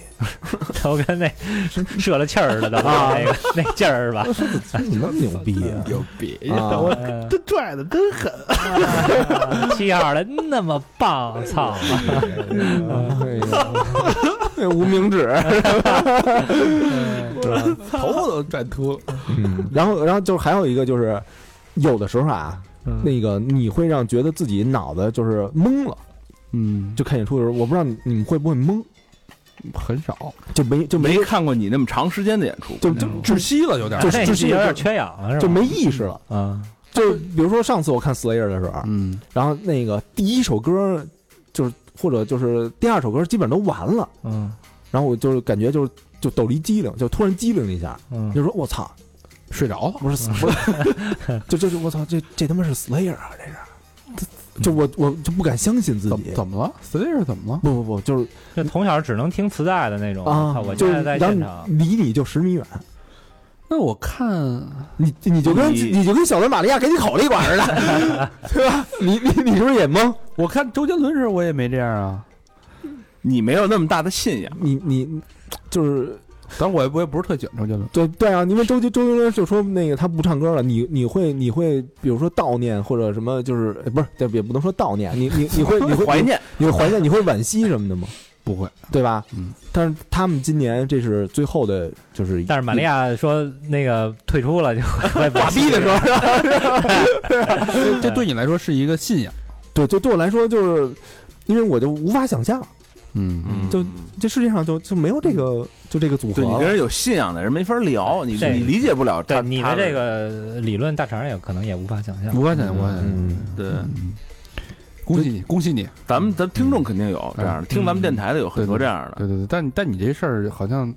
S5: 都跟那 *laughs* 射了气儿了的
S3: 啊
S5: 那个那劲儿
S3: *laughs*
S5: 是吧？
S3: 说怎么那么牛逼啊？
S2: 有 *laughs* 别
S3: 啊
S5: 嗯
S2: 这拽的真狠。
S5: *laughs* 七号的那么棒，
S3: *laughs*
S5: 操！
S3: 哎呀那无名指，
S2: 头发都拽秃了。
S3: 然后然后就是还有一个就是，有的时候啊，
S5: 嗯
S3: 那个你会让觉得自己脑子就是懵了，
S2: 嗯，
S3: 就看演出的时候，我不知道你你们会不会懵，
S2: 很少，
S3: 就没就
S4: 就
S3: 没
S4: 没看过你那么长时间的演出，
S3: 就就
S2: 嗯窒息了有点。
S3: 就是
S5: 那
S3: 就是
S5: 有点缺氧了是吧？
S3: 就没意识了。
S5: 啊，
S3: 就比如说上次我看 Slayer 的时候，啊
S2: 嗯
S3: 然后那个第一首歌就是或者就是第二首歌基本上都完了，
S5: 嗯
S3: 然后我就是感觉就是就抖了一机灵，就突然机灵了一下，
S5: 嗯，
S3: 就说我操，
S2: 睡着了。
S3: 不是，不是，就就是 *laughs* 我操，这这他妈是 Slayer 啊，这是，
S5: 嗯
S3: 这就我我就不敢相信自
S2: 怎
S3: 己
S2: 么。怎么了？Slayer 怎么了？
S3: 不不不，就是
S5: 就从小只能听磁带的那种
S3: 啊，
S5: 哦我
S3: 就
S5: 现
S3: 是
S5: 在在
S3: 然
S5: 现
S3: 后
S5: 场，
S3: 离你就十米远，
S2: 那我看
S3: 你你就跟
S4: 你
S3: 你就跟小德玛利亚给你口了一管似的， *laughs* 对吧？你你你是不是也懵？
S2: 我看周杰伦时候我也没这样啊，
S4: 你没有那么大的信仰。
S3: 你你就是
S2: 但是我也不我也不是特喜欢周杰伦。
S3: 对对啊，因为周杰周杰伦就说那个他不唱歌了，你你会你会比如说悼念或者什么，就是呃不是对也不能说悼念，你你你会你会
S4: 怀，念，
S3: 你会怀念，你会惋惜什么的吗？
S2: 不 *laughs* 会，
S3: 对吧？
S2: 嗯。
S3: 但是他们今年这是最后的，就是
S5: 但是玛利亚说那个退出了就会
S3: 挂逼的时候，
S2: 这对你来说是一个信仰。
S3: 对，就对我来说就是，因为我就无法想象，
S2: 嗯
S3: 就这世界上就就没有这个就这个组合
S4: 对你跟
S3: 了。
S4: 人有信仰的人没法聊，你
S5: 这
S4: 你理解不了他
S5: 对你
S4: 他
S5: 的这个理论，大肠也可能也无法想象。
S2: 无关想象，无关想象。
S3: 嗯，
S4: 对，
S2: 恭喜你，恭喜你！
S4: 咱们咱们听众肯定
S3: 嗯
S4: 有这样的，听咱们电台的有很多这样的，
S2: 对对对，但但你这事儿好像，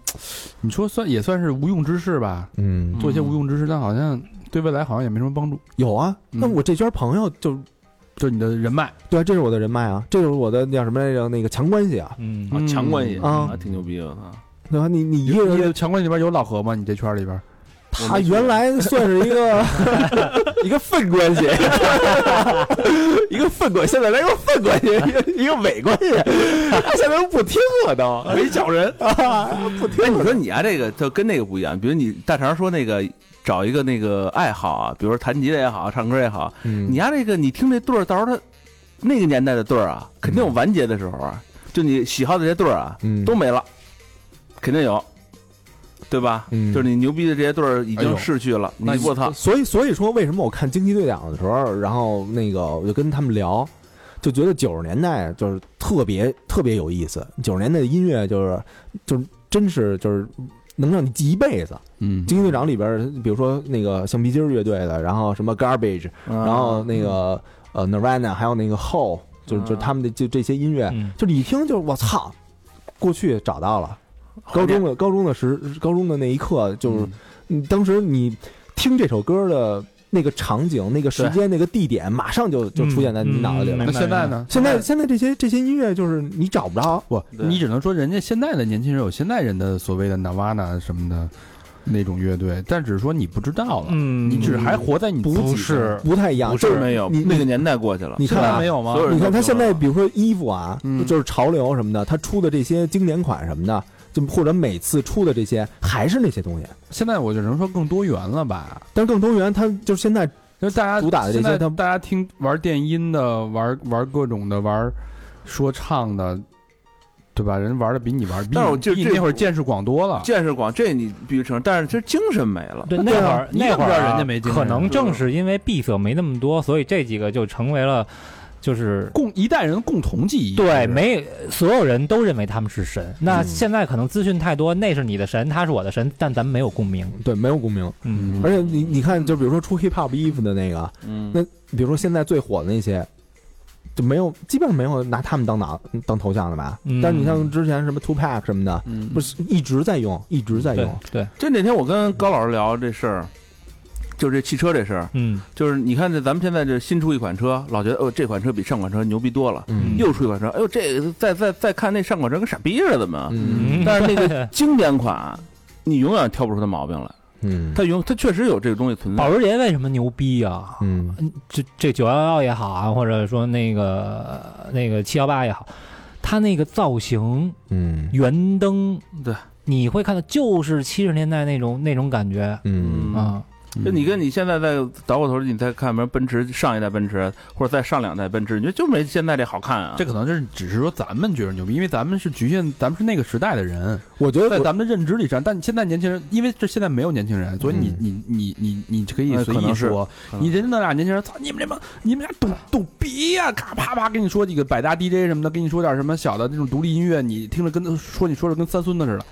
S2: 你说算也算是无用之事吧，
S3: 嗯，
S2: 做一些无用之事，但好像对未来好像也没什么帮助。
S3: 有啊。
S2: 嗯
S3: 那我这圈朋友就
S2: 就是你的人脉，
S3: 对啊，这是我的人脉啊，这就是我的那叫什么来着？那个强关系啊。
S5: 嗯
S4: 啊强关系
S2: 嗯
S3: 啊
S4: 挺牛逼的啊。
S3: 对吧？你你一
S2: 有
S3: 个人
S2: 有强关里边有老何吗？你这圈里边
S3: 他原来算是一个一个粪关系， *laughs* 一个粪关，现在连个粪关系，一个一个伪关系，他现在都不听了都，没叫嗯人
S4: *laughs*
S3: 啊，不听
S4: 哎，你
S3: 了。
S4: 说你啊，这个就跟那个不一样。比如你大肠说那个找一个那个爱好啊，比如说弹吉他也好，唱歌也好，你
S3: 你
S4: 呀、这个你听这对儿，到时候他那个年代的对儿啊，肯定有完结的时候啊。就你喜好的这些对儿啊，
S3: 嗯
S4: 都没了，肯定有，对吧？
S3: 嗯
S4: 就是你牛逼的这些对儿已
S2: 哎呦
S4: 经逝去了，你
S2: 那
S4: 我操，
S3: 所以所以说为什么我看惊奇队长的时候，然后那个我就跟他们聊，就觉得九十年代就是特别特别有意思，九十年代的音乐就是就是真是就是能让你记一辈子。
S2: 嗯
S3: 惊奇队长里边儿，比如说那个橡皮筋儿乐队的，然后什么 Garbage，
S1: 啊
S4: 然
S3: 然后那个呃 Nirvana，还有那个 Hole，就是就是
S4: 啊
S3: 他们的就这些音乐，
S5: 嗯
S3: 就是一听就是我操，过去找到了，高中的高中的时高中的那一刻，就是嗯当时你听这首歌的那个场景、那个时间、那个地点，马上就就出现在你脑子里
S5: 嗯
S2: 那。
S3: 了
S5: 嗯明白
S2: 现在呢？
S3: 现在现在这些这些音乐就是你找不着，
S2: 不，
S4: 对
S2: 你只能说人家现在的年轻人有现代人的所谓的 Nirvana 什么的那种乐队，但只是说你不知道了，
S5: 嗯，
S2: 你只是还活在你自己
S5: 不
S2: 的
S5: 是
S3: 不太一样。
S4: 不
S3: 就是
S4: 没有，
S3: 你
S4: 那个年代过去了。
S3: 你
S2: 现
S3: 看
S2: 在
S3: 啊
S2: 没有吗
S4: 所？有人
S3: 你看
S4: 都
S3: 他
S4: 平
S3: 现
S4: 了
S3: 在，比如说衣服啊，
S2: 嗯
S3: 就是潮流什么的，他出的这些经典款什么的，就或者每次出的这些还是那些东西，
S2: 现在我就能说更多元了吧？
S3: 但是更多元，他就是现在
S2: 就是大家
S3: 主打的这些
S2: 现在
S3: 它
S2: 大家听玩电音的，玩玩各种的，玩说唱的，对吧？人玩的比你玩，比
S4: 但是我
S2: 你
S4: 就
S2: 比你
S4: 这
S2: 那会儿见识广多了。
S4: 见识广，这你必须承认。但是这精神没了，
S5: 对，那
S2: 对啊
S5: 会儿
S2: 你
S5: 那
S2: 怎么
S5: 会儿
S2: 知道
S5: 啊
S2: 人家没精神
S5: 可能正是因为闭塞没那么多，所以这几个就成为了，就是
S2: 共一代人共同记忆，
S5: 对
S2: 是
S5: 没所有人都认为他们是神。那
S3: 嗯
S5: 现在可能资讯太多，那是你的神，他是我的神，但咱们没有共鸣。
S3: 对没有共鸣。
S5: 嗯
S3: 而且你你看，就比如说出 hip hop 衣服的那个，
S4: 嗯
S3: 那比如说现在最火的那些，就没有基本上没有拿他们当脑当头像的吧。
S5: 嗯
S3: 但是你像之前什么 Two Pack 什么的，
S2: 嗯
S3: 不是一直在用，一直在
S5: 对
S3: 用。
S5: 对，
S4: 这那天我跟高老师聊这事儿，就是这汽车这事儿，
S5: 嗯
S4: 就是你看这咱们现在这新出一款车，老觉得哦这款车比上款车牛逼多了，
S5: 嗯
S4: 又出一款车，哎呦这个再再再看那上款车跟傻逼似的，怎么？
S3: 嗯
S4: 但是
S5: *laughs*
S4: 那个经典款，你永远挑不出它毛病来，
S3: 嗯
S4: 它永它确实有这个东西存在
S5: 保。时捷为什么牛逼啊？
S3: 嗯
S5: 这这九幺幺也好啊，或者说那个那个七幺八也好，它那个造型
S3: 嗯
S5: 圆灯，
S4: 对，
S5: 你会看到就是七十年代那种那种感觉
S3: 嗯
S4: 嗯
S5: 啊，
S4: 就你跟你现在在倒过头，你再看什么奔驰上一代奔驰，或者再上两代奔驰，你觉得就没现在这好看啊？
S2: 这可能就是只是说咱们觉得牛逼，因为咱们是局限，咱们是那个时代的人，
S3: 我觉
S2: 在
S3: 得我
S2: 咱们的认知里上。但现在年轻人，因为这现在没有年轻人，所以你你你你你可以
S4: 嗯哎
S2: 随
S4: 可
S2: 意
S4: 能是
S2: 说，
S4: 可能
S2: 你人家那俩年轻人，操你们这帮你们俩懂懂逼呀、咔啪啪跟你说几个百搭 DJ 什么的，跟你说点什么小的那种独立音乐，你听着跟说你说着跟三孙子似的，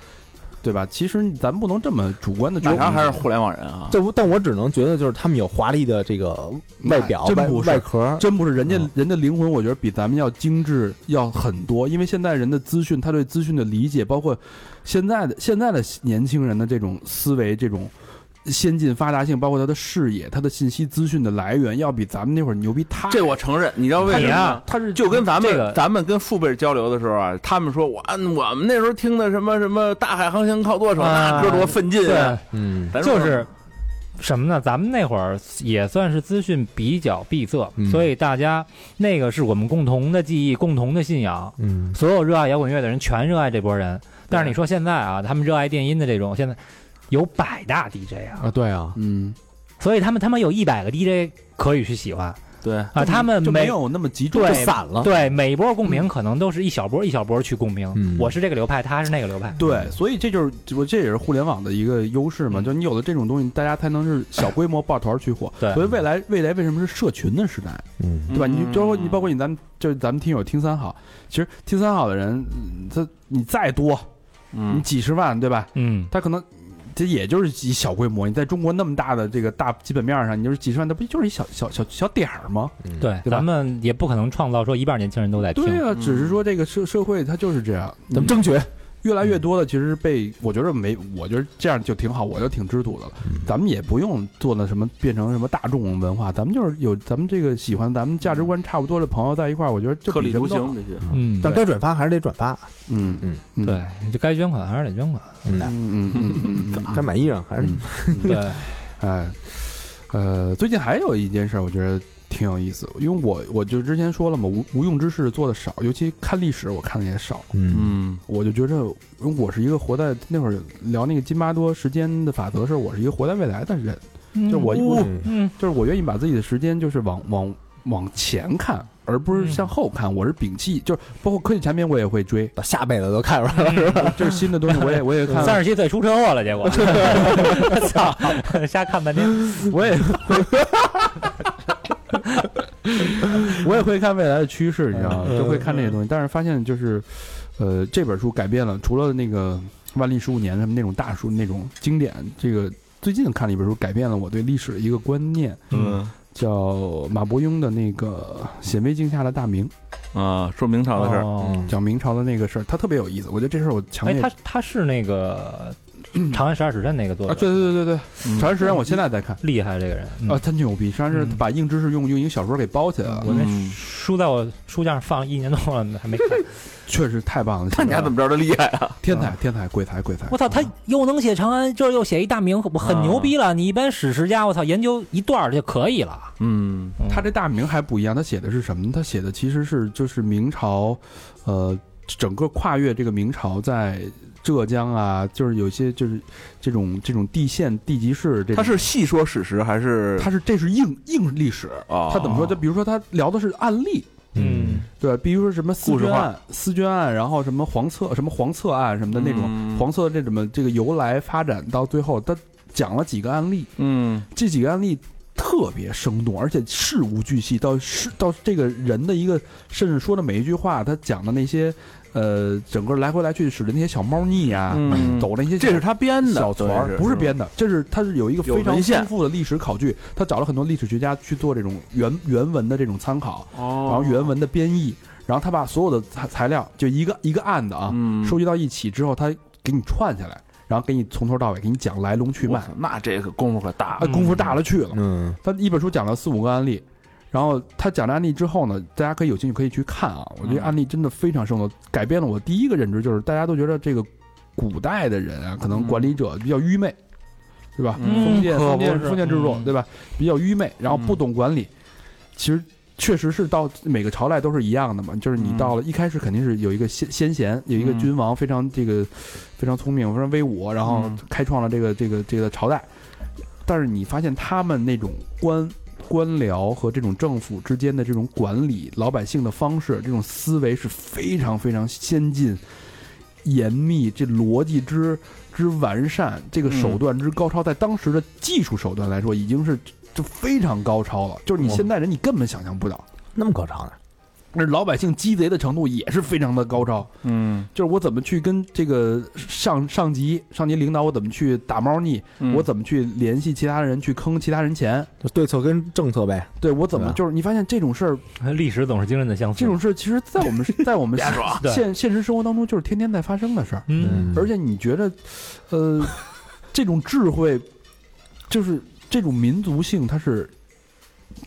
S2: 对吧？其实咱不能这么主观的觉
S4: 奶
S2: 得，
S4: 茶还是互联网人啊？
S3: 这不，但我只能觉得就是他们有华丽的这个外表、
S2: 那真
S3: 外
S2: 不是
S3: 外壳，
S2: 真不是人家、
S3: 嗯
S2: 人的灵魂，我觉得比咱们要精致要很多，因为现在人的资讯，他对资讯的理解，包括现在的现在的年轻人的这种思维，这种先进发达性，包括他的视野，他的信息资讯的来源，要比咱们那会儿牛逼太。
S4: 这我承认，你知道为什
S5: 你
S4: 么吗？
S5: 啊，
S2: 他是
S4: 就跟咱们、
S5: 这个
S4: 咱们跟父辈交流的时候啊，他们说我嗯我们那时候听的什么什么大海航行靠舵手，
S5: 啊
S4: 那歌多奋进啊！
S3: 嗯
S4: 咱说
S5: 就是什么呢？咱们那会儿也算是资讯比较闭塞，
S3: 嗯
S5: 所以大家那个是我们共同的记忆、共同的信仰。
S3: 嗯，
S5: 所有热爱摇滚乐的人全热爱这波人。但是你说现在啊，他们热爱电音的这种，现在有百大 DJ 啊，
S3: 啊，对啊，
S2: 嗯
S5: 所以他们他妈有一百个 DJ 可以去喜欢
S4: 对，
S5: 啊，他们
S2: 就
S5: 没
S2: 没有那么集中。
S5: 对
S3: 就散了，
S5: 对每一波共鸣可能都是一小波一小波去共鸣。
S3: 嗯
S5: 我是这个流派，他是那个流派。
S2: 对，所以这就是我这也是互联网的一个优势嘛，
S5: 嗯
S2: 就是你有了这种东西，大家才能是小规模抱团取火。
S5: 对
S2: 所以未来未来为什么是社群的时代？
S3: 嗯
S2: 对吧？你
S4: 嗯
S2: 就说你包括你咱们就是咱们听友听三好，其实听三好的人，嗯他你再多，你
S4: 嗯，
S2: 几十万对吧？
S5: 嗯，
S2: 他可能这也就是一小规模，你在中国那么大的这个大基本面上，你就是几十万，这不就是一小小小小点儿吗？
S5: 对，
S2: 对吧
S5: 咱们也不可能创造说一半年轻人都在听。
S2: 对啊，
S4: 嗯
S2: 只是说这个社社会它就是这样，嗯
S3: 咱们争取，
S2: 越来越多的其实是被我觉得没，我觉得这样就挺好，我就挺知足的了。咱们也不用做那什么变成什么大众文化，咱们就是有咱们这个喜欢咱们价值观差不多的朋友在一块儿，我觉得就
S4: 特
S2: 比
S4: 立
S2: 什
S4: 独
S2: 么都好
S4: 行这些。
S5: 嗯，
S3: 但该转发还是得转发，
S2: 嗯
S3: 嗯
S2: 嗯
S5: 对，就该捐款还是得捐款。
S3: 嗯，
S2: 嗯嗯嗯嗯
S3: 该
S2: 嗯，
S3: 买衣裳还是
S2: 嗯
S5: 对，
S2: 哎，呃，最近还有一件事，我觉得挺有意思，因为我我就之前说了嘛，无无用之事做的少，尤其看历史，我看的也少，
S3: 嗯
S4: 嗯
S2: 我就觉着，因为我是一个活在那会儿聊那个津巴多时间的法则的时候，我是一个活在未来的人，
S5: 就
S2: 就我我
S3: 嗯
S5: 嗯
S2: 就是我愿意把自己的时间就是往往往前看，而不是向后看，我是摒弃，就是包括科技产品我也会追，
S3: 把下辈子都看出来了，
S2: 就是新的东西我也我也看，
S5: 三十七岁出车祸了，结果， *laughs* 操，瞎看半天。
S2: 我也会，我也会看未来的趋势，你知
S4: 嗯
S2: 道吗？就会看这些东西，但是发现就是，呃，这本书改变了，除了那个《万历十五年》什么那种大书那种经典，这个最近看了一本书，改变了我对历史的一个观念，
S4: 嗯
S2: 叫马伯庸的那个《显微镜下的大明
S4: 啊，说明朝的事儿，
S5: 哦
S3: 嗯》，
S2: 讲明朝的那个事儿，他特别有意思，我觉得这事儿我强
S5: 哎，
S2: 烈
S5: 他他是那个《长安十二时辰》那个作
S2: 啊，
S5: 者，
S2: 对对对对对，
S4: 嗯
S2: 《长安十二》我现在在看。
S5: 厉害这个人
S2: 啊，
S5: 嗯
S2: 他牛逼！实际上是
S5: 嗯
S2: 把硬知识用用一个小说给包起来了，
S5: 我那
S4: 嗯
S5: 书在我书架上放一年多了，还没看。
S2: 确实太棒了。
S4: 看 *laughs* 你还怎么知道他厉害啊？
S2: 天才，天才，鬼才，鬼才！
S5: 我操，他又能写长安，这又写一大明，我很牛逼了。你一般史实家，我操，研究一段儿就可以了。
S4: 嗯
S5: 嗯
S2: 他这大明还不一样，他写的是什么呢？他写的其实是就是明朝，呃，整个跨越这个明朝在浙江啊，就是有一些就是这种这种地县地级市这种，
S4: 他是细说史实还是
S2: 他是这是硬硬历史，
S4: 啊？
S2: 他怎么说？就比如说他聊的是案例。
S5: 嗯，
S2: 对，比如说什么私
S4: 故事
S2: 捐
S4: 化
S2: 案、私捐案，然后什么黄册、什么黄册案什么的那种，
S4: 嗯
S2: 黄册这怎么这个由来发展到最后，他讲了几个案例，
S4: 嗯
S2: 这几个案例特别生动，而且事无巨细，到是到这个人的一个，甚至说的每一句话，他讲的那些，呃，整个来回来去使的那些小猫腻啊，
S4: 嗯
S2: 走的那些小
S4: 这是他编的，
S2: 小
S4: 等
S2: 团
S4: 于嗯
S2: 儿，不是编的，这是他是有一个
S4: 有
S2: 非常
S4: 文献
S2: 丰富的历史考据，他找了很多历史学家去做这种原原文的这种参考，
S4: 哦，
S2: 然后原文的编译，然后他把所有的材材料就一个一个案子啊，
S4: 嗯
S2: 收集到一起之后，他给你串起来，然后给你从头到尾给你讲来龙去
S4: 我
S2: 脉，
S4: 操那这个功夫可大
S2: 啊，
S4: 了，
S2: 功夫大了去了。
S3: 嗯
S2: 他一本书讲了四五个案例，然后他讲的案例之后呢，大家可以有兴趣可以去看啊。我觉得
S4: 嗯
S2: 案例真的非常生动，改变了我第一个认知，就是大家都觉得这个古代的人啊，可能
S4: 嗯
S2: 管理者比较愚昧，对吧？
S4: 嗯
S2: 封建
S5: 可
S2: 封
S5: 不
S2: 建
S5: 是
S2: 封建制度，
S5: 嗯
S2: 对吧？比较愚昧，然后不懂管理，其实。确实是到每个朝代都是一样的嘛，就是你
S4: 嗯
S2: 到了一开始肯定是有一个先先贤，有一个
S4: 嗯
S2: 君王非常这个非常聪明，非常威武，然后
S4: 嗯
S2: 开创了这个这个这个朝代。但是你发现他们那种官官僚和这种政府之间的这种管理老百姓的方式，这种思维是非常非常先进、严密，这逻辑之之完善，这个手段之高超，在当时的技术手段来说，已经是就非常高超了。就是你现在人你根本想象不到，
S3: 那么高潮呢？
S2: 那老百姓鸡贼的程度也是非常的高超。
S4: 嗯，
S2: 就是我怎么去跟这个上上级上级领导，我怎么去打猫腻，
S4: 嗯
S2: 我怎么去联系其他人去坑其他人钱，
S3: 就对策跟政策呗，
S2: 对我怎
S3: 对
S2: 么
S4: 啊
S3: 吧
S2: 就是你发现这种事
S4: 嗯
S2: 儿，
S5: 历史总是惊人的相似。
S2: 这种事儿其实在我
S4: *laughs*
S2: 们在我们
S4: 别说啊
S5: 对
S2: 现现实生活当中就是天天在发生的事儿，
S5: 嗯，
S2: 而且你觉得，
S4: *laughs*
S2: 呃，这种智慧，就是这种民族性，它是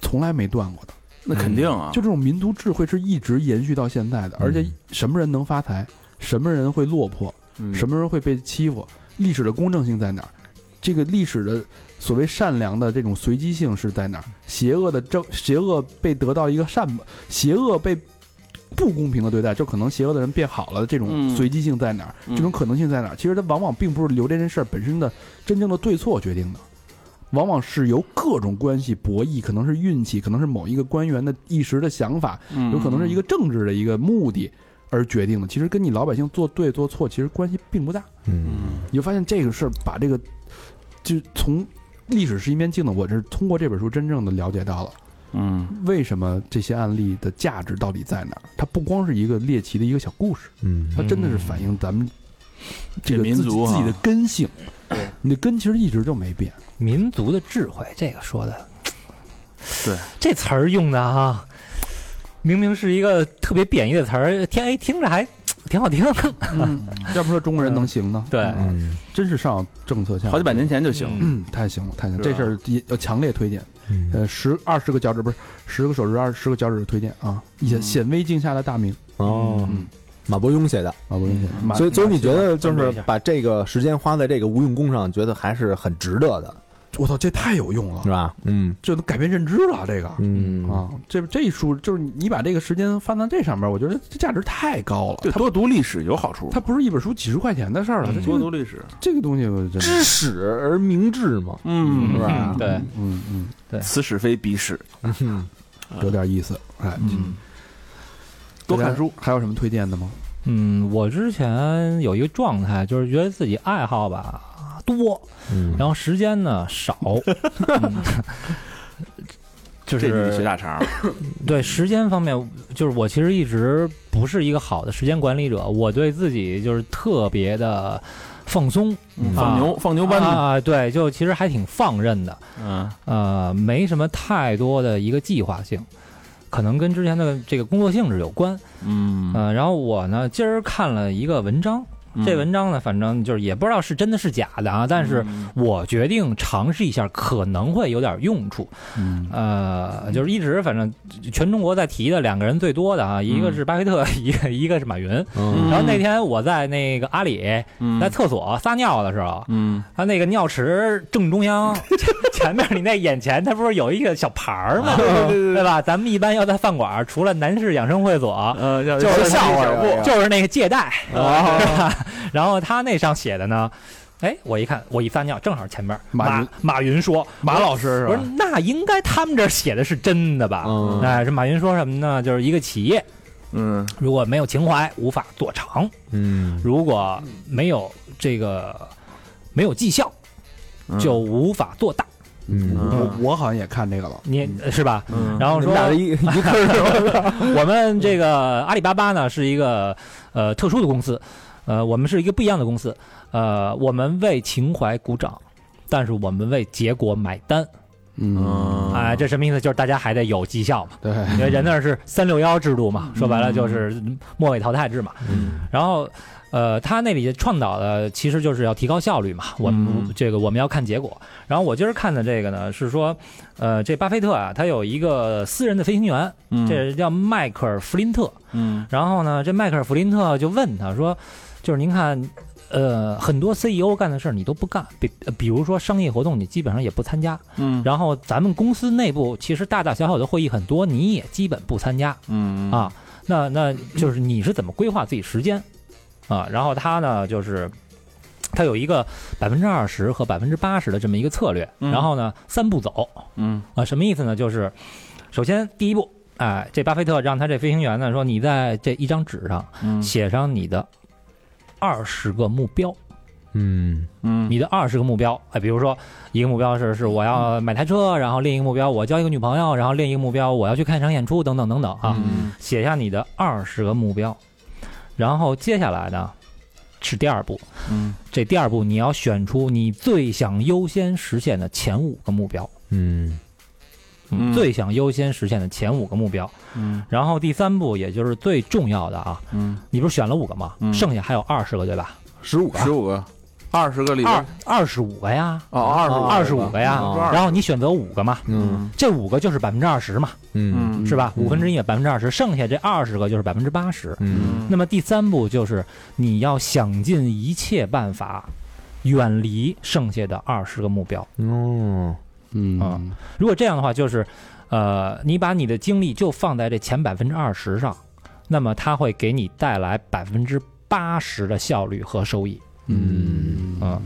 S2: 从来没断过的，
S4: 那肯定啊，
S2: 嗯就这种民族智慧是一直延续到现在的，而且
S3: 嗯
S2: 什么人能发财，什么人会落魄，什
S4: 么
S2: 么人会被欺负，历史的公正性在哪儿？这个历史的所谓善良的这种随机性是在哪儿？邪恶的正，邪恶被得到一个善，邪恶被不公平的对待，就可能邪恶的人变好了，这种
S4: 嗯
S2: 随机性在哪儿？
S4: 嗯
S2: 这种可能性在哪儿？其实它往往并不是由这件事儿本身的真正的对错决定的。往往是由各种关系博弈，可能是运气，可能是某一个官员的一时的想法，
S4: 嗯
S2: 有可能是一个政治的一个目的而决定的。其实跟你老百姓做对做错，其实关系并不大。
S3: 嗯
S2: 你就发现这个事儿把这个，就从历史是一面镜子，我这是通过这本书真正的了解到了
S4: 嗯
S2: 为什么这些案例的价值到底在哪儿。它不光是一个猎奇的一个小故事，
S3: 嗯
S2: 它真的是反映咱们这个
S4: 这民
S2: 自己
S4: 族啊
S2: 自己的根性。你的根其实一直就没变，
S5: 民族的智慧，这个说的，
S4: 对
S5: 这词儿用的哈、明明是一个特别贬义的词儿，听哎听着还挺好听。 *laughs*
S2: 嗯，要不说中国人能行呢？
S5: 对
S2: 嗯
S3: 嗯
S2: 真是上有政策下有
S4: 好几百年前就行。
S5: 嗯
S2: 嗯， *clears throat* 太行了，太行了，
S4: 是
S2: 这
S4: 吧
S2: 事儿也要强烈推荐。
S3: 嗯
S2: 呃，十二十个脚趾不是十个手指，二十个脚趾推荐啊，显
S4: 嗯
S2: 显微镜下的大明
S3: 哦
S2: 嗯，
S3: 马伯庸写的，
S2: 啊，
S4: 嗯
S2: 不用谢马
S3: 所以所以你觉得就
S5: 马伯
S3: 是
S5: 庸写的
S3: 把这个时间花在这个无用功上，觉得还是很值得的，
S2: 我操，这太有用了
S3: 是，吧？嗯
S2: 这能改变认知了，这个
S3: 嗯
S2: 啊，这这一书就是你把这个时间放到这上面，我觉得这价值太高了。
S4: 对，
S2: 它
S4: 多读历史有好处。嗯
S2: 它不是一本书几十块钱的事儿了，这
S4: 多
S2: 这
S4: 读
S2: 个
S4: 历史，
S2: 这个东西我真的，
S3: 知史而明智嘛，是
S4: 嗯，
S3: 吧？
S5: 对，
S2: 嗯嗯，
S4: 此史非彼史，
S3: *laughs* 嗯
S2: 有点意思，哎，
S4: 嗯，多看书。
S2: 还有什么推荐的吗？
S5: 嗯，我之前有一个状态，就是觉得自己爱好吧多，
S3: 嗯
S5: 然后时间呢
S4: *laughs*
S5: 少，嗯就
S4: 这你学
S5: 是
S4: 大肠儿，
S5: 对时间方面，就是我其实一直不是一个好的时间管理者，我对自己就是特别的放松，
S3: 嗯
S4: 放牛放牛班子，
S5: 啊，对，就其实还挺放任的，
S4: 嗯，
S5: 呃，没什么太多的一个计划性，可能跟之前的这个工作性质有关。
S4: 嗯，嗯
S5: 呃，然后我呢今儿看了一个文章，这文章呢反正就是也不知道是真的是假的啊，但是
S4: 嗯
S5: 我决定尝试一下，可能会有点用处。
S2: 嗯
S5: 呃，就是一直反正全中国在提的两个人最多的啊，一个
S4: 嗯
S5: 是巴菲特，一个一个是马云。
S3: 嗯
S5: 然后那天我在那个阿里
S4: 嗯
S5: 在厕所撒尿的时候，
S4: 嗯
S5: 他那个尿池正中央前前面，你那眼前，它不是有一个小牌儿吗？对吧？咱们一般要在饭馆，除了男士养生会所，
S4: 呃，要
S5: 就是笑话
S3: 小步
S5: 就是那个借贷，
S4: 啊
S5: 是吧？ *laughs* 然后他那上写的呢，哎，我一看，我一撒尿，正好前面
S2: 马
S5: 马
S2: 云
S5: 马云说，
S2: 马老师
S5: 我说那应该他们这儿写的是真的吧？
S3: 嗯
S5: 哎，这马云说什么呢？就是一个企业
S4: 嗯
S5: 如果没有情怀，无法做长；
S3: 嗯
S5: 如果没有这个没有绩效，
S4: 嗯
S5: 就无法做大。
S3: 嗯，
S2: 我我好像也看这个了，
S5: 你呃是吧？
S4: 嗯
S5: 然后
S3: 你
S5: 说
S3: 们俩一一 *laughs* 个人，
S5: 我们这个阿里巴巴呢是一个呃特殊的公司，呃，我们是一个不一样的公司，呃，我们为情怀鼓掌。但是我们为结果买单，
S2: 嗯，
S4: 嗯
S5: 哎、这什么意思？就是大家还得有绩效嘛，
S2: 对，
S5: 因为人那是三六幺制度嘛，说
S4: 嗯
S5: 白了就是末位淘汰制嘛。
S3: 嗯
S5: 然后，呃，他那里倡导的其实就是要提高效率嘛。我们、
S4: 嗯
S5: 这个我们要看结果。然后我今儿看的这个呢是说，呃，这巴菲特啊，他有一个私人的飞行员，
S4: 嗯
S5: 这叫迈克尔·弗林特。
S4: 嗯
S5: 然后呢，这迈克尔·弗林特就问他说，就是您看，呃，很多 CEO 干的事儿你都不干，比呃比如说商业活动你基本上也不参加，
S4: 嗯
S5: 然后咱们公司内部其实大大小小的会议很多你也基本不参加
S4: 嗯
S5: 啊，那那就是你是怎么规划自己时间啊？然后他呢就是。他有一个百分之二十和百分之八十的这么一个策略，
S4: 嗯
S5: 然后呢三步走，
S4: 嗯
S5: 啊，什么意思呢？就是首先第一步，哎、这巴菲特让他这飞行员呢说，你在这一张纸上
S4: 嗯
S5: 写上你的二十个目标，
S3: 嗯
S4: 嗯
S5: 你的二十个目标，哎、比如说一个目标是是我要买台
S4: 嗯
S5: 车，然后另一个目标我交一个女朋友，然后另一个目标我要去看一场演出，等等等等啊，
S3: 嗯
S5: 写下你的二十个目标，然后接下来呢是第二步，
S4: 嗯
S5: 这第二步你要选出你最想优先实现的前五个目标。
S3: 嗯
S5: 嗯
S4: 嗯
S5: 最想优先实现的前五个目标，
S4: 嗯
S5: 然后第三步也就是最重要的啊，
S4: 嗯，
S5: 你不是选了五个吗？
S4: 嗯
S5: 剩下还有二十个对吧？
S4: 十五十五个，二十个里边
S5: 二二十五个呀，
S4: 哦，二十
S5: 二十五个呀，
S3: 啊
S4: 哦
S5: 然后你选择五个嘛，
S3: 嗯
S5: 这五个就是百分之二十嘛，
S3: 嗯
S5: 是吧？五分之一百分之二十，剩下这二十个就是百分之八十。
S3: 嗯
S5: 那么第三步就是你要想尽一切办法。远离剩下的二十个目标。
S3: 哦，
S2: 嗯
S5: 啊如果这样的话，就是，呃，你把你的精力就放在这前百分之二十上，那么它会给你带来百分之八十的效率和收益。
S3: 嗯
S5: 啊，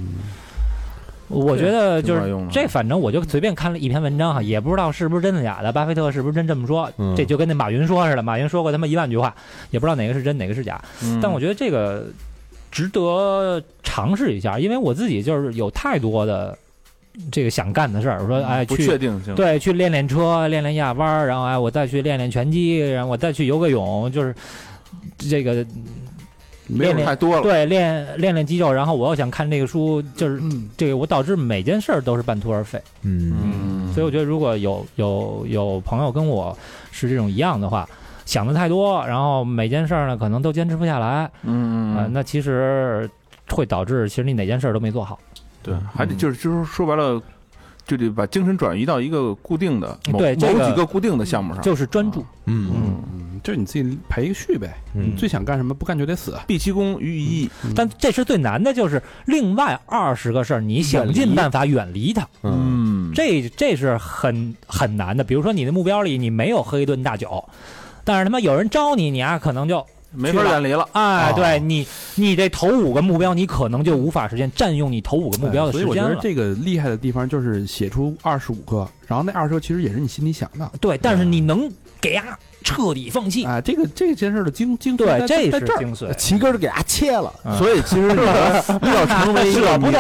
S5: 我觉得就
S4: 挺管
S5: 是
S4: 用的
S5: 这，反正我就随便看了一篇文
S4: 嗯
S5: 章哈，也不知道是不是真的假的，巴菲特是不是真这么说
S3: 嗯，
S5: 这就跟那马云说似的，马云说过他妈一万句话，也不知道哪个是真哪个是假，但我
S4: 觉
S5: 觉得这个值得尝试一下，因为我自己就是有太多的这个想干的事儿，我说哎
S4: 嗯不
S5: 去
S4: 确定性，
S5: 对，去练练车，练练压弯儿，然后哎，我再去练练拳击，然后我再去游个泳，就是这个
S4: 没有
S5: 练
S4: 太多了，
S5: 对练练练肌肉。然后我又想看这个书，就是
S2: 嗯，
S5: 这个我导致每件事儿都是半途而废。
S3: 嗯
S4: 嗯
S5: 所以我觉得如果有有有朋友跟我是这种一样的话，想的太多，然后每件事儿呢可能都坚持不下来，
S4: 嗯
S5: 啊，那其实会导致其实你哪件事儿都没做好。
S7: 对，还得就是就是说白了，就得把精神转移到一个固定的某
S5: 对这
S7: 某
S5: 个
S7: 几个固定的项
S4: 啊
S7: 目上，
S5: 就是专注，
S3: 嗯
S5: 嗯，
S2: 嗯，就是你自己排一个序呗，
S3: 嗯
S2: 你最想干什么，不干就得死。
S7: 毕其功于一役。
S2: 嗯
S5: 但这是最难的，就是另外二十个事儿，你想尽办法远离它，
S3: 嗯
S7: 嗯，
S5: 这这是很很难的。比如说你的目标里你没有喝一顿大酒，但是他妈有人招你，你啊可能就
S7: 没法远离了。
S5: 哎，
S3: 哦
S5: 对你你这头五个目标你可能就无法实现，占用你头五个目标的
S2: 哎所以
S5: 时
S2: 我觉
S5: 间
S2: 得
S5: 了。
S2: 这个厉害的地方就是写出二十五个，然后那二十个其实也是你心里想的。
S5: 对，但是你能给啊彻底放弃，
S2: 啊，这个这件事的精精髓
S5: 嗯
S2: 在在
S5: 对，这
S2: 在
S5: 是
S2: 这儿，
S5: 精髓。
S3: 齐根儿给它切了，
S7: 所以其实你
S3: *laughs*
S7: 要成为一个名，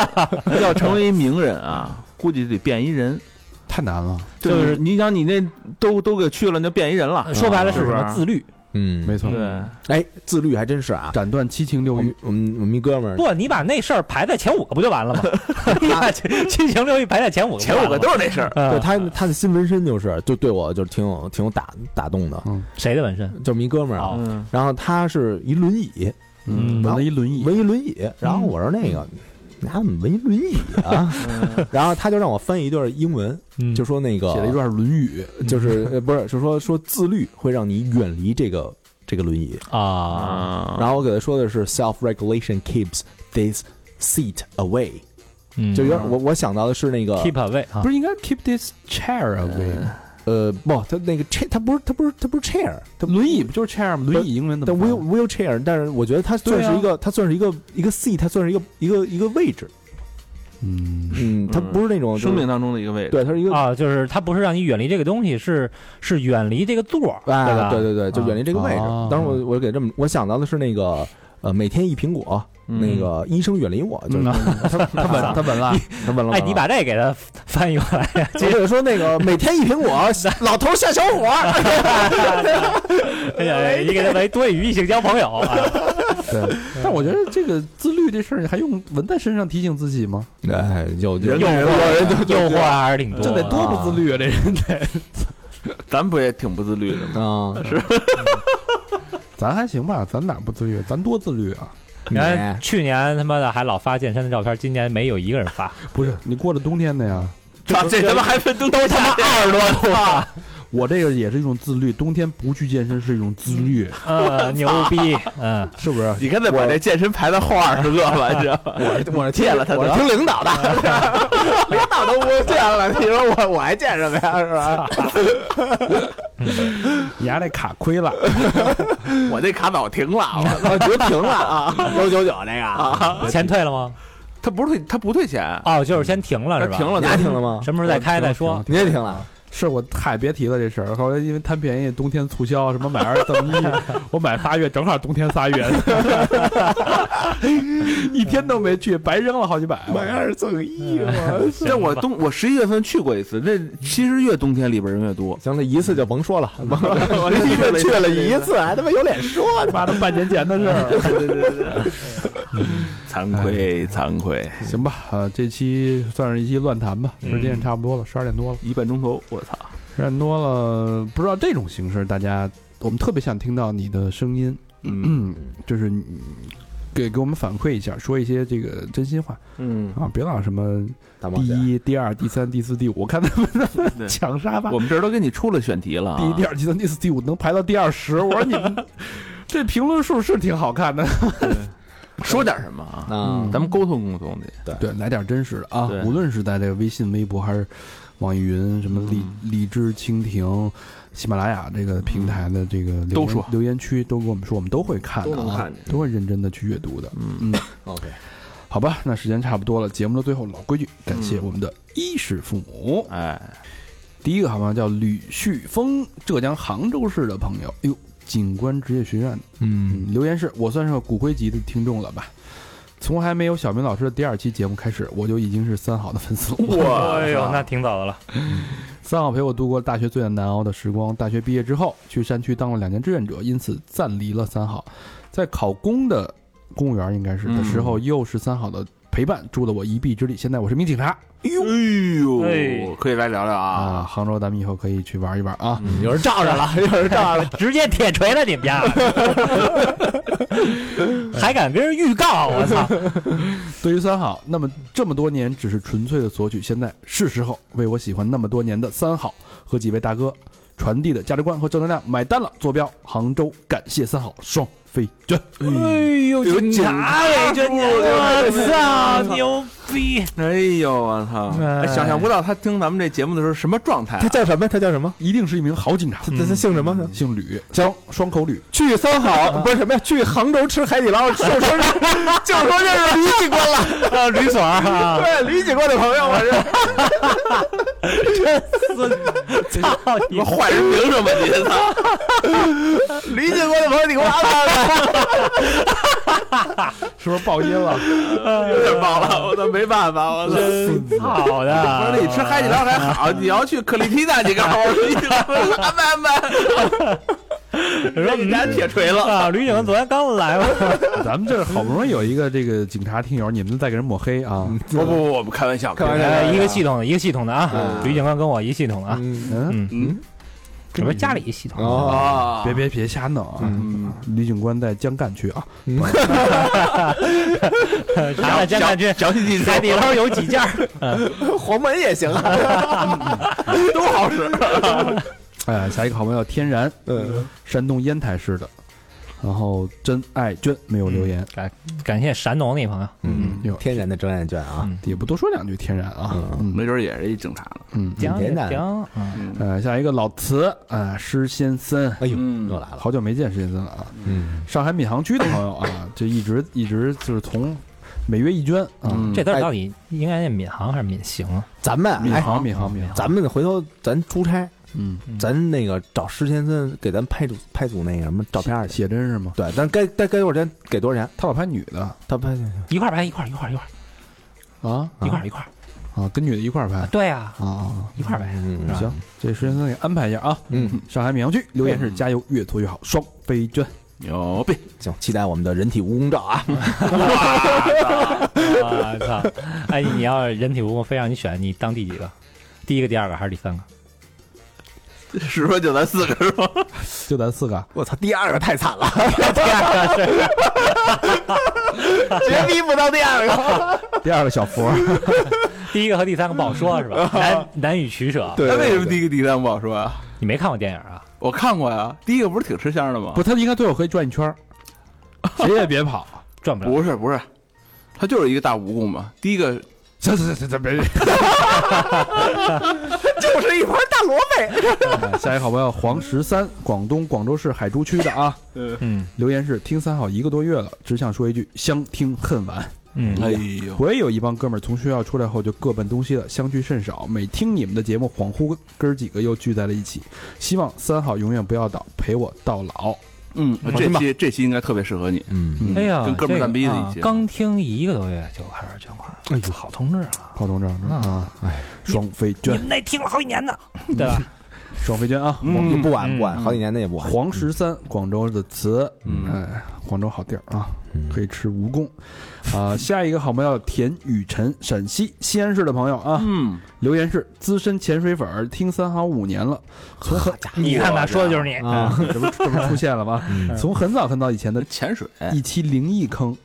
S7: 要成为名人啊，估计得变一人。
S2: 太难了，
S5: 就是
S7: 你想你那都都给去了，你就变一人了。
S5: 啊
S7: 啊
S5: 说白了
S4: 啊
S5: 是什么
S7: 是？
S5: 自律？
S3: 嗯
S2: 没错，
S7: 对，
S3: 哎，自律还真是啊。
S2: 斩断七情
S3: 我
S2: 六
S3: 们
S2: 欲，
S3: 我们我们一哥们儿，
S5: 不，你把那事儿排在前五个不就完了吗？ *laughs* 你把七七情六欲排在前五个不就
S7: 前
S5: 完了吗，
S7: 五个都是那事儿。
S3: 对
S5: 呃
S3: 他他的新纹身就是，就对我就是挺有挺有打打动的，
S5: 谁的纹身？
S3: 就我们一哥们儿啊。
S5: 哦
S7: 嗯，
S3: 然后他是一轮椅，
S5: 嗯
S2: 纹了一轮椅，
S3: 纹一轮椅。然后我说那个，你丫怎么纹一轮椅啊？ *laughs* 然后他就让我翻译一段英文，
S5: 嗯
S3: 就说那个
S2: 写了一段《论语》，
S3: 就是呃不是，就说说自律会让你远离这个这个轮椅。
S5: 啊，
S3: 然后我给他说的是 self regulation keeps this seat away，
S5: 嗯
S3: 就有点我我想到的是那个
S5: keep away 啊
S2: 不，是应该 keep this chair
S5: 嗯
S2: away？
S3: 呃不，他那个 chair，他不是他不是他不是 chair，他
S2: 轮椅不就是 chair 吗？轮椅英文怎
S3: 但
S2: 么
S3: wheel
S2: 翻？
S3: wheel chair，但是我觉得它算是一个，它算是一个一个 seat，它算是一个一个一个位置，
S2: 嗯，
S3: 嗯，它不是那种就是
S7: 生命当中的一个位置。
S3: 对，它是一个
S5: 啊，就是它不是让你远离这个东西，是是远离这个座儿，对
S3: 啊，
S5: 吧？
S3: 对对对，就远离这个位置
S2: 啊。
S3: 当时我我给这么，我想到的是那个呃，每天一苹果，
S7: 嗯
S3: 那个医生远离我，就
S2: 嗯
S3: 是他他
S2: 他
S3: 稳
S2: 稳他稳了，
S3: 他稳了。
S5: 哎，你把这给它翻译过来，
S3: 我给他说那个每天一苹果，老头下小伙儿，
S5: *laughs* 哎呀，你给它为多语异性交朋友啊，
S2: *laughs*
S5: *laughs*
S2: 但我觉得这个自律这事儿还用纹在身上提醒自己吗？
S3: 哎，有有
S5: 诱惑啊诱惑还是挺多的，
S2: 这得多不自律啊！这
S5: 嗯
S2: 人得，
S7: 咱不也挺不自律的吗？
S3: 啊，
S2: 咱还行吧，咱哪不自律？咱多自律啊！
S5: 你看去年他妈的还老发健身的照片，今年没有一个人发，
S2: 不是你过了冬天的呀，
S7: 啊，这他妈还分都都他妈二十多度啊！
S2: 我这个也是一种自律，冬天不去健身是一种自 *laughs* 律，
S5: *laughs* 嗯，牛 *laughs* 逼，嗯，
S2: 是不是？
S7: 你刚才把这健身排到后二十个了，你知道吗？
S3: 我
S7: *laughs*
S3: 我
S7: 戒了他得
S3: 我
S7: 了
S3: 是听领导的，
S7: *laughs*
S3: 领导都不见了，你说我我还见什么呀？是吧？
S2: 你家这卡亏了，
S7: 我这卡早停了，我
S3: 啊，绝停了啊！幺九九那个啊，
S5: 钱退了吗？
S7: 他不是退，他不退钱，
S5: 哦，就是先停了
S7: 他
S5: 是吧？
S7: 停，了，
S3: 你还停了吗？
S5: 什么时候再开再说。
S3: 你也停了？
S2: 是我嗨，别提了这事儿。后来因为贪便宜，冬天促销，什么买二赠 *laughs* 一，我买仨月，正好冬天仨月， *laughs* 一天都没去，白扔了好几百。
S3: 二赠一 *laughs* 嘛。。
S7: 但我冬我十一月份去过一次，这其实越冬天里边人越多
S3: 行了，一次就甭说了， *laughs*
S7: 我
S3: 一个去了一次，还他妈有脸说
S2: 妈的，半年前的事儿。
S7: 对对对对，惭
S4: 哎
S7: 愧惭愧，
S2: 行吧，呃，这期算是一期乱谈吧，时间也差不多了，十二点多了，
S7: 一半钟头，我操！
S2: 十二点多了，不知道这种形式，大家我们特别想听到你的声音，嗯，就是你给给我们反馈一下，说一些这个真心话
S7: 嗯，
S2: 啊，别老什么
S3: *laughs* 大
S2: 第一、第二、第三、第四、第五，我
S7: *laughs*
S2: 看他
S7: 对
S2: 们抢沙发
S7: 我。们这儿都给你出了选题了啊，
S2: 第一、第二、第三、第四、第五能排到第二十，我说你
S7: *laughs*
S2: 们这评论数是挺好看的。
S7: 说点什么啊？
S3: 啊
S2: 嗯，
S7: 咱们沟通沟通去。
S2: 对，来点真实的啊
S7: 对！
S2: 无论是在这个微信、微博还是网易云、什么荔
S7: 嗯
S2: 荔枝、蜻蜓、喜马拉雅这个平台的这个留
S7: 嗯都
S2: 言
S7: 说
S2: 留言区，都跟我们说，我们都会看的
S7: 都能
S2: 啊
S7: 看见，
S2: 都会认真的去阅读的。
S7: 嗯， *laughs*
S2: 嗯，
S3: OK，
S2: 好吧，那时间差不多了，节目的最后老规矩，感谢
S7: 嗯
S2: 我们的衣食父母。
S7: 哎，
S2: 第一个好像叫吕旭峰，浙江杭州市的朋友，哎呦，警官职业学院的，
S3: 嗯
S2: 嗯，留言是我算是个骨灰级的听众了吧。从还没有小明老师的第二期节目开始，我就已经是三好的粉丝了。
S5: 哎呦，那挺早的了。
S2: *laughs* 三好陪我度过大学最难熬的时光。大学毕业之后，去山区当了两年志愿者，因此暂离了三好。在考公的公务员应该是的时候，又是三好的陪陪伴助了我一臂之力，现在我是名警察
S4: 哎呦，
S6: 哎
S4: 可以来聊聊啊！
S2: 啊！杭州，咱们以后可以去玩一玩啊！
S5: 有人罩着 *laughs* 了，有人罩着了，直接铁锤了你们家，啊还敢跟人预告，啊我 *laughs* 操！
S2: 对于三好，那么这么多年只是纯粹的索取，现在是时候为我喜欢那么多年的三好和几位大哥传递的价值观和正能量买单了，坐标杭州，感谢三好双飞
S3: *laughs*
S2: 卷。
S3: 哎
S5: 呦，
S4: 有警
S2: 嗯
S5: 察围着你，我哎操，牛逼！
S4: 哎呦，我操！
S5: 哎
S4: 哎想象不到他听咱们这节目的时候什么状态啊
S3: 他。叫什么？他叫什么？
S2: 一定是一名好警察
S3: 他，他姓什么？
S2: 姓吕，双双口吕。
S3: 去三好不是什么呀？去杭州吃海底捞，就说 *laughs* 这，就说这是李警官了。
S5: 啊，吕所儿，
S3: 对，李警官的朋友，我是
S5: 操你！
S4: 坏人凭什么？你操！ *laughs*
S3: 李警官的朋友，你给我安排安排。
S2: *laughs* 是不是爆音了？
S4: 有点爆了，我操，没办法，我操！
S5: 好
S4: *laughs* 我
S5: 的，
S4: 说你吃海底捞还
S5: *laughs*
S4: 好，你要去克里提娜，你干活去，安排安排，
S5: 说
S4: 你拿铁锤了。
S5: 啊，吕警昨天刚来嘛，
S2: *laughs* 咱们这好不容易有一个这个警察听友，你们再给人抹黑啊！
S3: 嗯
S4: 不不不，我们开玩笑，开玩
S5: 呃，一个系统的，一个系统的啊，吕警官跟我一系统的啊，
S2: 嗯，
S4: 嗯，
S5: 什么家里一系统 *laughs* 的，
S3: 哦，
S4: 啊，
S2: 别别别瞎弄啊！嗯，李警官在江干区啊，
S5: 查查江大军
S4: 详细地
S5: 海
S4: 说，
S5: 底捞有几家？
S3: 黄门也行啊。
S4: 都好使。
S2: 哎，下一个好朋友天然，
S3: 嗯，
S2: 山东烟台市的，然后真爱娟没有
S3: 嗯
S2: 留言，
S3: 哎
S5: 感感谢山东那朋友，
S2: 嗯，有
S3: 天然的专业卷啊，
S2: 也不多说两句天然啊，嗯
S4: 没准也是一警察呢。
S2: 嗯，
S5: 江
S3: 天然
S5: 江，嗯
S2: 呃，下一个老慈啊，施先森，
S3: 哎呦，
S4: 嗯
S3: 又来了。
S2: 好久没见施先森了啊，
S3: 嗯，
S2: 上海闵行区的朋友啊，这一直一直就是从每月一捐
S3: 嗯
S2: 啊，
S5: 这字儿到底应该念闵行还是闵行啊？
S3: 咱们
S2: 闵
S3: 哎，
S2: 行闵行闵行，
S3: 咱们回头咱出差，
S2: 嗯，
S3: 咱那个找施先生给咱拍组拍组那个什么照片儿去。
S2: 写真是吗？
S3: 对，但该该该多少钱给多少钱？
S2: 他老拍女的
S3: 他拍
S5: 一块儿拍，一块儿一块儿一块儿
S2: 啊
S5: 一块儿一块儿，
S2: 啊，跟女的一块儿拍
S5: 对呀，
S2: 啊，
S5: 一块儿拍。
S3: 嗯
S5: 是吧
S2: 行，这施先森给安排一下啊。
S3: 嗯，
S2: 上海闵行区留言是加油，越做越好，双飞娟。
S4: 牛逼！
S3: 行，期待我们的人体蜈蚣照啊！ *laughs*
S5: *laughs* 我操！哎，你要是人体蜈蚣非让你选，你当第几个？第一个、第二个还是第三个？
S4: 是说就咱四个是吧？
S2: 就咱四个，
S3: 我操，第二个太惨了，绝逼不到第二个。
S2: 第二个小佛，
S5: 第一个和第三个不好说，是吧？难难以取舍。
S4: 那为什么第一个第三不好说啊？
S5: 你没看过电影啊？
S4: 我看过呀，第一个不是挺吃香的吗？
S2: *laughs* 不，他应该最后可以转一圈儿，谁也别跑。
S5: 转不了。
S4: 不是不是，他就是一个大蜈蚣嘛。第一个
S2: *laughs* 这这这 *laughs* 这别！
S3: 就是一盘大萝卜。
S2: *laughs* 哎下一个好朋友黄十三，广东广州市海珠区的啊，
S5: 嗯
S2: 留言是听三好一个多月了，只想说一句相听恨晚。
S5: 嗯，
S4: 哎呦，
S2: 我也有一帮哥们儿从学校出来后就各奔东西了，相聚甚少。每听你们的节目，恍惚哥儿几个又聚在了一起。希望三好永远不要倒，陪我到老。
S4: 嗯，这期这期应该特别适合你，
S3: 嗯，
S5: 哎呀，
S4: 跟哥们儿蛋逼的
S5: 这个啊
S4: 一起。
S5: 刚听一个多月就开始捐款，哎呦，好同志啊！
S2: 好同志啊，哎，双飞
S5: 你
S2: 娟，
S5: 们那听了好几年呢，对吧？
S2: 双飞娟啊，
S3: 我也不晚
S5: 嗯
S3: 不晚，好几年的也不晚。
S2: 黄十三，广州的词，
S3: 嗯
S2: 哎，广州好地儿啊，
S3: 嗯
S2: 可以吃蜈蚣。啊、下一个好朋友田雨辰，陕西西安市的朋友啊，
S4: 嗯，
S2: 留言是资深潜水粉儿，听三好五年了，从很
S5: 你看吧，说的就是你
S3: 啊，
S2: 这不这不出现了吗？从很早很早以前的
S4: 潜水，
S5: 哎嗯
S2: 一期灵异坑，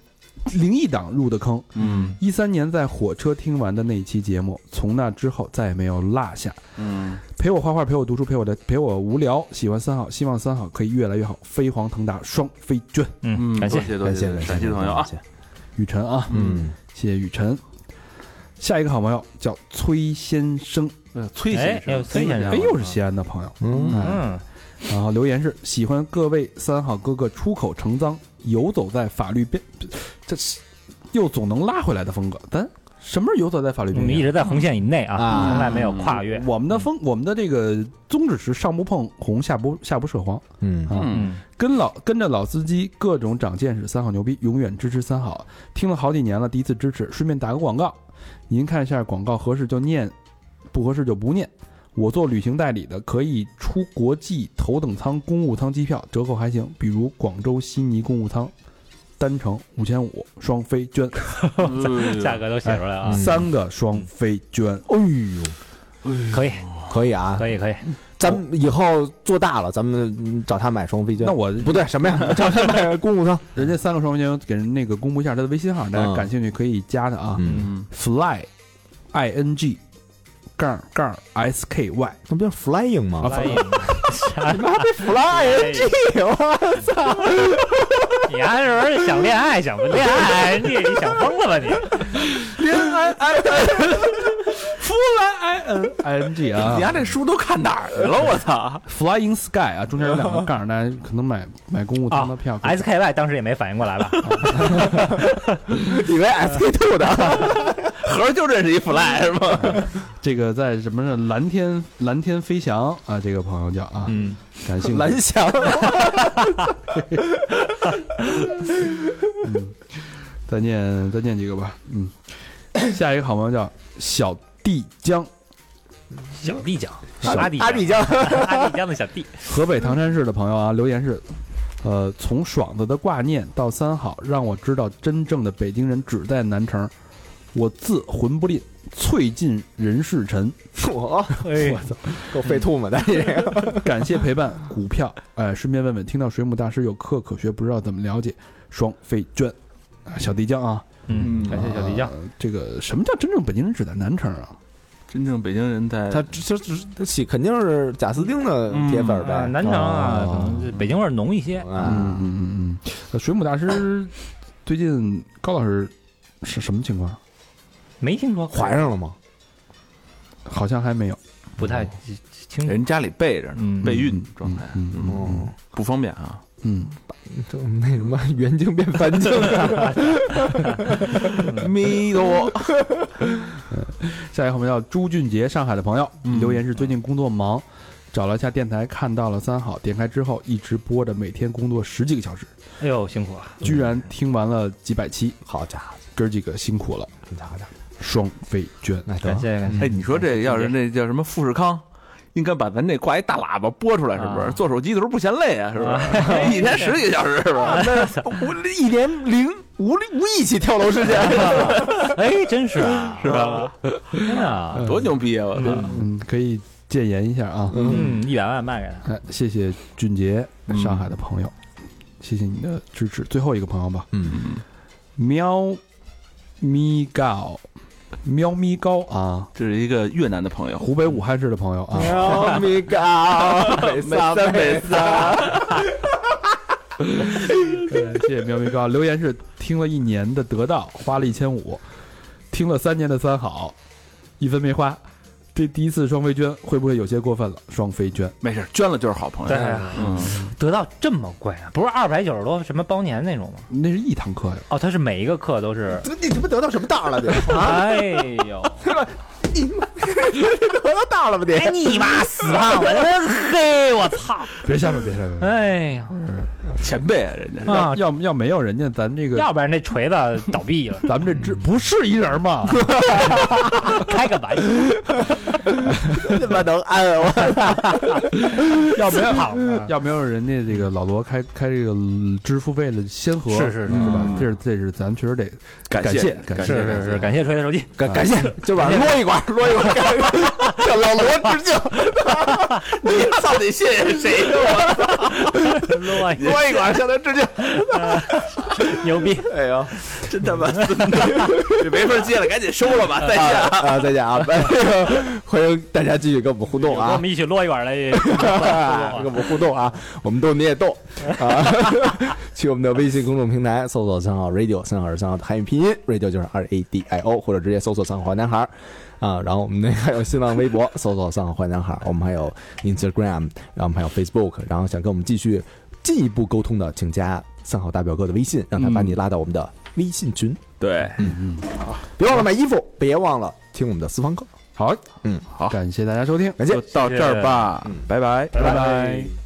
S2: 灵异党入的坑，
S4: 嗯
S2: 一三年在火车听完的那一期节目，从那之后再也没有落下。
S4: 嗯，
S2: 陪我画画，陪我读书，陪我的陪我无聊。喜欢三好，希望三好可以越来越好，飞黄腾达，双飞娟。
S5: 嗯，感
S4: 多
S5: 谢。
S4: 谢多
S3: 感谢
S4: 谢陕西的朋友啊，，
S2: 雨辰啊，
S3: 嗯，
S2: 谢谢雨辰。下一个好朋友叫崔先生，
S4: 呃崔
S5: 哎
S4: 先，
S5: 哎呦
S4: 生，
S5: 崔先生，
S2: 哎，又是西安的朋友，
S3: 嗯
S2: 哎，
S5: 嗯，
S2: 然后留言是喜欢各位三好哥哥出口成脏，游走在法律边，这是又总能拉回来的风格。咱什么是游走在法律
S5: 我
S2: 边
S5: 们一
S2: 缘？
S5: 直在红线以内啊，
S3: 啊
S5: 从来没有跨越。
S2: 我们的风，我们的这个宗旨是上不碰红，下不下不涉黄
S3: 嗯
S2: 啊。
S5: *laughs*
S4: 嗯，
S5: 嗯，
S2: 跟老跟着老司机各种长见识，三好牛逼，永远支持三好。听了好几年了，第一次支持，顺便打个广告，您看一下广告合适就念，不合适就不念。我做旅行代理的，可以出国际头等舱、公务舱机票，折扣还行，比如广州悉尼公务舱单程五千五，双飞捐，
S4: 嗯
S5: 价格都写出来啊，
S2: 三个双飞捐，
S3: 哎呦，
S5: 可以，
S3: 可以啊，
S5: 可以，可以，
S3: 咱们以后做大了，咱们找他买双飞娟
S2: 那。我
S3: 不对，什么呀？找他买公共车。
S2: *laughs* 人家三个双飞捐给人那个公布一下他的微信号，大家
S3: 嗯
S2: 感兴趣可以加他啊
S3: 嗯，
S4: 嗯，
S2: ，fly i n g 杠杠 s k y
S3: 那不叫 flying 吗？
S5: 可以。哎
S3: flying，我操！
S5: 你还是不是想恋爱？想不恋爱？你你想疯了吧你？
S2: i n g 啊
S4: 你家这书都看哪儿去了？我操！
S2: ，flying sky 啊，中间有两个杠，大家可能买买公务
S5: 啊
S2: 舱的票可以
S5: SKY 当时也没反应过来吧？
S3: 以为 SK two 的，
S4: 合着就认识一 fly 是吗？
S2: *laughs* 这个在什么呢？蓝天蓝天飞翔啊，这个朋友叫啊，
S5: 嗯，
S2: 感兴趣。
S3: 蓝 *laughs* 翔。
S2: 再念再念几个吧，嗯，下一个好朋友叫小弟江，
S5: 小弟讲，
S3: 小
S5: 阿弟
S3: 阿
S5: 弟
S3: 弟江，
S5: 阿弟江的小弟，
S2: 河北唐山市的朋友啊，留言是，呃，从爽子的挂念到三好，让我知道真正的北京人只在南城。我自魂不吝，萃尽人世尘。 *laughs*
S3: 我
S5: 哎，
S3: 够费吐沫的，你这个
S2: 感谢陪伴，股票。哎、顺便问问，听到水母大师有课可学，不知道怎么了解双飞娟，啊小弟江啊，
S5: 嗯，感谢小弟江，
S2: 呃这个什么叫真正北京人只在南城啊？
S4: 真正北京人在
S3: 他这这这起肯定是贾斯汀的铁粉儿
S5: 啊
S3: 呗。
S5: 南城啊，
S2: 哦
S5: 可能是北京味儿浓一些，
S2: 嗯
S3: 啊，
S2: 嗯嗯嗯呃，水母大师最近高老师是什么情况？
S5: 没听说
S3: 怀上了吗？
S2: 好像还没有
S5: 不太清楚。
S4: 人家里备着呢，
S5: 嗯
S4: 备孕状态啊
S2: 嗯嗯
S3: 哦，
S4: 不方便啊。
S2: 嗯，
S3: 就那什么原经变梵经啊，弥陀。
S2: 下一个我们叫朱俊杰，上海的朋友
S3: 嗯
S2: 留言是最近工作忙，找了一下电台，看到了三好，点开之后一直播着，每天工作十几个小时，
S5: *laughs* 哎呦，辛苦了，
S2: 居然听完了几百期，
S3: 嗯好家伙，
S2: 哥儿几个辛苦了。
S3: 真家伙，
S2: 双飞娟，
S3: 那得
S5: 感谢感谢。
S4: *laughs* 哎，你说这要是那叫什么富士康，应该把咱这挂一大喇叭播出来，是不
S5: 啊
S4: 是？做手机的时候不嫌累啊，是不是？ *laughs* 一天十几个小时，是吧？ *laughs*
S3: 我一年零无力无一起跳楼事件，
S5: 哎，真 *laughs* 是啊，
S4: 是吧？
S5: 真的啊，
S4: 多牛逼啊！我操！
S2: 嗯，可以戒言一下啊。
S5: 嗯，一百万卖给他，
S2: 哎，谢谢俊杰，上海的朋友，
S3: 嗯
S2: 谢谢你的支持。最后一个朋友吧，
S4: 嗯，
S2: 喵咪高，喵咪高啊，
S4: 这是一个越南的朋友，
S2: 湖北武汉市的朋友啊，
S3: Oh my god！
S4: 美三美
S3: 三，
S2: 对谢谢喵咪高。留言是听了一年的得到，花了一千五，听了三年的三好，一分没花。这第一次双飞娟会不会有些过分了？双飞娟，
S4: 没事，捐了就是好朋友。
S5: 对啊
S4: 嗯，
S5: 得到这么贵啊？不是二百九十多什么包年那种吗？
S2: 那是一堂课呀。
S5: 哦，他是每一个课都 *laughs* 是，
S3: 你他妈得到什么道了？你
S5: 哎呦，
S3: 得到道了吧？
S5: 哎
S3: 你
S5: 你妈死胖子，嘿，我操，
S2: 别下面，别下面。
S5: *laughs* 哎呀，
S4: 前辈啊，
S5: *laughs*
S4: 人家
S2: 要
S5: 啊
S2: 要要没有人家，咱这个
S5: 要不然那锤子倒闭了，
S2: 咱们这支不是一人
S5: *laughs*
S2: 吗？
S5: 开个 *laughs* 玩笑，
S3: 他妈能安我？
S2: 要没有
S5: 胖子，
S2: 要没有人家这个老罗开开这个支付费的先河，
S5: 是是是
S2: 是吧
S4: 嗯？
S2: 这是这是咱确实得
S4: 感
S2: 感谢
S4: 感
S2: 感
S5: 是是是，感谢锤子手机，
S3: 感感
S5: *laughs*
S3: 谢， *laughs* 今晚上摞一管，摞一管，向老罗致敬，
S4: 你到底谢谢 *laughs* 谁？
S5: 撸啊
S3: 摞一管，向他致敬。
S5: *laughs* 牛逼，
S3: 哎呦，
S4: 真他妈孙子，这没法接了，赶紧收了吧，再见。
S3: 啊，再见啊！ *laughs* 那个欢迎大家继续跟我们互动
S5: 我
S3: 啊，
S5: 们一起撸一管来，
S3: *laughs* 跟我们互动啊，我们逗你也逗啊！ *laughs* 去我们的微信公众平台搜索“三好 radio”，三好是三好的汉语拼音，radio 就是 R A D I O，或者直接搜索“三好坏男孩”啊。然后我们那个还有新浪微博搜索“三好坏男孩”，我们还有 Instagram，然后我们还有 Facebook，然后想跟我们继续进一步沟通的，请加三好大表哥的微信，让他把你拉到我们的微信群。
S4: 对，
S3: 别忘了买衣服，别忘了听我们的私房课。
S2: 好，
S3: 嗯，
S4: 好
S2: 感谢大家收听。
S3: 感谢
S4: 就。到这儿吧，拜拜。
S5: 拜拜。